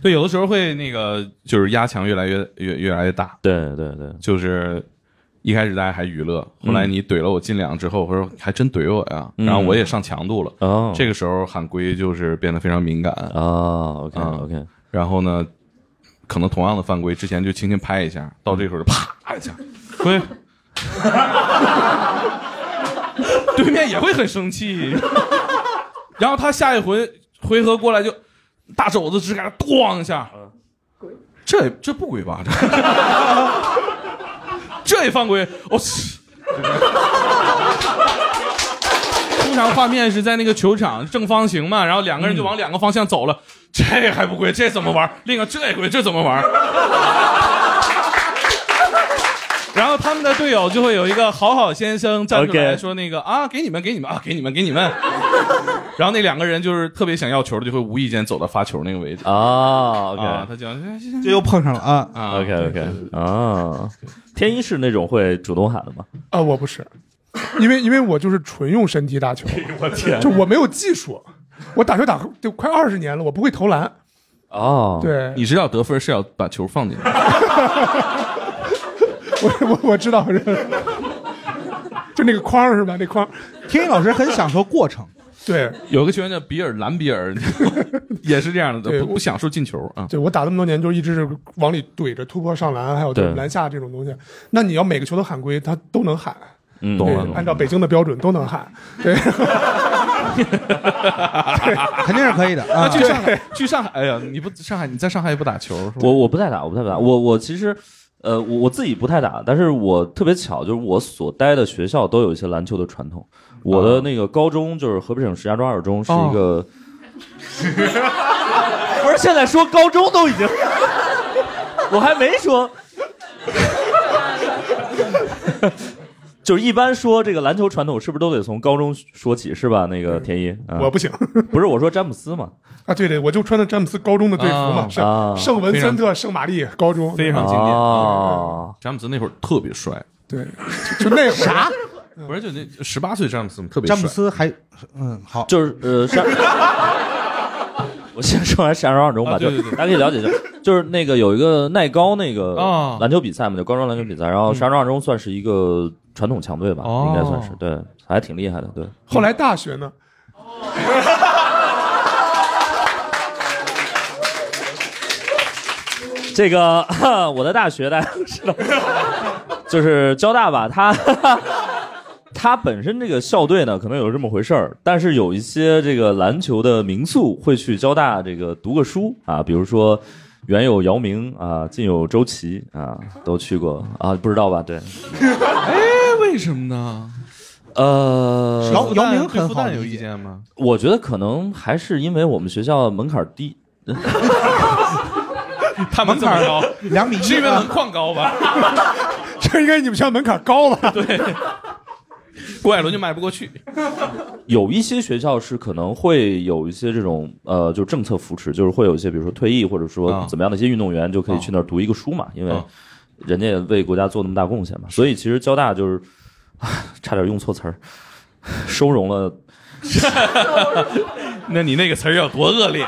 [SPEAKER 4] 对，有的时候会那个就是压强越来越越越来越大。
[SPEAKER 1] 对对对，
[SPEAKER 4] 就是一开始大家还娱乐，后来
[SPEAKER 1] 嗯
[SPEAKER 4] 你怼了我斤两之后，我说还真怼我呀，
[SPEAKER 1] 嗯
[SPEAKER 4] 然后我也上强度了。
[SPEAKER 1] 哦
[SPEAKER 4] 这个时候喊归就是变得非常敏感
[SPEAKER 1] 啊。OK OK，
[SPEAKER 4] 然后呢，可能同样的犯规，之前就轻轻拍一下，到这时候就
[SPEAKER 3] 哎
[SPEAKER 4] 啪一下，归。 对面也会很生气，然后他下一回回合过来就大肘子直给他咣一下，这这不归吧？这 这也犯规？哦我、去！通常画面是在那个球场正方形嘛，然后两个人就往两个方向走了，嗯这还不归？这怎么玩？另一个这也归？这怎么玩？然后他们的队友就会有一个好好先生站出来
[SPEAKER 1] OK
[SPEAKER 4] 说那个啊，给你们，给你们啊，给你们，给你们。 然后那两个人就是特别想要球的，就会无意间走到发球那个位置
[SPEAKER 1] 啊，OK
[SPEAKER 4] 啊，他讲哎
[SPEAKER 2] 这又碰上了啊
[SPEAKER 4] 啊
[SPEAKER 1] OK OK 啊，天一是那种会主动喊的吗？
[SPEAKER 3] 啊，我不是，因为因为我就是纯用身体打球，
[SPEAKER 1] 哎我天
[SPEAKER 3] 就我没有技术，我打球打就快二十年了，我不会投篮，
[SPEAKER 1] 哦
[SPEAKER 3] 对
[SPEAKER 4] 你是要得分，是要把球放进去。
[SPEAKER 3] 我我我知道，就那个框是吧？那框，
[SPEAKER 2] 天一老师很享受过程，
[SPEAKER 3] 对
[SPEAKER 4] 有个球员叫比尔兰比尔， 也是这样的，
[SPEAKER 3] 对
[SPEAKER 4] 不不享受进球啊。
[SPEAKER 3] 对，我打那么多年，就一直是往里怼着突破上篮，还有就是
[SPEAKER 4] 对
[SPEAKER 3] 篮下这种东西。那你要每个球都喊归，他都能喊，
[SPEAKER 1] 嗯
[SPEAKER 3] 对按照北京的标准都能
[SPEAKER 2] 啊
[SPEAKER 3] 喊，对，
[SPEAKER 2] 肯定是可以 的
[SPEAKER 4] 啊，去上
[SPEAKER 3] 对
[SPEAKER 4] 海，去上海，哎呀，你不上海，你在上海也不打球是吧？
[SPEAKER 1] 我我不太打，我不太打。我我其实，呃，我我自己不太打，但是我特别巧，就是我所待的学校都有一些篮球的传统。我
[SPEAKER 4] 啊
[SPEAKER 1] 的那个高中就是河北省石家庄二中，是
[SPEAKER 4] 哦
[SPEAKER 1] 一个、不是现在说高中都已经，我还没说，就是一般说这个篮球传统是不是都得从高中说起是吧？那个田一，啊
[SPEAKER 3] 我不行，
[SPEAKER 1] 不是我说詹姆斯嘛，
[SPEAKER 3] 啊，对对，我就穿的詹姆斯高中的队服嘛，
[SPEAKER 1] 啊
[SPEAKER 3] 是
[SPEAKER 1] 啊
[SPEAKER 3] 圣文森特、圣玛丽高中，
[SPEAKER 4] 非常经典嗯
[SPEAKER 1] 啊。
[SPEAKER 4] 詹姆斯那会儿特别帅，
[SPEAKER 3] 对，就那会儿啥，
[SPEAKER 4] 不是就那十八岁詹姆斯嘛特别帅。
[SPEAKER 2] 詹姆斯还嗯好，
[SPEAKER 1] 就是 呃山。我先说完山上二中吧，
[SPEAKER 2] 啊对
[SPEAKER 1] 就
[SPEAKER 2] 对对
[SPEAKER 1] 大家可以了解一下，就是那个有一个耐高那个
[SPEAKER 4] 啊
[SPEAKER 1] 篮球比赛嘛，就高中篮球比赛，然
[SPEAKER 2] 嗯
[SPEAKER 1] 后山上二中算是一个传统强队吧，
[SPEAKER 3] 哦
[SPEAKER 1] 应该算是对，还挺厉害的，对。
[SPEAKER 3] 后来大学呢？
[SPEAKER 1] 这个 我的大 学大家都知道，就是交大吧，它 它本身这个校队呢，可能有这么回事儿，但是有一些这个篮球的名宿会去交大这个读个书啊，比如说原有姚明啊，近有周琦啊，都去过啊，不知道吧？对，
[SPEAKER 4] 哎，为为什么呢？
[SPEAKER 1] 呃，
[SPEAKER 4] 姚姚明很好对复旦有意见吗？
[SPEAKER 1] 我觉得可能还是因为我们学校门槛低，
[SPEAKER 4] 他们怎么高？
[SPEAKER 2] 两米一 啊
[SPEAKER 4] 是因为门框高吧？
[SPEAKER 3] 这应该你们学校门槛高吧？
[SPEAKER 4] 对，郭艾伦就迈不过去。
[SPEAKER 1] 有一些学校是可能会有一些这种呃，就政策扶持，就是会有一些比如说退役或者说怎么样的一些运动员就可以去那儿读一个书嘛，因为人家也为国家做那么大贡献嘛。所以其实交大就是 差点用错词儿， 收容了。
[SPEAKER 4] 那你那个词儿要多恶劣？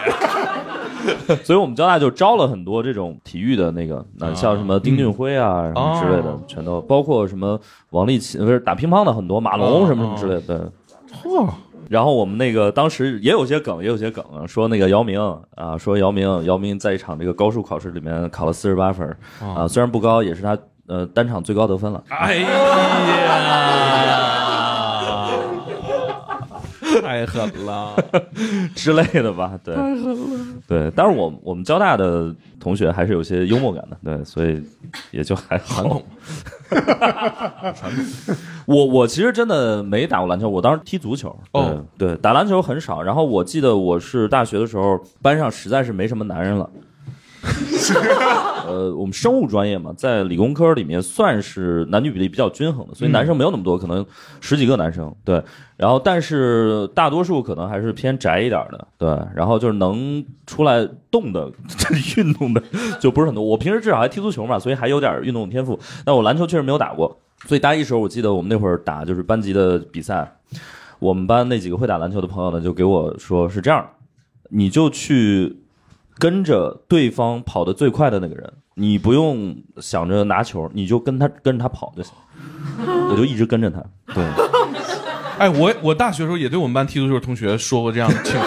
[SPEAKER 1] 所以我们交大就招了很多这种体育的那个，那像什么丁俊晖啊、什么之类的，全都包括什么王励勤，不是打乒乓的很多，马龙什么什么之类的。
[SPEAKER 4] 嚯！
[SPEAKER 1] 然后我们那个当时也有些梗，也有些梗，说那个姚明啊，说姚明，姚明在一场这个高数考试里面考了四十八分啊，虽然不高，也是他呃单场最高得分了。
[SPEAKER 4] 哎
[SPEAKER 1] 啊
[SPEAKER 4] 呀，太狠了！
[SPEAKER 1] 之类的吧，对，
[SPEAKER 4] 太狠了
[SPEAKER 1] 对。但是我我们交大的同学还是有些幽默感的，对，所以也就还好。传统， 我我其实真的没打过篮球，我当时踢足球。
[SPEAKER 4] 哦
[SPEAKER 1] 对，对，打篮球很少。然后我记得我是大学的时候，班上实在是没什么男人了。 呃，我们生物专业嘛，在理工科里面算是男女比例比较均衡的，所以男生没有那么多，可能十几个男生对。然后，但是大多数可能还是偏宅一点的，对。然后就是能出来动的、 运动的就不是很多。我平时至少还踢足球嘛，所以还有点运动天赋。但我篮球确实没有打过，所以大一时候我记得我们那会儿打就是班级的比赛，我们班那几个会打篮球的朋友呢，就给我说是这样的，你就去跟着对方跑得最快的那个人，你不用想着拿球，你就跟他跟着他跑就行。我就一直跟着他，对，
[SPEAKER 4] 哎，我我大学的时候也对我们班踢足球的同学说过这样的请求。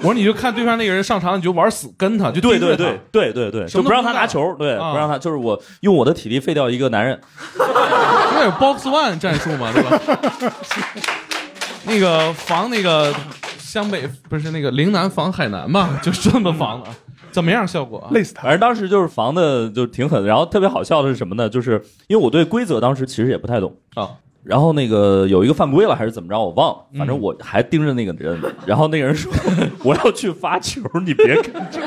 [SPEAKER 4] 我说你就看对面那个人上场，你就玩死跟他，就
[SPEAKER 1] 对
[SPEAKER 4] 盯着
[SPEAKER 1] 对
[SPEAKER 4] 他
[SPEAKER 1] 对对对对，
[SPEAKER 4] 什
[SPEAKER 1] 就
[SPEAKER 4] 么都
[SPEAKER 1] 不让他
[SPEAKER 4] 干
[SPEAKER 1] 拿球，对，
[SPEAKER 4] 啊
[SPEAKER 1] 不让他，就是我用我的体力废掉一个男 人，
[SPEAKER 4] 那有 box one 战术嘛，对吧？那个防那个湘北不是那个陵南防海南嘛，就是这么防的。 怎么样效果、 啊？
[SPEAKER 1] 累死他。反正当时就是防的就挺狠，然后特别好笑的是什么呢？就是因为我对规则当时其实也不太懂
[SPEAKER 4] 啊。嗯
[SPEAKER 1] 然后那个有一个犯规了还是怎么着，我忘了，反正我还盯着那个人。然后那个人说：“我要去发球，你别跟着。”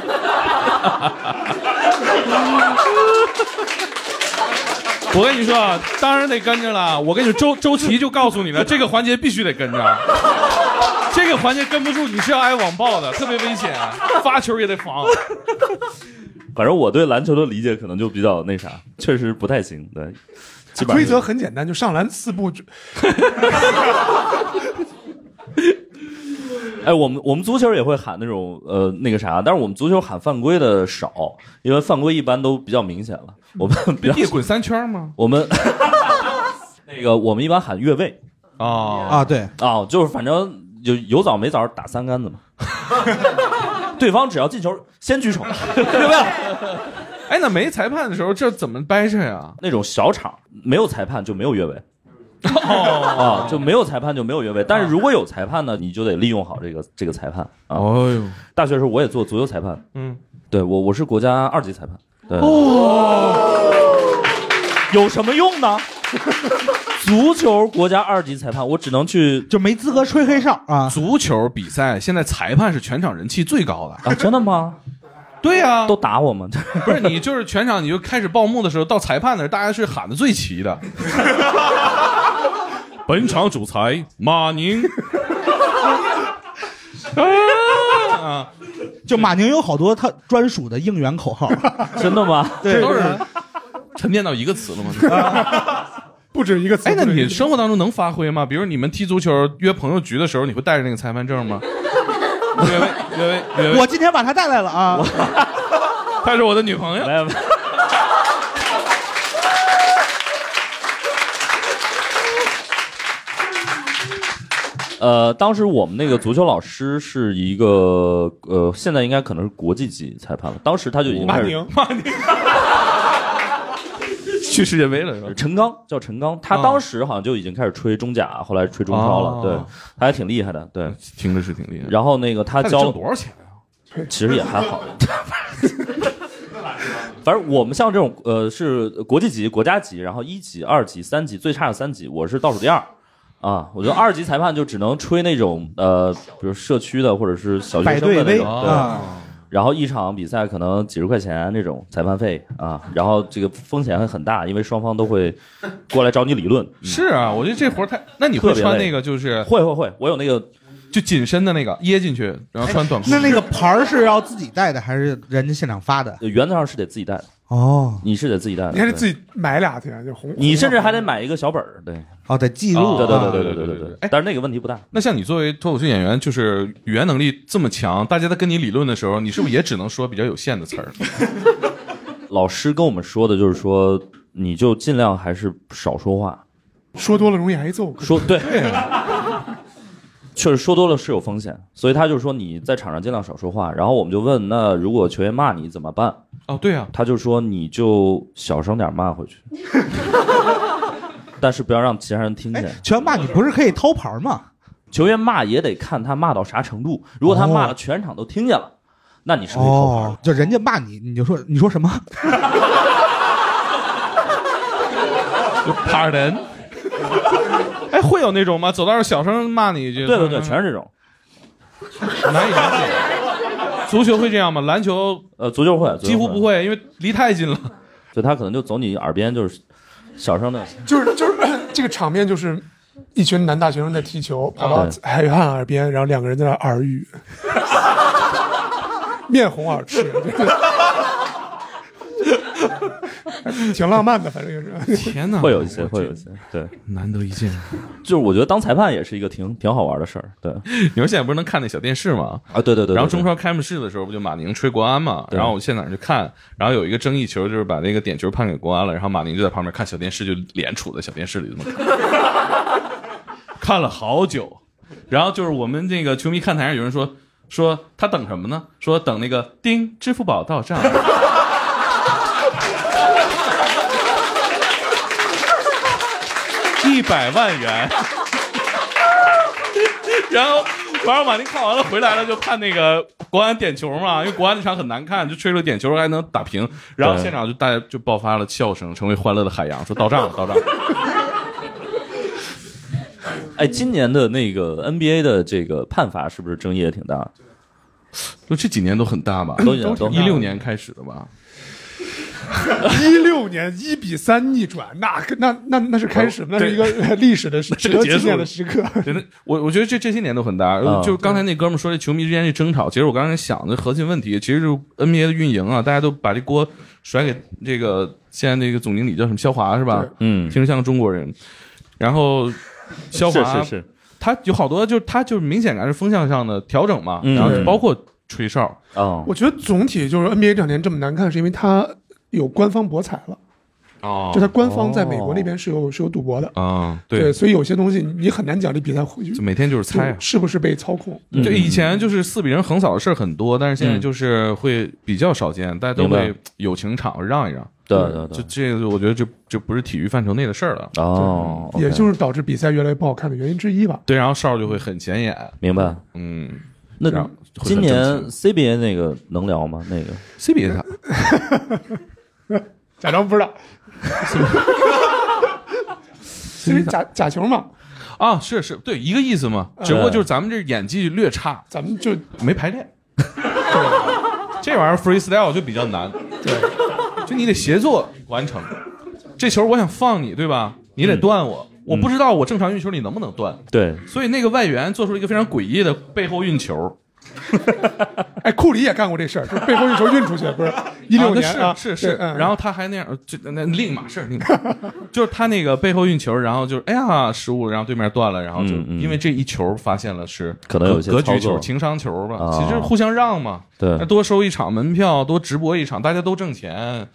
[SPEAKER 4] 我跟你说，啊，当然得跟着了。我跟你说，周周琦就告诉你了，这个环节必须得跟着。啊 这个环节跟不住，你是要挨网暴的，特别危险，啊发球也得防。
[SPEAKER 1] 反正我对篮球的理解可能就比较那啥，确实不太行。对，基本上
[SPEAKER 3] 规
[SPEAKER 1] 是
[SPEAKER 3] 则很简单，就上篮 四步。
[SPEAKER 1] 哎，我们我们足球也会喊那种呃那个啥，但是我们足球喊犯规的少，因为犯规一般都比较明显了。我们比较
[SPEAKER 4] 嗯地滚三圈吗？
[SPEAKER 1] 我们 那个我们一般喊越位
[SPEAKER 4] 哦
[SPEAKER 2] 啊对
[SPEAKER 1] 啊，就是反正有有早没早打三杆子嘛， 对方只要进球先举手， 对不对？
[SPEAKER 4] 哎，那没裁判的时候，这怎么掰扯呀？
[SPEAKER 1] 那种小场没有裁判就没有越位。哦、啊，就没有裁判就没有越位，但是如果有裁判呢，你就得利用好这个这个裁判啊。
[SPEAKER 4] 哦呦，
[SPEAKER 1] 大学时候我也做足球裁判，
[SPEAKER 4] 嗯，
[SPEAKER 1] 对我我是国家二级裁判，对，
[SPEAKER 4] 哦，
[SPEAKER 1] 有什么用呢？足球国家二级裁判，我只能去，
[SPEAKER 2] 就没资格吹黑哨啊！
[SPEAKER 4] 足球比赛现在裁判是全场人气最高的
[SPEAKER 1] 啊！真的吗？
[SPEAKER 4] 对呀、
[SPEAKER 1] 都打我们，
[SPEAKER 4] 不是你就是全场你就开始报幕的时候，到裁判那儿大家是喊的最 齐的。本场主裁马宁， 啊，
[SPEAKER 2] 就马宁有好多他专属的应援口号，
[SPEAKER 1] 真的吗？
[SPEAKER 2] 对，
[SPEAKER 4] 都是沉淀到一个词了吗？
[SPEAKER 3] 不止一个词。
[SPEAKER 4] 哎，那你生活当中能发挥吗？比如你们踢足球约朋友局的时候，你会带着那个裁判证吗？约位，约位，约 位。
[SPEAKER 2] 我今天把他带来了啊！
[SPEAKER 4] 她是我的女朋友。
[SPEAKER 1] 呃，当时我们那个足球老师是一个呃，现在应该可能是国际级裁判了，当时他就已经
[SPEAKER 4] 马
[SPEAKER 1] 开始
[SPEAKER 4] 宁，马宁， 去世界杯了是吧？
[SPEAKER 1] 陈刚叫陈刚，他
[SPEAKER 4] 啊
[SPEAKER 1] 当时好像就已经开始吹中甲，后来吹中超了，
[SPEAKER 4] 哦
[SPEAKER 1] 对，他还挺厉害的，对，
[SPEAKER 4] 听着是挺厉害。
[SPEAKER 1] 然后那个他
[SPEAKER 4] 得
[SPEAKER 1] 教
[SPEAKER 4] 挣多少钱？
[SPEAKER 1] 其实也还好，反正我们像这种呃是国际级、国家级，然后一级、二级、三级，最差有三级，我是倒数第二。啊，我觉得二级裁判就只能吹那种呃，比如社区的或者是小学
[SPEAKER 2] 百
[SPEAKER 1] 生
[SPEAKER 2] 对
[SPEAKER 1] 的那
[SPEAKER 2] 威
[SPEAKER 1] 种，对。
[SPEAKER 2] 啊
[SPEAKER 1] 然后一场比赛可能几十块钱那种裁判费啊，然后这个风险会很大，因为双方都会过来找你理论。嗯
[SPEAKER 4] 是啊，我觉得这活儿太……那你会
[SPEAKER 1] 特别
[SPEAKER 4] 穿
[SPEAKER 1] 累
[SPEAKER 4] 那个就是？
[SPEAKER 1] 会会会，我有那个
[SPEAKER 4] 就紧身的那个掖进去，然后穿短裤。
[SPEAKER 2] 哎那那个牌儿是要自己带的还是人家现场发的？
[SPEAKER 1] 原则上是得自己带的
[SPEAKER 2] 哦，
[SPEAKER 1] 你是得自己带的，
[SPEAKER 3] 你还得
[SPEAKER 1] 对
[SPEAKER 3] 自己买俩去，啊就红。
[SPEAKER 1] 你甚至
[SPEAKER 4] 哦
[SPEAKER 1] 还得买一个小本儿，对，
[SPEAKER 2] 哦，得记
[SPEAKER 4] 录
[SPEAKER 1] 对对
[SPEAKER 4] 啊
[SPEAKER 1] 对对对对对对。但是那个问题不大，
[SPEAKER 4] 那像你作为脱口秀演员，就是语言能力这么强，大家在跟你理论的时候，你是不是也只能说比较有限的 词儿？
[SPEAKER 1] 老师跟我们说的就是说，你就尽量还是少说话，
[SPEAKER 3] 说多了容易挨揍。
[SPEAKER 1] 说 对，
[SPEAKER 3] 对，
[SPEAKER 1] 确实说多了是有风险，所以他就说你在场上尽量少说话。然后我们就问，那如果球员骂你怎么办？
[SPEAKER 4] 哦，对啊，
[SPEAKER 1] 他就说你就小声点骂回 去，但是不要让其他人听见。
[SPEAKER 2] 全哎骂你不是可以掏牌儿吗？
[SPEAKER 1] 球员骂也得看他骂到啥程度，如果他骂了全场都听见了，那你是可以投牌。
[SPEAKER 2] 哦，就人家骂你，你就说你说什么？
[SPEAKER 4] 就 pardon。哎，会有那种吗？走道上小声骂你一句？
[SPEAKER 1] 对对对全是这种。
[SPEAKER 4] 难以理解。足球会这样吗？篮球
[SPEAKER 1] 呃，足球会，
[SPEAKER 4] 几乎不会，因为离太近了。
[SPEAKER 1] 所以他可 能就走你耳边，就是小声的。
[SPEAKER 3] 就是就是 这个场面就是。一群男大学生在踢球，跑
[SPEAKER 4] 嗯
[SPEAKER 3] 到
[SPEAKER 1] 对
[SPEAKER 3] 海汉耳边，然后两个人在那耳语， 面红耳赤，就是 挺浪漫的，反正就是。
[SPEAKER 4] 天
[SPEAKER 1] 会有一些，会有一些，对，
[SPEAKER 4] 难得一见。
[SPEAKER 1] 就是我觉得当裁判也是一个挺挺好玩的事儿，对。
[SPEAKER 4] 你说现在不是能看那小电视吗？
[SPEAKER 1] 啊，对对对。
[SPEAKER 4] 然后中超开幕式的时候，不就马宁吹国安嘛？
[SPEAKER 1] 对
[SPEAKER 4] 然后我现场就看，然后有一个争议球，就是把那个点球判给国安了，然后马宁就在旁边看小电视，就脸杵在小电视里这么看， 看了好久。然后就是我们那个球迷看台上有人说说他等什么呢？说等那个叮，支付宝到账。一百万元， 然后完了马丁看完了回来了，就看那个国安点球嘛，因为国安那场很难看，就吹了点球还能打平，然后
[SPEAKER 1] 对
[SPEAKER 4] 现场就大家就爆发了笑声，成为欢乐的海洋，说到账了，到账了。
[SPEAKER 1] 哎，今年的那个 NBA 的这个判罚是不是争议也挺大？
[SPEAKER 4] 就这几年都很大吧
[SPEAKER 1] 都有
[SPEAKER 4] 都
[SPEAKER 1] 都
[SPEAKER 4] 一六年开始的吧？
[SPEAKER 3] 一六年一比三逆转，那那那那是开始，那是一个
[SPEAKER 4] 对
[SPEAKER 3] 历史的时，
[SPEAKER 4] 这
[SPEAKER 3] 值
[SPEAKER 4] 个
[SPEAKER 3] 得
[SPEAKER 4] 结
[SPEAKER 3] 纪
[SPEAKER 4] 束
[SPEAKER 3] 念
[SPEAKER 4] 了
[SPEAKER 3] 的时刻。
[SPEAKER 4] 真的，我我觉得这这些年都很大。
[SPEAKER 1] 啊
[SPEAKER 4] 就刚才那哥们儿说这球迷之间这争吵，其实我刚才想的核心问题，其实就是 NBA 的运营啊，大家都把这锅甩给这个现在那个总经理叫什么肖华是吧？
[SPEAKER 1] 嗯
[SPEAKER 4] 听着像个中国人。然后肖华
[SPEAKER 1] 是是是
[SPEAKER 4] 他有好多就是他就是明显感是风向上的调整嘛，
[SPEAKER 1] 嗯
[SPEAKER 4] 然后就包括吹哨。
[SPEAKER 1] 哦
[SPEAKER 3] 我觉得总体就是 NBA 这两年这么难看，是因为它有官方博彩了，
[SPEAKER 4] 哦
[SPEAKER 3] 就它官方在美国那边是有是有赌博的。
[SPEAKER 4] 啊，
[SPEAKER 3] 对，所以有些东西你很难讲这比赛会
[SPEAKER 4] 就每天就是猜啊嗯
[SPEAKER 3] 是不是被操控。
[SPEAKER 1] 嗯
[SPEAKER 4] 就以前就是四比零横扫的事儿很多，但是现在就是会比较少见，大家都
[SPEAKER 1] 明
[SPEAKER 4] 会
[SPEAKER 1] 白
[SPEAKER 4] 友情场让一让。
[SPEAKER 1] 对对对
[SPEAKER 4] 就这个，我觉得这这不是体育范畴内的事儿了。
[SPEAKER 1] 哦
[SPEAKER 3] 也就是导致比赛越来越不好看的原因之一吧。
[SPEAKER 4] 对，然后哨儿就会很显眼。
[SPEAKER 1] 明白？
[SPEAKER 4] 嗯，
[SPEAKER 1] 那
[SPEAKER 4] 然后会
[SPEAKER 1] 今
[SPEAKER 4] 很
[SPEAKER 1] 年
[SPEAKER 4] 正
[SPEAKER 1] CBA 那个能聊吗？那个
[SPEAKER 4] CBA 啥？
[SPEAKER 3] 假装不 知道，其实假假球嘛，
[SPEAKER 4] 啊，是是，对，一个意思嘛。
[SPEAKER 3] 嗯
[SPEAKER 4] 只不过就是咱们这演技略差，
[SPEAKER 3] 咱们就
[SPEAKER 4] 没排练。这玩意儿 freestyle 就比较难，对，就你得协作完成。这球我想放你，对吧？你
[SPEAKER 1] 嗯
[SPEAKER 4] 得断我，我不知道我正常运球你能不能断。
[SPEAKER 1] 对，
[SPEAKER 4] 所以那个外援做出了一个非常诡异的背后运球，
[SPEAKER 3] 哎，库里也干过这事儿，就是背后一球运出去，不是一六年
[SPEAKER 4] 啊是是
[SPEAKER 3] 对
[SPEAKER 4] 是，
[SPEAKER 3] 嗯
[SPEAKER 4] 然后他还那样，这那另一码事儿，另一码事儿 就是他那个背后运球，然后就是哎呀失误，然后对面断了，然后就
[SPEAKER 1] 嗯嗯
[SPEAKER 4] 因为这一球发现了是
[SPEAKER 1] 可能有一些
[SPEAKER 4] 格
[SPEAKER 1] 操
[SPEAKER 4] 局
[SPEAKER 1] 作
[SPEAKER 4] 球、情商球吧，
[SPEAKER 1] 啊
[SPEAKER 4] 其实互相让嘛，
[SPEAKER 1] 对
[SPEAKER 4] 那多收一场门票，多直播一场，大家都挣钱，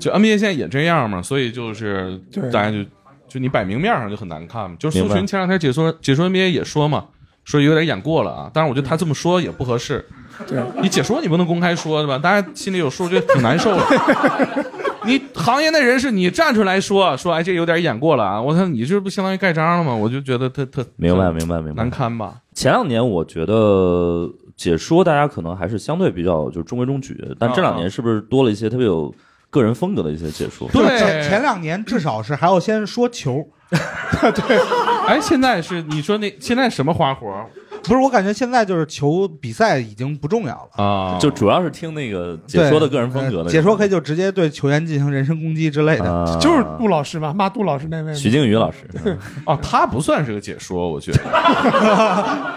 [SPEAKER 4] 就 NBA 现在也这样嘛，所以就是
[SPEAKER 1] 对
[SPEAKER 4] 大家就就你摆明面上就很难看嘛，就是苏
[SPEAKER 1] 明白
[SPEAKER 4] 群前两天解说解说 NBA 也说嘛。说有点演过了啊，但是我觉得他这么说也不合适。
[SPEAKER 3] 对
[SPEAKER 4] 你解说你不能公开说对吧？大家心里有数，这挺难受的。你行业内人士，你站出来说说，哎，这有点演过了啊！我操，你这不相当于盖章了吗？我就觉得特特
[SPEAKER 1] 明白，明白，明白。
[SPEAKER 4] 难堪吧？
[SPEAKER 1] 前两年我觉得解说大家可能还是相对比较就中规中矩，但这两年是不是多了一些特别有个人风格的一些解说？
[SPEAKER 2] 就是前前两年至少是还要先说 球，
[SPEAKER 4] 哎，现在是你说那现在什么花活
[SPEAKER 2] 不是，我感觉现在就是球比赛已经不重要了。
[SPEAKER 4] 啊？
[SPEAKER 1] 就主要是听那个解说的个人啊风格
[SPEAKER 2] 对
[SPEAKER 1] 的。
[SPEAKER 2] 呃解说可以就直接对球员进行人身攻击之类 的，
[SPEAKER 3] 就是杜老师嘛，骂杜老师那位吗。
[SPEAKER 1] 徐静宇老师，
[SPEAKER 4] 哦，他不算是个解说，我觉得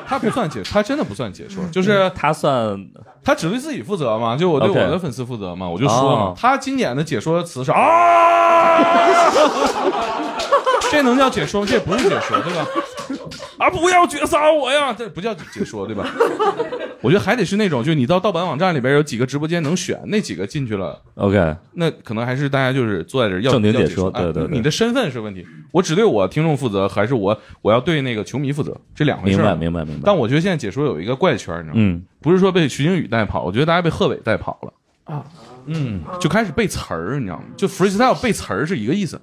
[SPEAKER 4] 他不算解，他真的不算解说，就是
[SPEAKER 1] 嗯他算
[SPEAKER 4] 他只对自己负责嘛，就我对我
[SPEAKER 1] OK
[SPEAKER 4] 的粉丝负责嘛，我就说嘛
[SPEAKER 1] 哦，
[SPEAKER 4] 他今年的解说词是啊， 这能叫解说吗？这不是解说，对吧？啊，不要绝杀我呀，这不叫解说，对吧？ 我觉得还得是那种，就你到盗版网站里边有几个直播间能选，那几个进去了。
[SPEAKER 1] OK，
[SPEAKER 4] 那可能还是大家就是坐在这儿要
[SPEAKER 1] 正经
[SPEAKER 4] 要
[SPEAKER 1] 解说
[SPEAKER 4] 哎
[SPEAKER 1] 对对对
[SPEAKER 4] 你的身份是问题。我只对我听众负责，还是我我要对那个球迷负责，这两回事儿。
[SPEAKER 1] 明白明白明白
[SPEAKER 4] 但我觉得现在解说有一个怪圈儿，你知道吗？
[SPEAKER 1] 嗯，
[SPEAKER 4] 不是说被徐靖宇带跑，我觉得大家被贺炜带跑了，
[SPEAKER 3] 啊，
[SPEAKER 4] 嗯，就开始背词儿，你知道吗？就 freestyle 背词儿是一个意思，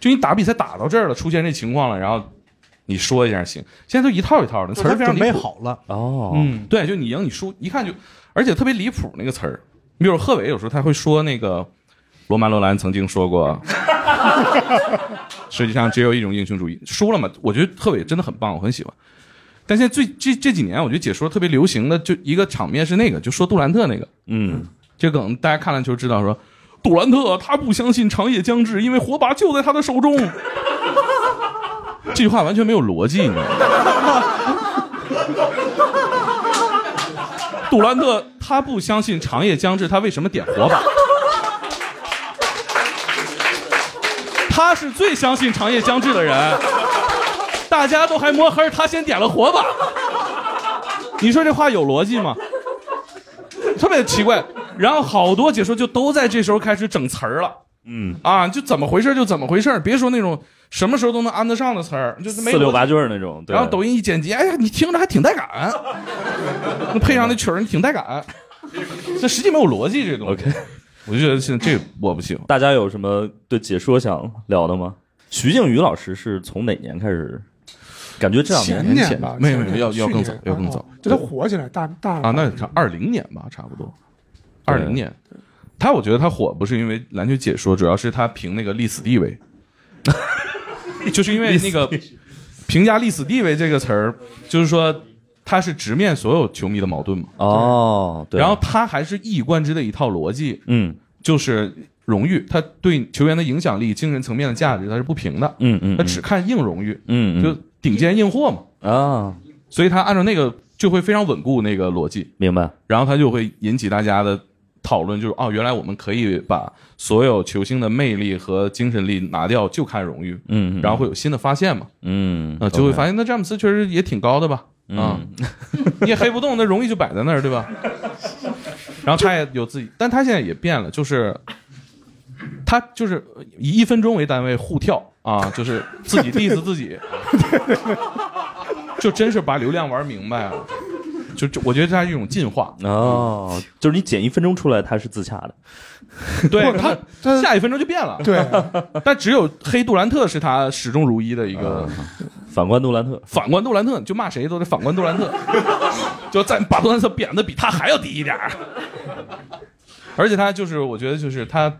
[SPEAKER 4] 就你打比赛打到这儿了，出现这情况了，然后你说一下行。现在都一套一套的，词儿非
[SPEAKER 2] 准
[SPEAKER 4] 常离
[SPEAKER 2] 备
[SPEAKER 4] 谱
[SPEAKER 2] 好了。
[SPEAKER 1] 哦
[SPEAKER 4] 嗯，对，就你赢你输，一看就，而且特别离谱那个词儿。你比如贺炜有时候他会说那个，罗曼·罗兰曾经说过， 世界上只有一种英雄主义，输了嘛。我觉得贺炜真的很棒，我很喜欢。但现在最这这几年，我觉得解说特别流行的就一个场面是那个，就说杜兰特那个，
[SPEAKER 1] 嗯，
[SPEAKER 4] 这梗大家看篮球知道说，杜兰特他不相信长夜将至，因为火把就在他的手中。 这句话完全没有逻辑，你知道吗？杜兰特他不相信长夜将至，他为什么点火把？他是最相信长夜将至的人，大家都还摸黑儿，他先点了火把。你说这话有逻辑吗？特别奇怪。然后好多解说就都在这时候开始整词儿了。
[SPEAKER 1] 嗯
[SPEAKER 4] 啊，就怎么回事就怎么回事，别说那种什么时候都能安得上的词儿，就是没
[SPEAKER 1] 四六
[SPEAKER 4] 逻辑
[SPEAKER 1] 八句儿那种。对
[SPEAKER 4] 然后抖音一剪辑，哎呀，你听着还挺带 感，那配上那曲儿，你挺带感。这实际没有逻辑，这东西。我就觉得现在这我不行。
[SPEAKER 1] 大家有什么对解说想聊的吗？徐静宇老师是从哪年开始？感觉这两
[SPEAKER 3] 前
[SPEAKER 1] 年
[SPEAKER 3] 年
[SPEAKER 1] 前
[SPEAKER 3] 吧
[SPEAKER 4] 没有没有，要
[SPEAKER 3] 去
[SPEAKER 4] 要
[SPEAKER 3] 年
[SPEAKER 4] 更早，要更早。
[SPEAKER 3] 哦就他火起来，大大
[SPEAKER 4] 啊， 那是二零年吧，差不多，二零年。他我觉得他火不是因为篮球解说，主要是他凭那个历史地 位， 就是因为那个评价历史地位这个词儿，就是说他是直面所有球迷的矛盾嘛。
[SPEAKER 1] 哦，对。
[SPEAKER 4] 然后他还是一以贯之的一套逻辑，
[SPEAKER 1] 嗯，
[SPEAKER 4] 就是荣誉，他对球员的影响力、精神层面的价值，他是不评的，
[SPEAKER 1] 嗯嗯嗯
[SPEAKER 4] 他只看硬荣誉，
[SPEAKER 1] 嗯嗯
[SPEAKER 4] 就顶尖硬货
[SPEAKER 1] 嘛，啊，
[SPEAKER 4] 所以他按照那个就会非常稳固那个逻辑，
[SPEAKER 1] 明白？
[SPEAKER 4] 然后他就会引起大家的讨论，就是哦，原来我们可以把所有球星的魅力和精神力拿掉，就看荣誉，
[SPEAKER 1] 嗯嗯
[SPEAKER 4] 然后会有新的发现嘛，
[SPEAKER 1] 嗯
[SPEAKER 4] 啊，就会
[SPEAKER 1] OK
[SPEAKER 4] 发现那詹姆斯确实也挺高的吧，啊，你也黑不动，那荣誉就摆在那儿，对 吧？然后他也有自己，但他现在也变了，就是他就是以一分钟为单位互跳啊，就是自己 diss 自己，就真是把流量玩明白啊了。就就我觉得他是一种进化，
[SPEAKER 1] 哦，就是你剪一分钟出来，他是自洽的。
[SPEAKER 4] 对他下一分钟就变了。对， 但只有黑杜兰特是他始终如一的一个
[SPEAKER 1] 啊反观杜兰特，
[SPEAKER 4] 反观杜兰特，就骂谁都得反观杜兰特， 就再把杜兰特贬的比他还要低一点儿。 而且他就是，我觉得就是他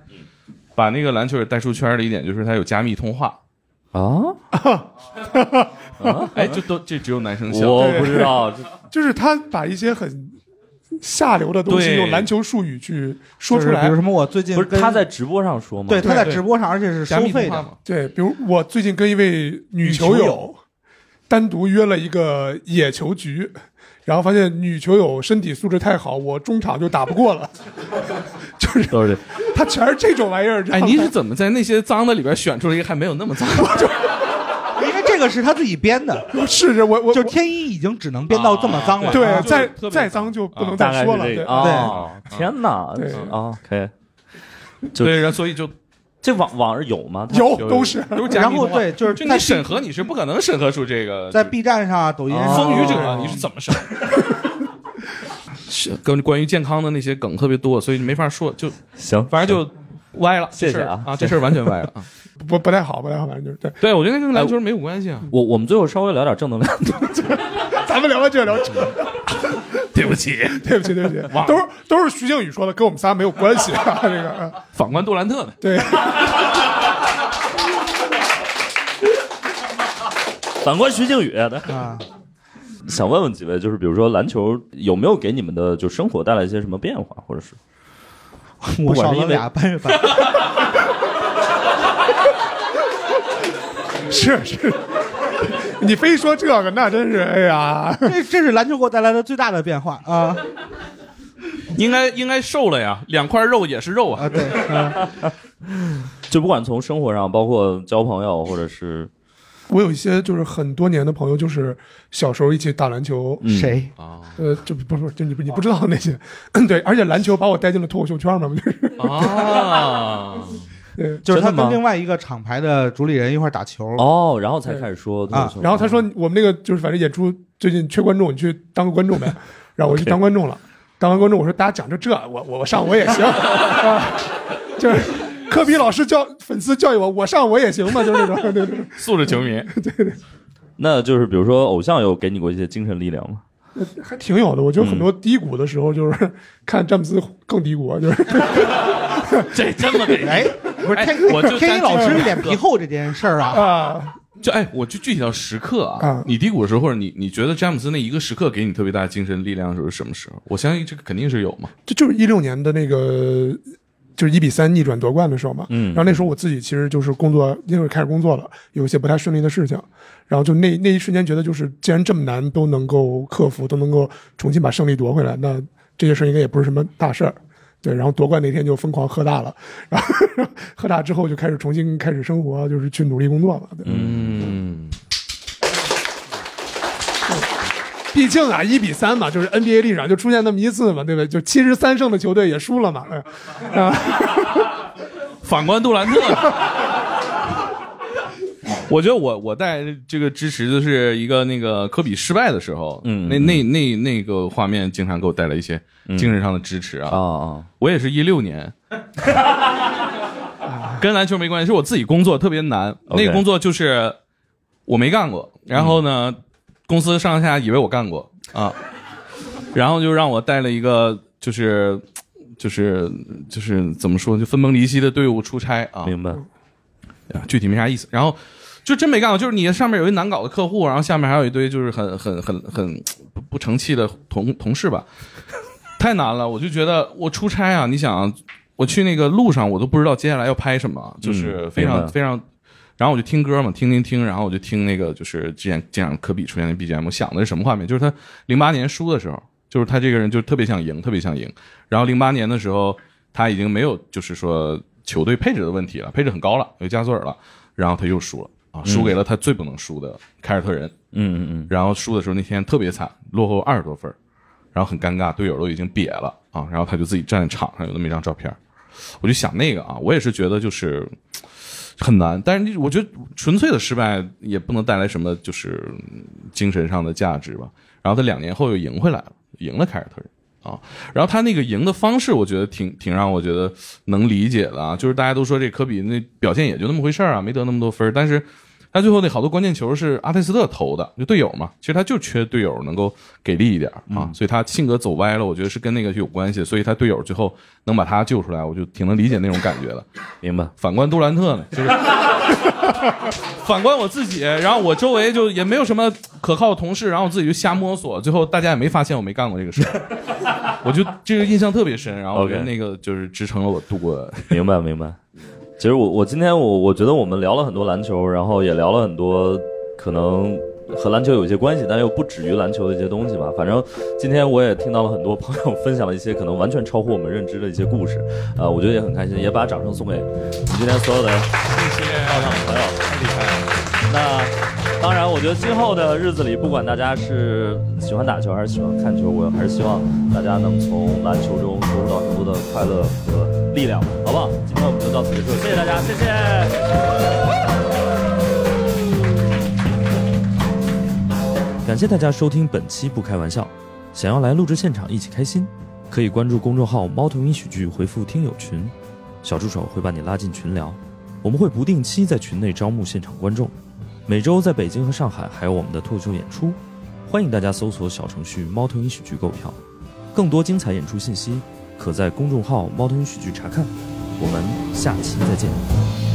[SPEAKER 4] 把那个篮球也带出圈儿的一点，就是他有加密通话。
[SPEAKER 1] 啊，
[SPEAKER 4] 哎，这都这只有男生笑，
[SPEAKER 1] 我不 知道，
[SPEAKER 3] 就是他把一些很下流的东西
[SPEAKER 4] 对
[SPEAKER 3] 用篮球术语去说出来，
[SPEAKER 2] 比如什么我最近
[SPEAKER 1] 不是
[SPEAKER 2] 跟
[SPEAKER 1] 他在直播上说吗？
[SPEAKER 2] 对，他在直播上，而且是收费的。
[SPEAKER 3] 对，比如我最近跟一位女球
[SPEAKER 2] 女球
[SPEAKER 3] 友单独约了一个野球局，然后发现女球友身体素质太好，我中场就打不过了。 就是
[SPEAKER 1] 都是
[SPEAKER 3] 他全是这种玩意儿。
[SPEAKER 4] 哎，你是怎么在那些脏的里边选出了一个还没有那么脏？
[SPEAKER 2] 因为这个是他自己编的，
[SPEAKER 3] 是是，我我啊
[SPEAKER 2] 就天一已经只能编到这么
[SPEAKER 1] 啊
[SPEAKER 2] 脏了，啊
[SPEAKER 3] 对，再再脏就不能
[SPEAKER 1] 大
[SPEAKER 3] 再
[SPEAKER 1] 概是
[SPEAKER 3] 说了。
[SPEAKER 1] 这
[SPEAKER 3] 对
[SPEAKER 1] 个哦，天哪
[SPEAKER 3] 对，
[SPEAKER 1] 啊，OK，
[SPEAKER 4] 对，然后所以就
[SPEAKER 1] 这网网上有吗？他
[SPEAKER 4] 都是加
[SPEAKER 2] 然
[SPEAKER 4] 密
[SPEAKER 2] 后
[SPEAKER 4] 通话
[SPEAKER 2] 对就是
[SPEAKER 4] 就
[SPEAKER 2] 在
[SPEAKER 4] 你审核你是不可能审核出 这个
[SPEAKER 2] 在 B 站上啊、抖音上
[SPEAKER 3] 哦
[SPEAKER 2] 啊、
[SPEAKER 4] 风雨者，你是怎么审？是跟关于健康的那些梗特别多，所以没法说。就
[SPEAKER 1] 行，
[SPEAKER 4] 反正就歪了，这
[SPEAKER 1] 谢谢
[SPEAKER 4] 事儿
[SPEAKER 1] 啊
[SPEAKER 4] 啊，这事儿完全歪 了。
[SPEAKER 3] 不不太好，不太好，反正就是
[SPEAKER 1] 哎
[SPEAKER 3] 对。
[SPEAKER 4] 对，我觉得跟篮球没有关系啊。
[SPEAKER 1] 我我们最后稍微聊点正能量的。
[SPEAKER 3] 咱们聊到这聊这，
[SPEAKER 4] 对不起，
[SPEAKER 3] 对不起，对不起，都是都是徐静宇说的，跟我们仨没有关系啊。这个啊
[SPEAKER 4] 反观杜兰特呢？
[SPEAKER 3] 对，
[SPEAKER 1] 反观徐静宇的
[SPEAKER 2] 啊，
[SPEAKER 1] 想问问几位，就是比如说篮球有没有给你们的就生活带来一些什么变化，或者是
[SPEAKER 2] 我
[SPEAKER 1] 不
[SPEAKER 2] 少
[SPEAKER 1] 管是
[SPEAKER 2] 了
[SPEAKER 1] 因为
[SPEAKER 2] 俩半月板。
[SPEAKER 3] 是是， 你非说这个，那真是哎呀，
[SPEAKER 2] 这这是篮球给我带来的最大的变化啊！
[SPEAKER 4] 应该应该瘦了呀，两块肉也是肉啊。
[SPEAKER 2] 对，
[SPEAKER 1] 就不管从生活上，包括交朋友，或者是
[SPEAKER 3] 我有一些就是很多年的朋友，就是小时候一起打篮球，
[SPEAKER 1] 嗯谁
[SPEAKER 4] 啊？
[SPEAKER 3] 呃，这不不是，就你不你不知道那些， 对，而且篮球把我带进了脱口秀圈嘛，不就是
[SPEAKER 4] 啊，
[SPEAKER 3] 对
[SPEAKER 2] 就是他
[SPEAKER 3] 真的
[SPEAKER 2] 跟
[SPEAKER 3] 吗
[SPEAKER 2] 另外一个厂牌的主理人一块儿打球
[SPEAKER 1] 哦，然后才开始说
[SPEAKER 2] 啊，
[SPEAKER 3] 然后他说我们那个就是反正演出最近缺观众，你去当个观众呗。然后我就当观众了，当完观众我说大家讲究这，我我我上我也行，啊、就是科比老师教粉丝教育我，我上我也行嘛，就是那种对对对
[SPEAKER 4] 素质球迷。
[SPEAKER 1] 那就是比如说偶像有给你过一些精神力量吗？
[SPEAKER 3] 还挺有的。我觉得很多低谷的时候，就是看詹姆斯更低谷，啊就是
[SPEAKER 4] 这这么给
[SPEAKER 2] 哎，不是
[SPEAKER 4] 哎
[SPEAKER 2] 天
[SPEAKER 4] 我就
[SPEAKER 2] 天一
[SPEAKER 4] 担心
[SPEAKER 2] 老师
[SPEAKER 4] 这个
[SPEAKER 2] 脸皮厚这件事儿啊
[SPEAKER 4] 就哎，我就具体到时刻啊，你低谷的时候，或者你你觉得詹姆斯那一个时刻给你特别大的精神力量的时候是什么时候？我相信这个肯定是有嘛。
[SPEAKER 3] 这就是一六年的那个，就是一比三逆转夺冠的时候嘛。
[SPEAKER 4] 嗯
[SPEAKER 3] 然后那时候我自己其实就是工作，因为开始工作了，有一些不太顺利的事情，然后就那那一瞬间觉得，就是既然这么难都能够克服，都能够重新把胜利夺回来，那这些事儿应该也不是什么大事儿。对，然后夺冠那天就疯狂喝大了，然后 喝大之后就开始重新开始生活，就是去努力工作嘛。对
[SPEAKER 4] 嗯，
[SPEAKER 3] 毕竟啊，一比三嘛，就是 NBA 历史上就出现那么一次嘛，对不对？就七十三胜的球队也输了嘛，呃啊。
[SPEAKER 4] 反观杜兰特，我觉得我我带这个支持的是一个那个科比失败的时候，嗯，那那那那个画面经常给我带来一些精神上的支持啊。啊、我也是一六年，跟篮球没关系，是我自己工作特别难
[SPEAKER 1] OK
[SPEAKER 4] 那个工作就是我没干过，然后呢，公司上下以为我干过啊，然后就让我带了一个就是。就是就是怎么说，就分崩离析的队伍出差啊，明
[SPEAKER 1] 白？
[SPEAKER 4] 啊，具体没啥意思。然后就真没干过，就是你上面有一难搞的客户，然后下面还有一堆就是很很很很不不成器的同同事吧，太难了。我就觉得我出差啊，你想，我去那个路上，我都不知道接下来要拍什么，就是
[SPEAKER 1] 嗯
[SPEAKER 4] 非常、
[SPEAKER 1] 明白
[SPEAKER 4] 非常。然后我就听歌嘛，听听听，然后我就听那个就是之前经常科比出现的 BGM，我想的是什么画面？就是他零八年输的时候，就是他这个人就特别想赢，特别想赢。然后零八年的时候，他已经没有就是说球队配置的问题了，配置很高了，有加索尔了，然后他又输了啊，输给了他最不能输的凯尔特人。
[SPEAKER 1] 嗯嗯嗯，
[SPEAKER 4] 然后输的时候那天特别惨，落后二十多分儿，然后很尴尬，队友都已经瘪了啊，然后他就自己站在场上有那么一张照片儿，我就想那个啊，我也是觉得就是很难，但是你我觉得纯粹的失败也不能带来什么就是嗯精神上的价值吧。然后他两年后又赢回来了，赢了凯尔特人。啊，然后他那个赢的方式，我觉得挺挺让我觉得能理解的啊，就是大家都说这科比那表现也就那么回事儿啊，没得那么多分儿，但是他最后那好多关键球是阿泰斯特投的，就队友嘛，其实他就缺队友能够给力一点儿
[SPEAKER 1] 嗯
[SPEAKER 4] 啊，所以他性格走歪了，我觉得是跟那个有关系，所以他队友最后能把他救出来，我就挺能理解那种感觉的。
[SPEAKER 1] 明白。
[SPEAKER 4] 反观杜兰特呢，就是。 反观我自己，然后我周围就也没有什么可靠的同事，然后我自己就瞎摸索，最后大家也没发现我没干过这个事儿， 我就这个印象特别深。然后我觉得
[SPEAKER 1] OK
[SPEAKER 4] 那个就是支撑了我度 过。
[SPEAKER 1] 明白明白。其实我我今天我我觉得我们聊了很多篮球，然后也聊了很多可能和篮球有一些关系，但又不止于篮球的一些东西吧。反正今天我也听到了很多朋友分享了一些可能完全超乎我们认知的一些故事，呃，我觉得也很开心，也把掌声送给我们今天所有的
[SPEAKER 4] 谢谢
[SPEAKER 1] 漂亮朋友，太厉害了。那当然，我觉得今后的日子里，不管大家是喜欢打球还是喜欢看球，我还是希望大家能从篮球中收获到更多的快乐和力量，好不好？今天我们就到此结束，谢谢大家，谢谢。感谢大家收听本期《不开玩笑》，想要来录制现场一起开心，可以关注公众号“猫头鹰喜剧”，回复“听友群”，小助手会把你拉进群聊，我们会不定期在群内招募现场观众。每周在北京和上海还有我们的脱口秀演出，欢迎大家搜索小程序“猫头鹰喜剧”购票。更多精彩演出信息，可在公众号“猫头鹰喜剧”查看。我们下期再见。